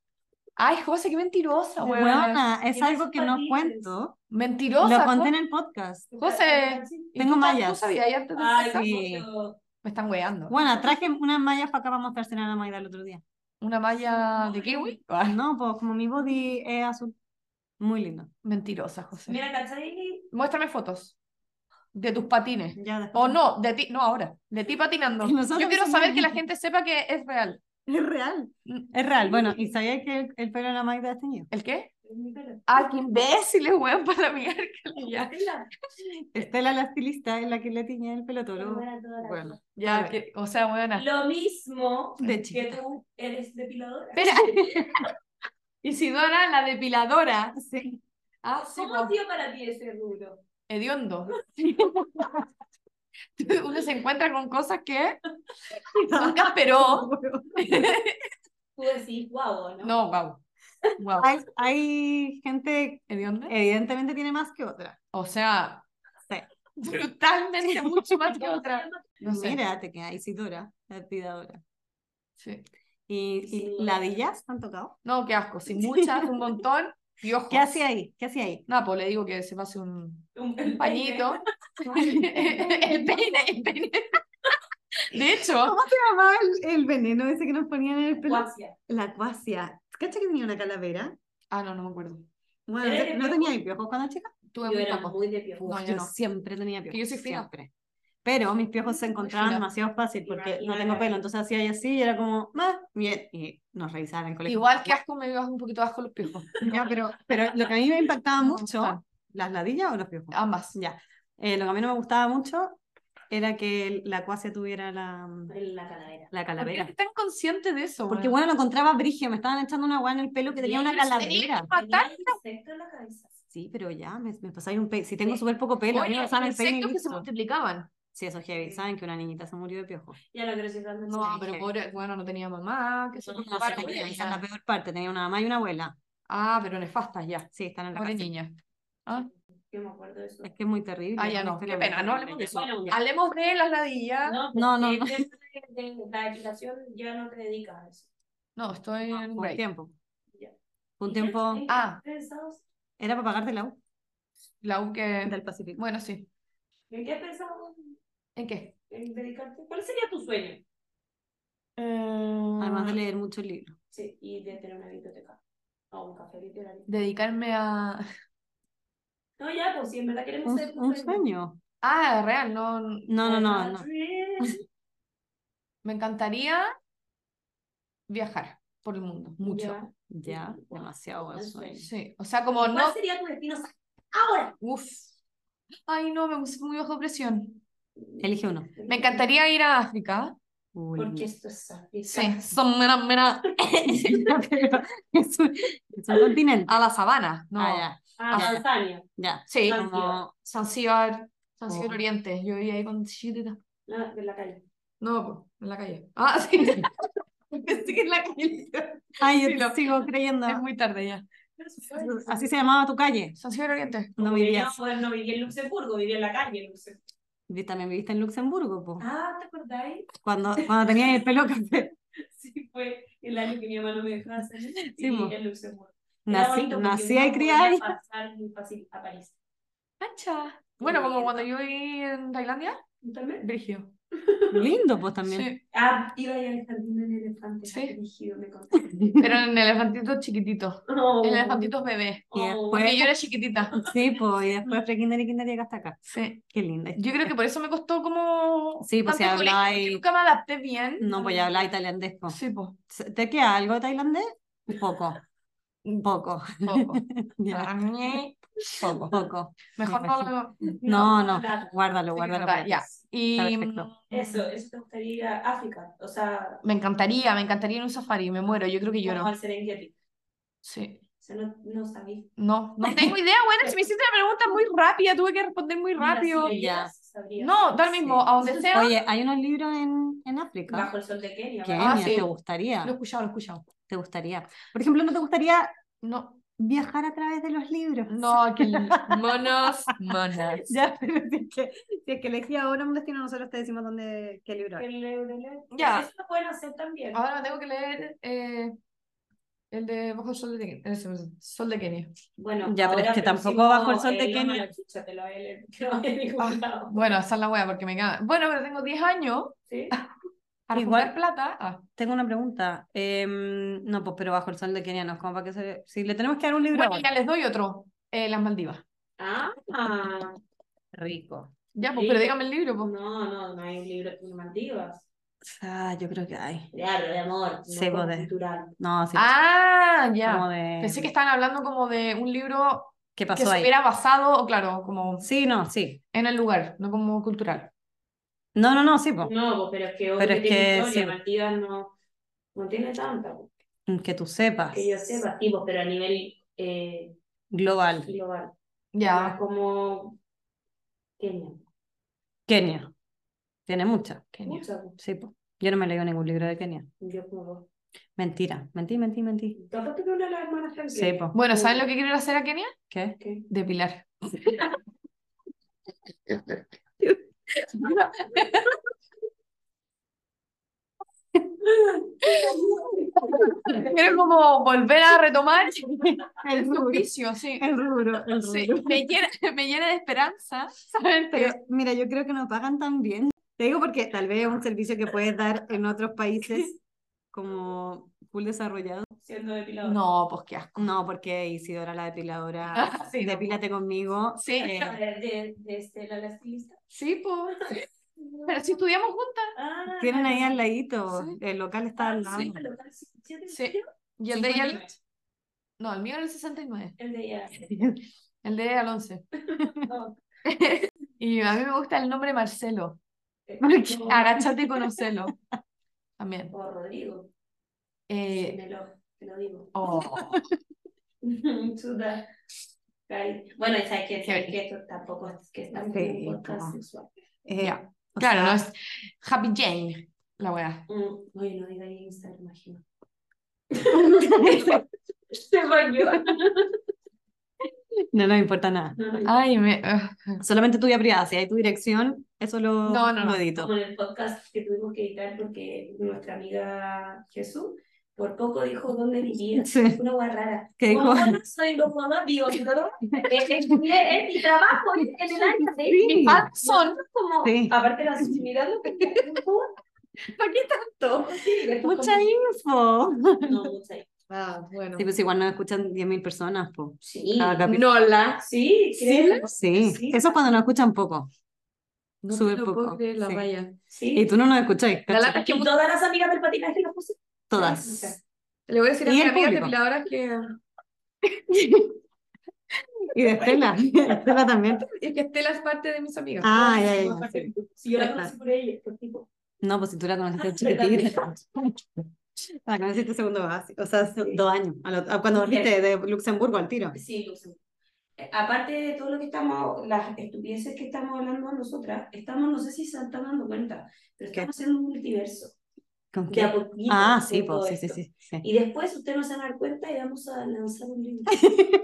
Speaker 3: Ay, José, qué mentirosa, weón.
Speaker 1: Weona, es
Speaker 2: Tiene
Speaker 1: algo
Speaker 2: sus
Speaker 1: que no
Speaker 2: matices.
Speaker 1: cuento.
Speaker 3: Mentirosa.
Speaker 1: Lo conté
Speaker 3: Jo-
Speaker 1: en el podcast.
Speaker 3: José.
Speaker 2: sí.
Speaker 3: ¿Y
Speaker 1: tengo
Speaker 3: tú ta-
Speaker 1: mallas.
Speaker 3: ¿Tú sabías ahí antes de
Speaker 2: Ay,
Speaker 3: empezar?
Speaker 1: sí.
Speaker 2: justo.
Speaker 3: Me están weando.
Speaker 1: Bueno, traje unas mallas para acá para mostrársela a la Maida el otro día.
Speaker 3: ¿Una malla de kiwi? Ah, Ay,
Speaker 1: No, pues como mi body es azul. Muy lindo.
Speaker 3: Mentirosa, José.
Speaker 2: Mira, ¿cachai?
Speaker 3: Muéstrame fotos de tus patines.
Speaker 1: Ya después.
Speaker 3: O no, de ti, no ahora, de ti patinando.
Speaker 1: Nosotros
Speaker 3: Yo quiero
Speaker 1: somos-
Speaker 3: saber que la gente sepa que es real.
Speaker 1: Es real.
Speaker 3: Mm.
Speaker 1: Es real. Bueno, y sabía que el, el pelo de la Maida es teñido.
Speaker 3: ¿El qué?
Speaker 2: Es mi pelo.
Speaker 3: Ah, qué imbéciles, weón, para mirar que la- ya.
Speaker 2: Tela.
Speaker 1: Estela, la estilista, es la que le tiñe el pelo todo.
Speaker 2: Bueno, era toda la
Speaker 1: Bueno,
Speaker 3: Ya, que, o sea, weón.
Speaker 2: Lo mismo
Speaker 1: De
Speaker 2: que
Speaker 1: chiquita.
Speaker 2: tú eres depiladora.
Speaker 3: Espera. Isidora, la depiladora.
Speaker 1: Sí.
Speaker 3: Ah, sí,
Speaker 2: ¿Cómo ha
Speaker 3: po.
Speaker 2: sido para ti ese rubro?
Speaker 3: hediondo. Uno se encuentra con cosas que nunca esperó.
Speaker 2: Tú decís, guau, ¿no?
Speaker 3: No, wow. Wow.
Speaker 1: Hay, hay gente
Speaker 3: ¿Hediondo?
Speaker 1: que evidentemente tiene más que otra.
Speaker 3: O sea,
Speaker 1: Eh, Sí.
Speaker 3: brutalmente mucho más que otra. No sé.
Speaker 1: Mira, te queda Isidora, la cuidadora.
Speaker 3: Sí.
Speaker 1: ¿Y,
Speaker 2: Sí.
Speaker 1: y ladillas han tocado?
Speaker 3: No, qué asco. Si muchas, un montón. Y ojo.
Speaker 1: ¿Qué hacía ahí? ¿Qué hacía ahí?
Speaker 3: No, pues le digo que se pase un,
Speaker 2: Un
Speaker 3: un pañito. el peine, el peine. De hecho,
Speaker 1: ¿Cómo se llamaba el, el veneno ese que nos ponían en el pelo?
Speaker 2: Guasia.
Speaker 1: La cuasia. ¿Cacha que tenía una calavera?
Speaker 3: ah, no, no me acuerdo.
Speaker 1: Bueno,
Speaker 2: ¿Eres
Speaker 1: ¿no
Speaker 2: piojo?
Speaker 1: tenía el piojo cuando chica?
Speaker 3: Tuve
Speaker 2: Yo
Speaker 3: muy
Speaker 2: era
Speaker 3: poco.
Speaker 2: muy de piojo.
Speaker 3: No,
Speaker 1: Uf,
Speaker 3: yo
Speaker 1: yo
Speaker 3: no.
Speaker 1: siempre tenía piojos.
Speaker 3: yo soy fina.
Speaker 1: Siempre. Pero mis piojos se encontraban
Speaker 3: fina.
Speaker 1: demasiado fácil porque no
Speaker 2: Imagínate.
Speaker 1: tengo pelo. Entonces hacía ahí así y era como, más bien. Y nos revisaban en el colegio.
Speaker 3: Igual que asco me dio un poquito asco los piojos.
Speaker 1: Ya, pero, pero lo que a mí me impactaba
Speaker 3: Me Ah.
Speaker 1: mucho,
Speaker 3: gustan.
Speaker 1: las ladillas o los piojos.
Speaker 3: Ambas.
Speaker 1: Ya. Eh, lo que a mí no me gustaba mucho era que el- la cuasia tuviera la,
Speaker 2: En la calavera.
Speaker 1: la
Speaker 3: ¿Por qué
Speaker 1: calavera.
Speaker 3: están conscientes de eso?
Speaker 1: Porque
Speaker 3: weón?
Speaker 1: bueno, lo encontraba brigio, me estaban echando una guana en el pelo que tenía
Speaker 2: Ya,
Speaker 1: una
Speaker 3: pero si tenía
Speaker 1: calavera.
Speaker 3: Fatal.
Speaker 2: Tenía insecto en la cabeza.
Speaker 1: Sí, pero ya, me, me pasáis un pelo. Si tengo
Speaker 2: Sí.
Speaker 1: súper poco pelo, a mí me
Speaker 3: Oye,
Speaker 1: pasaron el pelo y
Speaker 3: insectos que se
Speaker 1: listo.
Speaker 3: multiplicaban.
Speaker 1: Sí, eso es heavy. Saben que una niñita se murió de piojo.
Speaker 2: Ya lo crecí grande.
Speaker 3: No,
Speaker 1: Sí,
Speaker 3: pero
Speaker 1: heavy.
Speaker 3: pobre, bueno, no tenía mamá, que se
Speaker 2: No, no,
Speaker 1: No,
Speaker 3: preocupara
Speaker 1: sí,
Speaker 3: por
Speaker 1: esa es
Speaker 3: ella.
Speaker 1: la peor parte. Tenía una mamá y una abuela.
Speaker 3: Ah, pero nefastas ya.
Speaker 1: Sí, están en la
Speaker 3: Pobre
Speaker 1: cárcel.
Speaker 3: niña.
Speaker 2: Yo me acuerdo de eso.
Speaker 1: Es que es muy terrible.
Speaker 3: Ah, ya
Speaker 1: es una
Speaker 3: no, qué
Speaker 1: historia muy
Speaker 3: pena, no
Speaker 1: terrible.
Speaker 3: hablemos de eso.
Speaker 2: Bueno,
Speaker 3: Hablemos de las ladillas.
Speaker 2: No,
Speaker 1: No, no,
Speaker 2: porque
Speaker 1: no.
Speaker 2: el tema de, de la equitación ya no te dedicas a eso.
Speaker 3: No, estoy
Speaker 1: No,
Speaker 3: en
Speaker 1: fue un
Speaker 3: break.
Speaker 1: tiempo.
Speaker 2: Ya.
Speaker 1: Fue Un
Speaker 2: Y ya
Speaker 1: tiempo.
Speaker 2: estáis
Speaker 3: Ah.
Speaker 2: pensados.
Speaker 1: Era para pagarte la U
Speaker 3: La U que...
Speaker 1: del Pacífico.
Speaker 3: Bueno, sí.
Speaker 2: ¿En qué has pensado
Speaker 3: ¿En qué?
Speaker 2: en Eh, dedicarte? ¿Cuál sería tu sueño?
Speaker 1: Además
Speaker 3: Ah.
Speaker 1: de leer muchos libros.
Speaker 2: Sí, y de tener una biblioteca o un café literario.
Speaker 3: Dedicarme a...
Speaker 2: No, ya, pues si en verdad queremos
Speaker 1: Un,
Speaker 2: ser
Speaker 1: un sueño.
Speaker 3: Ah, real, no... no.
Speaker 1: No, no, no,
Speaker 2: Ah,
Speaker 1: no.
Speaker 2: sí.
Speaker 3: Me encantaría viajar por el mundo, mucho.
Speaker 2: Ya.
Speaker 1: Ya, demasiado buen
Speaker 2: Un
Speaker 1: sueño.
Speaker 3: Sí, o sea, como
Speaker 2: ¿Cuál
Speaker 3: no...
Speaker 2: sería tu destino? Ahora.
Speaker 3: Uf. Ay, no, me puse muy bajo presión.
Speaker 1: Elige uno.
Speaker 3: Me encantaría ir a África.
Speaker 1: Uy,
Speaker 2: Porque esto es África.
Speaker 3: Sí, son mera, mera-
Speaker 1: pero es un, es un continente.
Speaker 3: a la sabana, ¿no?
Speaker 1: Ah,
Speaker 2: Ah,
Speaker 1: Ya.
Speaker 2: Tanzania.
Speaker 1: ya,
Speaker 3: Sí,
Speaker 1: ya.
Speaker 2: Ah.
Speaker 1: Como,
Speaker 3: Zanzíbar, Zanzíbar
Speaker 1: Oh.
Speaker 3: Oriente. Yo vivía ahí con chiquitita.
Speaker 2: La, de la calle.
Speaker 3: No, po, en la calle. Ah, sí. Pensé que en la calle.
Speaker 1: ay,
Speaker 3: Sí,
Speaker 1: yo
Speaker 3: lo-
Speaker 1: sigo creyendo.
Speaker 3: Es muy tarde ya.
Speaker 1: Así se llamaba tu calle.
Speaker 3: Zanzíbar Oriente.
Speaker 1: No
Speaker 2: Porque yo,
Speaker 1: vivías.
Speaker 2: pues, no vivía en Luxemburgo, vivía en la calle en Luxemburgo.
Speaker 1: vi- También viviste en Luxemburgo, po.
Speaker 2: Ah, ¿te acordáis?
Speaker 1: Cuando, cuando tenías el pelo café.
Speaker 2: Sí, fue el año que mi mamá no me dejaba salir.
Speaker 1: Sí, mo.
Speaker 2: y en Luxemburgo. Era
Speaker 1: Nací,
Speaker 2: bonito porque
Speaker 1: nací
Speaker 2: uno
Speaker 1: y
Speaker 2: podía
Speaker 1: criada ahí.
Speaker 2: pasar muy fácil a París.
Speaker 3: Ancha. Bueno, como cuando yo viví en Tailandia.
Speaker 2: ¿Tú también?
Speaker 3: Brigio.
Speaker 1: Lindo, pues también.
Speaker 3: Sí.
Speaker 2: Ah, iba a ir al jardín del elefante.
Speaker 3: Sí.
Speaker 2: qué brígido, me contaste.
Speaker 3: Pero en elefantitos chiquititos.
Speaker 2: Oh,
Speaker 3: En elefantitos bebé.
Speaker 2: oh,
Speaker 1: Y después-
Speaker 3: Porque yo era chiquitita.
Speaker 1: Sí, pues, y después pre-kinder y kinder y hasta acá.
Speaker 3: Sí.
Speaker 1: Qué linda.
Speaker 3: Yo creo que por eso me costó como.
Speaker 1: Sí, pues, si
Speaker 3: tanto colegio,
Speaker 1: hablaba
Speaker 3: porque
Speaker 1: y-
Speaker 3: Nunca me adapté bien.
Speaker 1: No, pues ya hablaba tailandés, po.
Speaker 3: Sí, pues.
Speaker 1: ¿Se- ¿Te queda algo de tailandés? Poco. Poco.
Speaker 3: Poco.
Speaker 1: Ya,
Speaker 3: Para mí, poco.
Speaker 1: poco.
Speaker 3: Mejor
Speaker 1: pues,
Speaker 3: no lo.
Speaker 1: No, no,
Speaker 2: nada.
Speaker 1: guárdalo,
Speaker 3: Sí,
Speaker 1: guárdalo.
Speaker 3: total,
Speaker 1: para
Speaker 3: ya.
Speaker 1: ti.
Speaker 3: Y
Speaker 1: Está perfecto.
Speaker 2: mm, Eso, eso te gustaría ir a África. O sea,
Speaker 3: me encantaría, me encantaría ir a un safari, me muero, yo creo que lloro.
Speaker 2: como al Serengeti.
Speaker 3: Sí.
Speaker 2: O sea, no, no sabía.
Speaker 3: No, no tengo idea, bueno, si me hiciste la pregunta muy rápida, tuve que responder muy
Speaker 2: Mira,
Speaker 3: rápido.
Speaker 2: si
Speaker 1: ya.
Speaker 2: lo llegas, sabrías.
Speaker 3: No, da lo mismo,
Speaker 1: Sí.
Speaker 3: a donde sea.
Speaker 1: Oye, hay unos libros en, en África.
Speaker 2: Bajo el sol de Kenia.
Speaker 1: ¿Qué?
Speaker 3: Ah,
Speaker 1: Mira,
Speaker 3: sí.
Speaker 1: ¿Te
Speaker 3: Lo he
Speaker 1: gustaría?
Speaker 3: escuchado, lo he escuchado.
Speaker 1: ¿Te gustaría? Por ejemplo, ¿no te gustaría
Speaker 3: No,
Speaker 1: viajar a través de los libros?
Speaker 3: no, que monos, monos.
Speaker 1: Ya, pero si es que, si es que elegí ahora un destino, nosotros te decimos dónde, qué libro. es.
Speaker 2: El Eurele-
Speaker 3: Ya.
Speaker 2: Pues Eso lo pueden hacer también.
Speaker 3: Ahora me tengo que leer eh, el de Bajo el Sol de Kenia. ese, ese, Sol de Kenia.
Speaker 2: Bueno,
Speaker 1: Ya, pero es
Speaker 2: ahora
Speaker 1: que tampoco
Speaker 2: próximo,
Speaker 1: bajo el sol de
Speaker 2: eh, Loma
Speaker 1: Kenia. Ah.
Speaker 2: la Chucha, te lo voy a leer, te lo voy a leer en ningún lado.
Speaker 3: Bueno, esa es la wea porque me caga. Bueno, pero tengo 10 años
Speaker 2: ¿Sí?
Speaker 3: para
Speaker 1: Igual-
Speaker 3: juntar plata. Ah.
Speaker 1: Tengo una pregunta. Em, no, pues, pero bajo el sol de Kenia no es como para que se... Si le tenemos que dar un libro,
Speaker 3: Bueno,
Speaker 1: bueno.
Speaker 3: ya les doy otro, eh, Las Maldivas.
Speaker 2: Ah,
Speaker 1: rico.
Speaker 3: Ya, pues,
Speaker 2: Sí.
Speaker 3: pero dígame el libro,
Speaker 2: no,
Speaker 3: pues.
Speaker 2: no, no hay un libro de Maldivas.
Speaker 1: Ah, yo creo que hay.
Speaker 2: Claro, de amor, no
Speaker 1: Sí,
Speaker 2: como
Speaker 1: de-
Speaker 2: cultural.
Speaker 1: No, sí.
Speaker 3: Ah, ya.
Speaker 1: como de-
Speaker 3: Pensé que estaban hablando como de un libro
Speaker 1: ¿Qué
Speaker 3: que
Speaker 1: Eh, pasó
Speaker 3: se
Speaker 1: ahí?
Speaker 3: hubiera basado, claro, como
Speaker 1: Sí, no, sí.
Speaker 3: en el lugar, no como cultural.
Speaker 1: No, no, no, sí, po.
Speaker 2: No, pues, pero es que obvio
Speaker 1: Pero
Speaker 2: que
Speaker 1: es
Speaker 2: tiene
Speaker 1: que
Speaker 2: historia,
Speaker 1: sí.
Speaker 2: Maldivas no, no tiene tanta, pues,
Speaker 3: Mm.
Speaker 1: Que tú sepas.
Speaker 2: que yo sepa, tipo, pero a nivel eh,
Speaker 1: Global.
Speaker 2: global. No es
Speaker 3: Ya.
Speaker 2: como Kenia.
Speaker 1: Kenia. Tiene mucha.
Speaker 3: Kenia.
Speaker 2: Mucha, pues,
Speaker 1: Sí, po. Yo no me he leído ningún libro de Kenia.
Speaker 2: yo como dos.
Speaker 1: Mentira. Mentí, mentí, mentí.
Speaker 2: Capaz que una de las hermanas
Speaker 1: Sí, po.
Speaker 3: Bueno, ¿saben lo que quiero ir a hacer a Kenia?
Speaker 1: ¿Qué?
Speaker 2: que...
Speaker 3: Depilar. Quiero como volver a retomar
Speaker 1: El
Speaker 3: un vicio, sí.
Speaker 1: El rubro. El
Speaker 3: Sí, me llena, me llena de esperanza saber que-
Speaker 1: Pero mira, yo creo que no pagan tan bien. Te digo porque tal vez es un servicio que puedes dar en otros países como full desarrollado.
Speaker 2: Siendo depilado.
Speaker 3: No, pues qué asco.
Speaker 1: No, porque Isidora la depiladora,
Speaker 3: Ah, Sí, no.
Speaker 1: depílate conmigo.
Speaker 3: Sí.
Speaker 1: eh,
Speaker 2: De, de Estela la estilista.
Speaker 3: Sí, pues. Pero si estudiamos juntas.
Speaker 2: Ah,
Speaker 1: tienen ahí al ladito,
Speaker 3: Sí.
Speaker 1: el local está
Speaker 2: ah,
Speaker 1: al
Speaker 2: sí,
Speaker 1: lado.
Speaker 2: el local sí, sí, sí,
Speaker 3: Sí.
Speaker 2: sí,
Speaker 3: Y el de ella. el-
Speaker 2: 59,
Speaker 3: No, el mío era el 69.
Speaker 2: El de ella.
Speaker 3: El de ella el 11.
Speaker 2: No,
Speaker 3: Y a mí me gusta el nombre Marcelo.
Speaker 2: eh, no,
Speaker 3: Agáchate y conocelo. También.
Speaker 2: O Rodrigo.
Speaker 3: Eh,
Speaker 2: me lo, te lo digo.
Speaker 3: oh,
Speaker 2: Chuta. Right. Bueno, y sabes que,
Speaker 3: Qué
Speaker 2: que esto tampoco es que está
Speaker 1: Sí,
Speaker 2: muy podcast
Speaker 1: como-
Speaker 2: sexual.
Speaker 1: Eh,
Speaker 3: Ya.
Speaker 1: o
Speaker 3: Claro,
Speaker 1: sea,
Speaker 3: no es Happy Jane, la wea.
Speaker 2: Mm, Oye, no diga ahí Instagram, imagino. Se rayó.
Speaker 1: no nos importa nada.
Speaker 3: Ay, me... ah.
Speaker 1: Solamente tu vida privada, si hay tu dirección, eso lo,
Speaker 3: No, no,
Speaker 1: lo
Speaker 3: no.
Speaker 1: edito.
Speaker 2: Como en el podcast que tuvimos que editar porque nuestra amiga Jesús por poco dijo dónde vivía.
Speaker 1: Sí.
Speaker 2: Una guay rara.
Speaker 1: ¿Qué dijo?
Speaker 2: Como, "Hola, soy los mamás vivos, ¿no? Es, es, Eh, mi- es mi trabajo, es en el área de
Speaker 1: Sí.
Speaker 2: mi
Speaker 3: Ah, son.
Speaker 2: como,
Speaker 1: Sí.
Speaker 2: aparte de la Susi mirando, ¿para qué tanto? Sí, después
Speaker 1: Mucha info.
Speaker 2: como- No, mucha info.
Speaker 3: Ah, bueno.
Speaker 1: Sí, pues igual nos escuchan 10.000 personas, po.
Speaker 2: Sí,
Speaker 1: Cada capítulo.
Speaker 3: No Ah, la.
Speaker 2: sí, creo.
Speaker 1: Sí,
Speaker 2: Sí.
Speaker 1: eso es cuando nos escuchan poco.
Speaker 3: No te
Speaker 1: Súper
Speaker 3: lo
Speaker 1: poco,
Speaker 3: puedo creer, la
Speaker 1: sí.
Speaker 3: raya.
Speaker 2: Sí. Ah,
Speaker 1: Y tú no nos escucháis,
Speaker 3: La
Speaker 1: ¿cachai?
Speaker 3: lata es que
Speaker 2: Y todas las amigas del patinaje lo puse.
Speaker 1: Todas.
Speaker 3: le voy a decir a
Speaker 1: Y
Speaker 3: mi
Speaker 1: el
Speaker 3: amiga
Speaker 1: público.
Speaker 3: depiladora que
Speaker 1: Y de Estela. Estela también.
Speaker 3: es que Estela es parte de mis amigas.
Speaker 1: Ah,
Speaker 2: Todas
Speaker 1: ya, ya,
Speaker 2: las
Speaker 1: ya,
Speaker 2: amigas
Speaker 1: sí.
Speaker 2: del- Sí, yo la
Speaker 1: Claro.
Speaker 2: conocí por ella, por tipo. Ah,
Speaker 1: No, pues si tú la conociste chiquitita. La conociste segundo básico, o sea, hace
Speaker 2: Sí.
Speaker 1: dos años, a lo- a cuando volviste de Luxemburgo al tiro.
Speaker 2: Sí, lo sé. Eh, Aparte de todo lo que estamos, las estupideces que estamos hablando nosotras, estamos, no sé si se están dando cuenta, pero
Speaker 1: ¿Qué?
Speaker 2: estamos haciendo un multiverso.
Speaker 1: ¿Con
Speaker 2: De a
Speaker 1: qué?
Speaker 2: poquito
Speaker 1: Ah,
Speaker 2: de
Speaker 1: sí,
Speaker 2: todo
Speaker 1: pues, sí, sí,
Speaker 2: esto.
Speaker 1: sí, sí.
Speaker 2: Y después ustedes no se van a dar cuenta y vamos a lanzar un libro.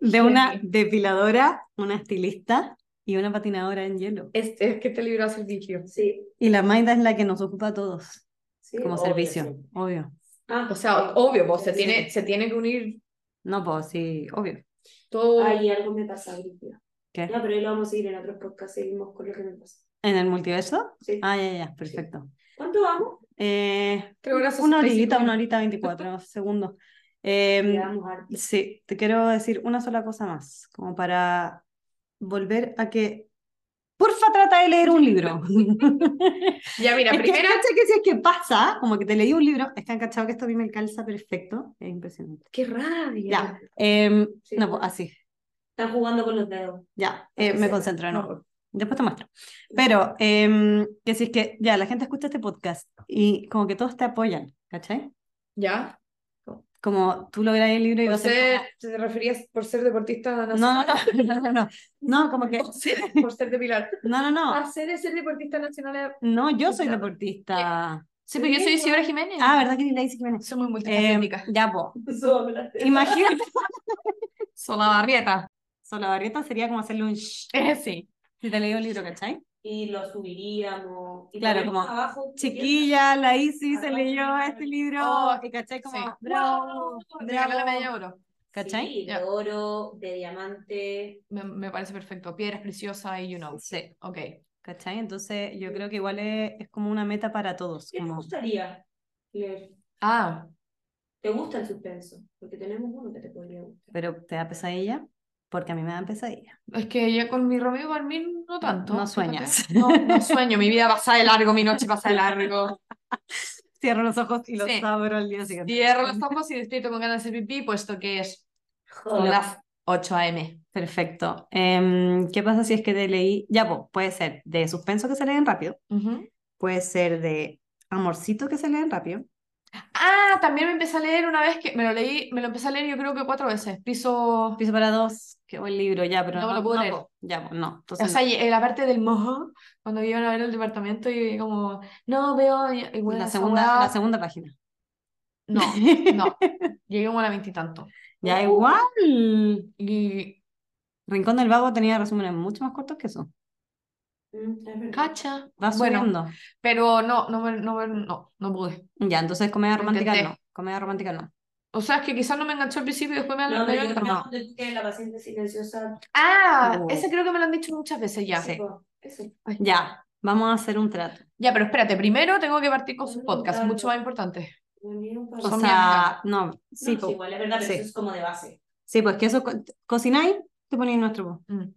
Speaker 1: De una depiladora, una estilista y una patinadora en hielo.
Speaker 3: Este es que este libro hace el vigio.
Speaker 2: Sí,
Speaker 1: Y la Maida es la que nos ocupa a todos
Speaker 2: sí,
Speaker 1: como
Speaker 2: obvio,
Speaker 1: servicio,
Speaker 2: sí.
Speaker 1: obvio.
Speaker 2: Ah,
Speaker 3: O sea,
Speaker 2: sí.
Speaker 3: obvio, vos, se,
Speaker 2: Sí.
Speaker 3: tiene, se tiene que unir
Speaker 1: No, pues sí, obvio.
Speaker 3: todo.
Speaker 2: Ay, algo me pasa, Brígida.
Speaker 1: ¿Qué?
Speaker 2: No, pero ahí lo vamos a seguir en otros podcasts, seguimos con lo que me pasa.
Speaker 1: ¿En el multiverso?
Speaker 2: Sí.
Speaker 1: Ah, ya, ya, perfecto.
Speaker 2: ¿Cuánto vamos?
Speaker 1: Eh,
Speaker 3: Creo que eso
Speaker 1: una
Speaker 3: es
Speaker 1: horita,
Speaker 3: básico.
Speaker 1: una horita, 24 segundos. Em,
Speaker 2: Llevamos harto.
Speaker 1: Sí, te quiero decir una sola cosa más, como para volver a que, porfa, trata de leer un libro.
Speaker 3: Ya, mira,
Speaker 1: Es que
Speaker 3: primera,
Speaker 1: cacha que si es que pasa, como que te leí un libro, es que han cachado que esto a mí me calza perfecto, es impresionante.
Speaker 3: qué rabia.
Speaker 1: Ya, em,
Speaker 2: Sí.
Speaker 1: no, pues, así,
Speaker 2: Están jugando con los dedos.
Speaker 1: ya, eh, me concentro, de
Speaker 3: No, pues.
Speaker 1: nuevo.
Speaker 3: por-
Speaker 1: Después te muestro. Pero em, que si es que ya la gente escucha este podcast y como que todos te apoyan, ¿cachai?
Speaker 3: Ya.
Speaker 1: Como tú logras el libro y
Speaker 3: Por
Speaker 1: vas a
Speaker 3: ser, ¿Te referías por ser deportista
Speaker 1: como-
Speaker 3: nacional?
Speaker 1: No, no, no, no, no, no. No, como que.
Speaker 3: Por ser, por ser depilar.
Speaker 1: No, no, no.
Speaker 3: Hacer de ser deportista nacional.
Speaker 1: No, yo soy
Speaker 3: Ah, Ya.
Speaker 1: deportista.
Speaker 3: Sí, pero yo soy Isidora Jiménez.
Speaker 1: Ah, ¿verdad que la dice Jiménez?
Speaker 3: Soy muy
Speaker 1: Eh,
Speaker 3: multifacética.
Speaker 1: ya, po.
Speaker 2: Súbame las tetas.
Speaker 1: Imagínate.
Speaker 3: Soy la barrieta.
Speaker 1: Solabarrieta sería como hacerle un shh.
Speaker 3: Eh, sí.
Speaker 1: Si te leí un libro, ¿cachai?
Speaker 2: Y lo subiríamos. Y
Speaker 1: Claro,
Speaker 2: ponemos
Speaker 1: como
Speaker 2: abajo,
Speaker 1: Chiquilla, la Isi se leyó este libro.
Speaker 3: Oh,
Speaker 1: y ¿cachai? Como,
Speaker 3: sí.
Speaker 1: bravo,
Speaker 3: Regálale
Speaker 1: bravo.
Speaker 3: media euro.
Speaker 1: ¿Cachai?
Speaker 2: Sí,
Speaker 3: Ya.
Speaker 2: de oro, de diamante.
Speaker 3: Me, me parece perfecto. Piedras preciosas y you know.
Speaker 1: Sí,
Speaker 3: Ok.
Speaker 1: ¿cachai? Entonces, yo creo que igual es, es como una meta para todos.
Speaker 2: ¿Qué te
Speaker 1: Como...
Speaker 2: gustaría leer?
Speaker 3: Ah,
Speaker 2: ¿Te gusta el suspenso? Porque tenemos uno que te podría gustar.
Speaker 1: Pero ¿te da pesadilla? Porque a mí me dan pesadilla.
Speaker 3: es que ya con mi Romeo Balmín no tanto.
Speaker 1: No
Speaker 3: fíjate.
Speaker 1: sueñas.
Speaker 3: No, no sueño. Mi vida pasa de largo, mi noche pasa de largo.
Speaker 1: Cierro los ojos y los
Speaker 3: Sí.
Speaker 1: abro al día siguiente.
Speaker 3: Cierro los ojos y despierto con ganas de hacer pipí, puesto que es
Speaker 2: Hola.
Speaker 3: las 8 a.m.
Speaker 1: Perfecto. Em, ¿qué pasa si es que te leí? Ya, po, puede ser de suspenso que se leen rápido,
Speaker 3: Ujú.
Speaker 1: puede ser de amorcito que se leen rápido.
Speaker 3: Ah, también me empecé a leer una vez que me lo leí, me lo empecé a leer yo creo que cuatro veces. Piso.
Speaker 1: Piso para dos, qué buen libro, ya, pero
Speaker 3: No me
Speaker 1: no,
Speaker 3: lo puedo
Speaker 1: no,
Speaker 3: leer.
Speaker 1: po, ya, po, no.
Speaker 3: O
Speaker 1: Entonces,
Speaker 3: sea, y- eh, la parte del mojo, cuando iban a ver el departamento y como, no veo. Y, y
Speaker 1: no.
Speaker 3: bueno,
Speaker 1: la
Speaker 3: esa
Speaker 1: segunda,
Speaker 3: weá-
Speaker 1: la segunda página.
Speaker 3: No, Oh. no. Llegué como a la veintitanto.
Speaker 1: Ya, igual.
Speaker 3: Y
Speaker 1: Rincón del Vago tenía resúmenes mucho más cortos que eso.
Speaker 2: Mm, es verdad.
Speaker 3: cacha.
Speaker 1: Va
Speaker 3: Bueno,
Speaker 1: subiendo.
Speaker 3: pero no, no, me- no, me- no, no pude.
Speaker 1: Ya, entonces comedia
Speaker 3: Lo
Speaker 1: romántica
Speaker 3: intenté.
Speaker 1: no. Comedia romántica no.
Speaker 3: O sea, es que quizás no me enganchó al principio y después me
Speaker 2: No,
Speaker 3: me
Speaker 2: pero yo
Speaker 3: dio-
Speaker 2: creo
Speaker 1: no.
Speaker 2: que que la paciente silenciosa.
Speaker 3: Ah,
Speaker 1: Uh.
Speaker 3: ese creo que me lo han dicho muchas veces ya.
Speaker 1: Sí.
Speaker 2: tipo, Eso.
Speaker 1: Ya, vamos a hacer un trato.
Speaker 3: Ya, pero espérate, primero tengo que partir con sus
Speaker 2: Mm,
Speaker 3: podcasts,
Speaker 2: claro.
Speaker 3: mucho más importante.
Speaker 2: Unir un par-
Speaker 1: O
Speaker 3: Son mi
Speaker 1: sea, no,
Speaker 2: No,
Speaker 1: sí,
Speaker 2: sí,
Speaker 1: po.
Speaker 2: igual, es verdad, pero
Speaker 1: Sí.
Speaker 2: eso es como de base.
Speaker 1: sí, pues que eso co- cocináis, te ponéis nuestro. po.
Speaker 3: Mm.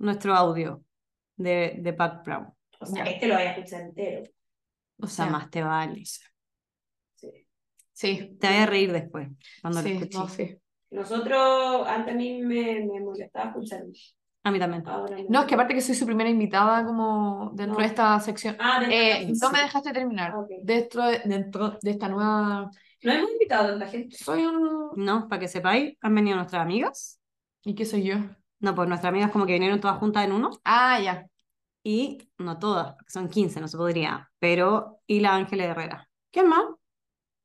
Speaker 1: nuestro audio de, de Pat Brown.
Speaker 2: O sea,
Speaker 3: Ya.
Speaker 2: este lo voy a escuchar entero.
Speaker 1: O sea,
Speaker 3: Ya.
Speaker 1: más te vale.
Speaker 2: Sí.
Speaker 3: Sí,
Speaker 1: Te voy a reír después cuando lo
Speaker 3: sí,
Speaker 1: escuches.
Speaker 3: no, sí.
Speaker 2: Nosotros, antes a mí me, me molestaba escucharlo.
Speaker 1: A mí también.
Speaker 2: Ahora no.
Speaker 3: No, es que aparte que soy su primera invitada como dentro
Speaker 2: No.
Speaker 3: de esta sección.
Speaker 2: Ah, de
Speaker 3: Eh,
Speaker 2: sí.
Speaker 3: no me dejaste terminar.
Speaker 2: Ah, ok.
Speaker 3: Dentro de, dentro de esta nueva...
Speaker 2: No hemos invitado a tanta gente.
Speaker 3: Soy un...
Speaker 1: No, para que sepáis, han venido nuestras amigas,
Speaker 3: ¿Y qué soy yo?
Speaker 1: No, pues nuestras amigas como que vinieron todas juntas en uno.
Speaker 3: Ah, ya.
Speaker 1: Y no todas, porque son 15, no se podría. Pero, y la Ángela Herrera. ¿Quién más?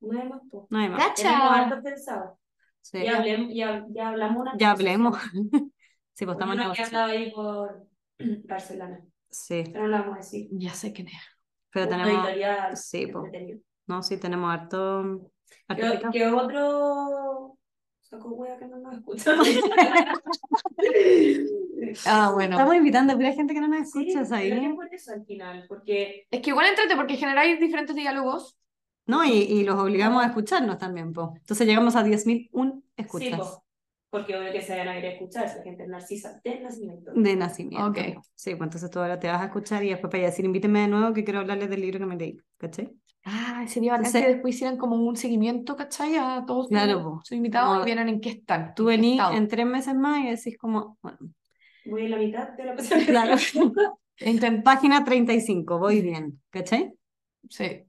Speaker 2: No hay más, po.
Speaker 1: Nadie más.
Speaker 3: Cacha.
Speaker 2: Tenemos harto pensado.
Speaker 1: Ah, Sí.
Speaker 2: Ya, hablem- ya, ya hablamos unas
Speaker 1: Ya
Speaker 2: cosas.
Speaker 1: hablemos. sí, pues estamos en
Speaker 2: Uno que
Speaker 1: negociación.
Speaker 2: andaba ahí por Barcelona.
Speaker 1: Sí,
Speaker 2: Pero no lo vamos a decir.
Speaker 3: Ya sé quién es.
Speaker 1: pero
Speaker 2: Una
Speaker 1: tenemos.
Speaker 2: editorial
Speaker 1: sí, po.
Speaker 2: entretenida.
Speaker 1: No, sí, tenemos harto. harto
Speaker 2: ¿Qué-
Speaker 1: picado.
Speaker 2: qué otro saco hueá que no nos escucha?
Speaker 3: Ah, bueno.
Speaker 1: Estamos invitando a pura gente que no nos
Speaker 2: Sí,
Speaker 1: escucha, ¿sabes?
Speaker 2: creo que por eso al final, porque
Speaker 3: Es que igual entrate porque generáis diferentes diálogos.
Speaker 1: No, y, y los obligamos a escucharnos también, po. Entonces llegamos a 10.001
Speaker 2: sí,
Speaker 1: escuchas
Speaker 2: po, porque obvio que se van a querer escuchar, esa gente es narcisa de nacimiento.
Speaker 1: de nacimiento.
Speaker 3: Ok.
Speaker 1: Sí, pues entonces tú ahora te vas a escuchar y después para decir, invíteme de nuevo que quiero hablarles del libro que me leí, ¿cachai?
Speaker 3: Ah, sería bacán
Speaker 1: Entonces-
Speaker 3: que después hicieran como un seguimiento, ¿cachai? A todos sus-
Speaker 1: Claro, po.
Speaker 3: sus invitados
Speaker 1: Como-
Speaker 3: y vieran en qué están.
Speaker 1: Tú
Speaker 3: en qué
Speaker 1: venís
Speaker 3: estado.
Speaker 1: en tres meses más y decís como, bueno,
Speaker 2: Voy en la mitad de la persona.
Speaker 1: claro,
Speaker 3: Intent-
Speaker 1: página 35, voy bien, ¿cachai?
Speaker 3: Sí,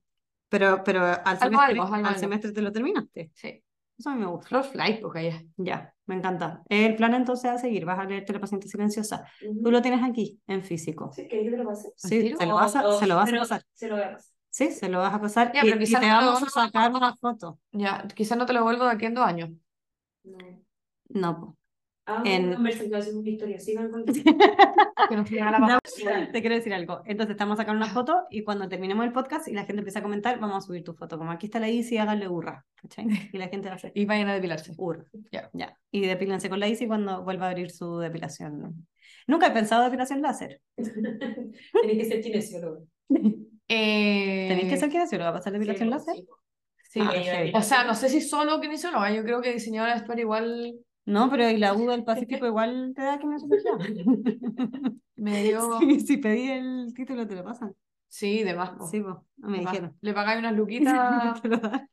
Speaker 1: Pero, pero al semestre,
Speaker 3: algo, algo,
Speaker 1: al
Speaker 3: algo.
Speaker 1: semestre te lo terminaste.
Speaker 3: sí.
Speaker 1: Eso a mí me gusta.
Speaker 3: Flor Fly, pues, ya.
Speaker 1: Ya, me encanta. El plan entonces a seguir, vas a leerte La paciente silenciosa. Tú lo tienes aquí, en físico.
Speaker 2: Sí, ¿querés que te lo pase?
Speaker 1: Sí,
Speaker 3: tiro?
Speaker 1: se lo vas a,
Speaker 2: O-
Speaker 1: se lo vas a
Speaker 2: pero
Speaker 1: pasar.
Speaker 2: Se lo voy a pasar.
Speaker 1: Sí, se lo vas a pasar
Speaker 3: Ya,
Speaker 1: y,
Speaker 3: pero
Speaker 1: y
Speaker 3: quizás
Speaker 1: te
Speaker 3: no lo
Speaker 1: vamos a
Speaker 3: vamos a
Speaker 1: sacar una foto.
Speaker 3: Ya, quizás no te lo vuelvo de aquí en dos años.
Speaker 2: No.
Speaker 1: No, po.
Speaker 2: Ah,
Speaker 1: En-
Speaker 2: en... conversación una historia, sigan con
Speaker 3: Que nos llegan a la
Speaker 1: te quiero decir algo. Entonces, estamos sacando una foto y cuando terminemos el podcast y la gente empieza a comentar, vamos a subir tu foto. Como aquí está la Isi, háganle hurra. ¿cachai? Y la gente va a hacer
Speaker 3: Y vayan a depilarse.
Speaker 1: hurra.
Speaker 3: Ya.
Speaker 1: Ya. Y depílense con la Isi cuando vuelva a abrir su depilación. Nunca he pensado depilación láser.
Speaker 2: Tenés que ser kinesiólogo.
Speaker 3: Eh,
Speaker 1: ¿Tenéis que ser kinesiólogo? ¿Va a pasar depilación láser?
Speaker 3: sí.
Speaker 1: Ah,
Speaker 2: que yo-
Speaker 1: heavy.
Speaker 3: O sea, no sé si solo kinesióloga, yo creo que diseñadora de vestuario igual
Speaker 1: No, pero y la U del Pacífico igual te da kinesiología.
Speaker 3: me dio. Sí,
Speaker 1: Sí, si pedí el título, te lo pasan.
Speaker 3: de más. po.
Speaker 1: Sí, pues, me
Speaker 3: De más.
Speaker 1: dijeron.
Speaker 3: Le pagáis unas luquitas
Speaker 1: Te lo dan.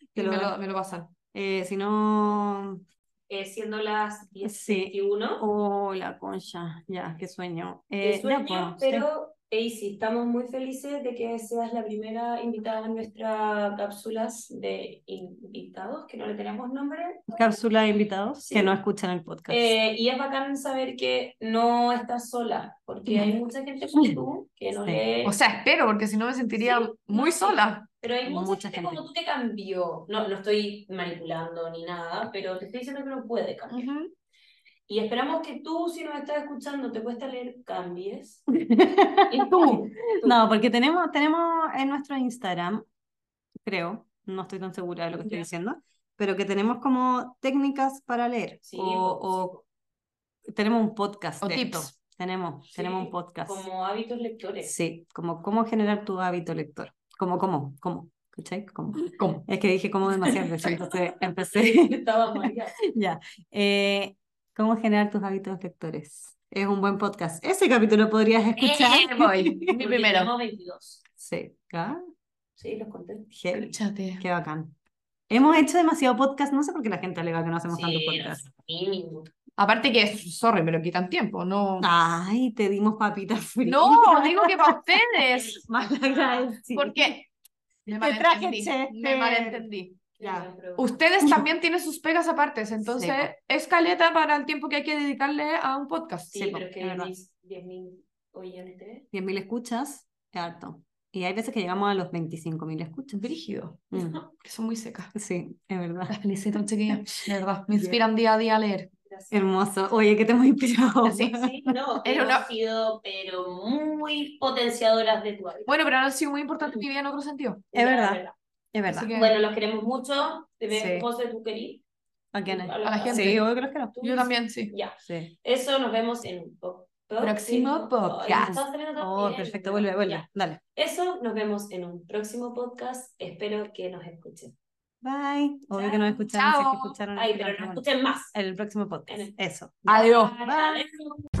Speaker 3: y
Speaker 1: Te lo
Speaker 3: me
Speaker 1: dan.
Speaker 3: lo, me lo pasan.
Speaker 1: Eh, si no.
Speaker 2: Eh, siendo las
Speaker 1: Sí.
Speaker 2: 10.21.
Speaker 1: Oh, la concha. Ya, qué sueño.
Speaker 2: Qué
Speaker 1: Eh, ya,
Speaker 2: sueño,
Speaker 1: pues, sí.
Speaker 2: pero Eisi, estamos muy felices de que seas la primera invitada a nuestras cápsulas de invitados, que no le tenemos nombre.
Speaker 1: Cápsula de invitados
Speaker 2: Sí.
Speaker 1: que no escuchan el podcast.
Speaker 2: Eh, y es bacán saber que no estás sola, porque hay mucha gente como tú que no
Speaker 1: Sí.
Speaker 2: lee,
Speaker 3: O sea, espero, porque si no me sentiría
Speaker 2: Sí,
Speaker 3: muy
Speaker 2: sí.
Speaker 3: sola.
Speaker 2: pero hay mucha,
Speaker 1: mucha
Speaker 2: gente,
Speaker 1: gente.
Speaker 2: como tú que cambió. No, no estoy manipulando ni nada, pero te estoy diciendo que no puede cambiar.
Speaker 3: Ujú.
Speaker 2: Y esperamos que tú, si nos estás escuchando, te cuesta leer, cambies. Y
Speaker 3: Tú.
Speaker 1: No, porque tenemos, tenemos en nuestro Instagram, creo, no estoy tan segura de lo que estoy
Speaker 2: Ya.
Speaker 1: diciendo, pero que tenemos como técnicas para leer.
Speaker 2: Sí,
Speaker 1: o,
Speaker 2: po,
Speaker 1: o tenemos un podcast
Speaker 3: O
Speaker 1: de
Speaker 3: tips.
Speaker 1: esto. Tenemos, tenemos
Speaker 2: Sí,
Speaker 1: un podcast.
Speaker 2: como hábitos lectores.
Speaker 1: Sí, como cómo generar tu hábito lector. Como, cómo, cómo. ¿Cachai? Cómo.
Speaker 3: ¿Cómo?
Speaker 1: Es que dije como demasiadas veces,
Speaker 3: Sí.
Speaker 1: entonces empecé.
Speaker 2: Estaba mareada.
Speaker 1: Ya. Eh, ¿cómo generar tus hábitos lectores? Es un buen podcast. Ese capítulo podrías escuchar.
Speaker 3: Eh, voy. Mi
Speaker 2: Porque
Speaker 3: primero.
Speaker 2: tenemos 22.
Speaker 1: Sí, ah,
Speaker 2: Sí, los conté.
Speaker 1: heavy.
Speaker 3: Chate.
Speaker 1: Qué bacán. Hemos hecho demasiado podcast. No sé por qué la gente alega que no hacemos tanto
Speaker 2: Sí,
Speaker 1: podcast.
Speaker 2: mínimo.
Speaker 3: Aparte que, sorry, me lo quitan tiempo, no.
Speaker 1: Ah, Ay, te dimos papitas fritas.
Speaker 3: No, digo que para ustedes.
Speaker 1: malagradecido.
Speaker 3: Porque me
Speaker 1: Te traje
Speaker 3: malentendí,
Speaker 1: chete.
Speaker 3: me malentendí.
Speaker 1: Ya.
Speaker 3: Ustedes también tienen sus pegas apartes, entonces
Speaker 1: po.
Speaker 3: es caleta para el tiempo que hay que dedicarle a un podcast.
Speaker 2: Sí,
Speaker 1: Sí, po,
Speaker 2: pero que
Speaker 1: es verdad.
Speaker 2: 10.000 10.000 oyentes.
Speaker 1: 10.000 escuchas es harto. Y hay veces que llegamos a los 25.000 escuchas.
Speaker 3: Brígido,
Speaker 1: Mm,
Speaker 3: que son muy secas.
Speaker 1: Sí, es verdad.
Speaker 3: Las felicito, chiquillas. De verdad, me
Speaker 1: Bien.
Speaker 3: inspiran día a día a leer.
Speaker 2: Gracias.
Speaker 1: Hermoso. Oye, que te hemos inspirado.
Speaker 3: Sí.
Speaker 2: Sí, no,
Speaker 3: Era
Speaker 2: hemos
Speaker 3: una-
Speaker 2: sido pero muy potenciadoras de tu hábito.
Speaker 3: Bueno, pero han sido muy importantes en mi vida en otro sentido.
Speaker 1: Es
Speaker 2: La
Speaker 1: verdad. Es verdad.
Speaker 3: Así que,
Speaker 2: Bueno, los queremos mucho. Te ves
Speaker 1: Sí.
Speaker 2: vos de tu querido.
Speaker 1: ¿A quién hay?
Speaker 2: A la
Speaker 3: A la gente.
Speaker 1: Sí, obvio que los quiero.
Speaker 3: yo también, sí.
Speaker 2: Ya.
Speaker 1: Sí.
Speaker 2: Eso nos vemos en un po-
Speaker 3: Próximo
Speaker 2: Ay,
Speaker 3: podcast.
Speaker 2: estamos terminando
Speaker 1: Oh,
Speaker 2: bien,
Speaker 1: perfecto,
Speaker 2: pero
Speaker 1: vuelve, vuelve.
Speaker 2: ya.
Speaker 1: Dale.
Speaker 2: Eso nos vemos en un próximo podcast. Espero que nos escuchen.
Speaker 1: Bye. Obvio que
Speaker 2: Chao.
Speaker 1: nos escucharon, si es que
Speaker 3: Chao.
Speaker 1: escucharon.
Speaker 2: Ay,
Speaker 1: el
Speaker 2: pero
Speaker 1: programa.
Speaker 2: nos escuchen más.
Speaker 1: El próximo podcast. Eso.
Speaker 3: Adiós.
Speaker 2: Adiós.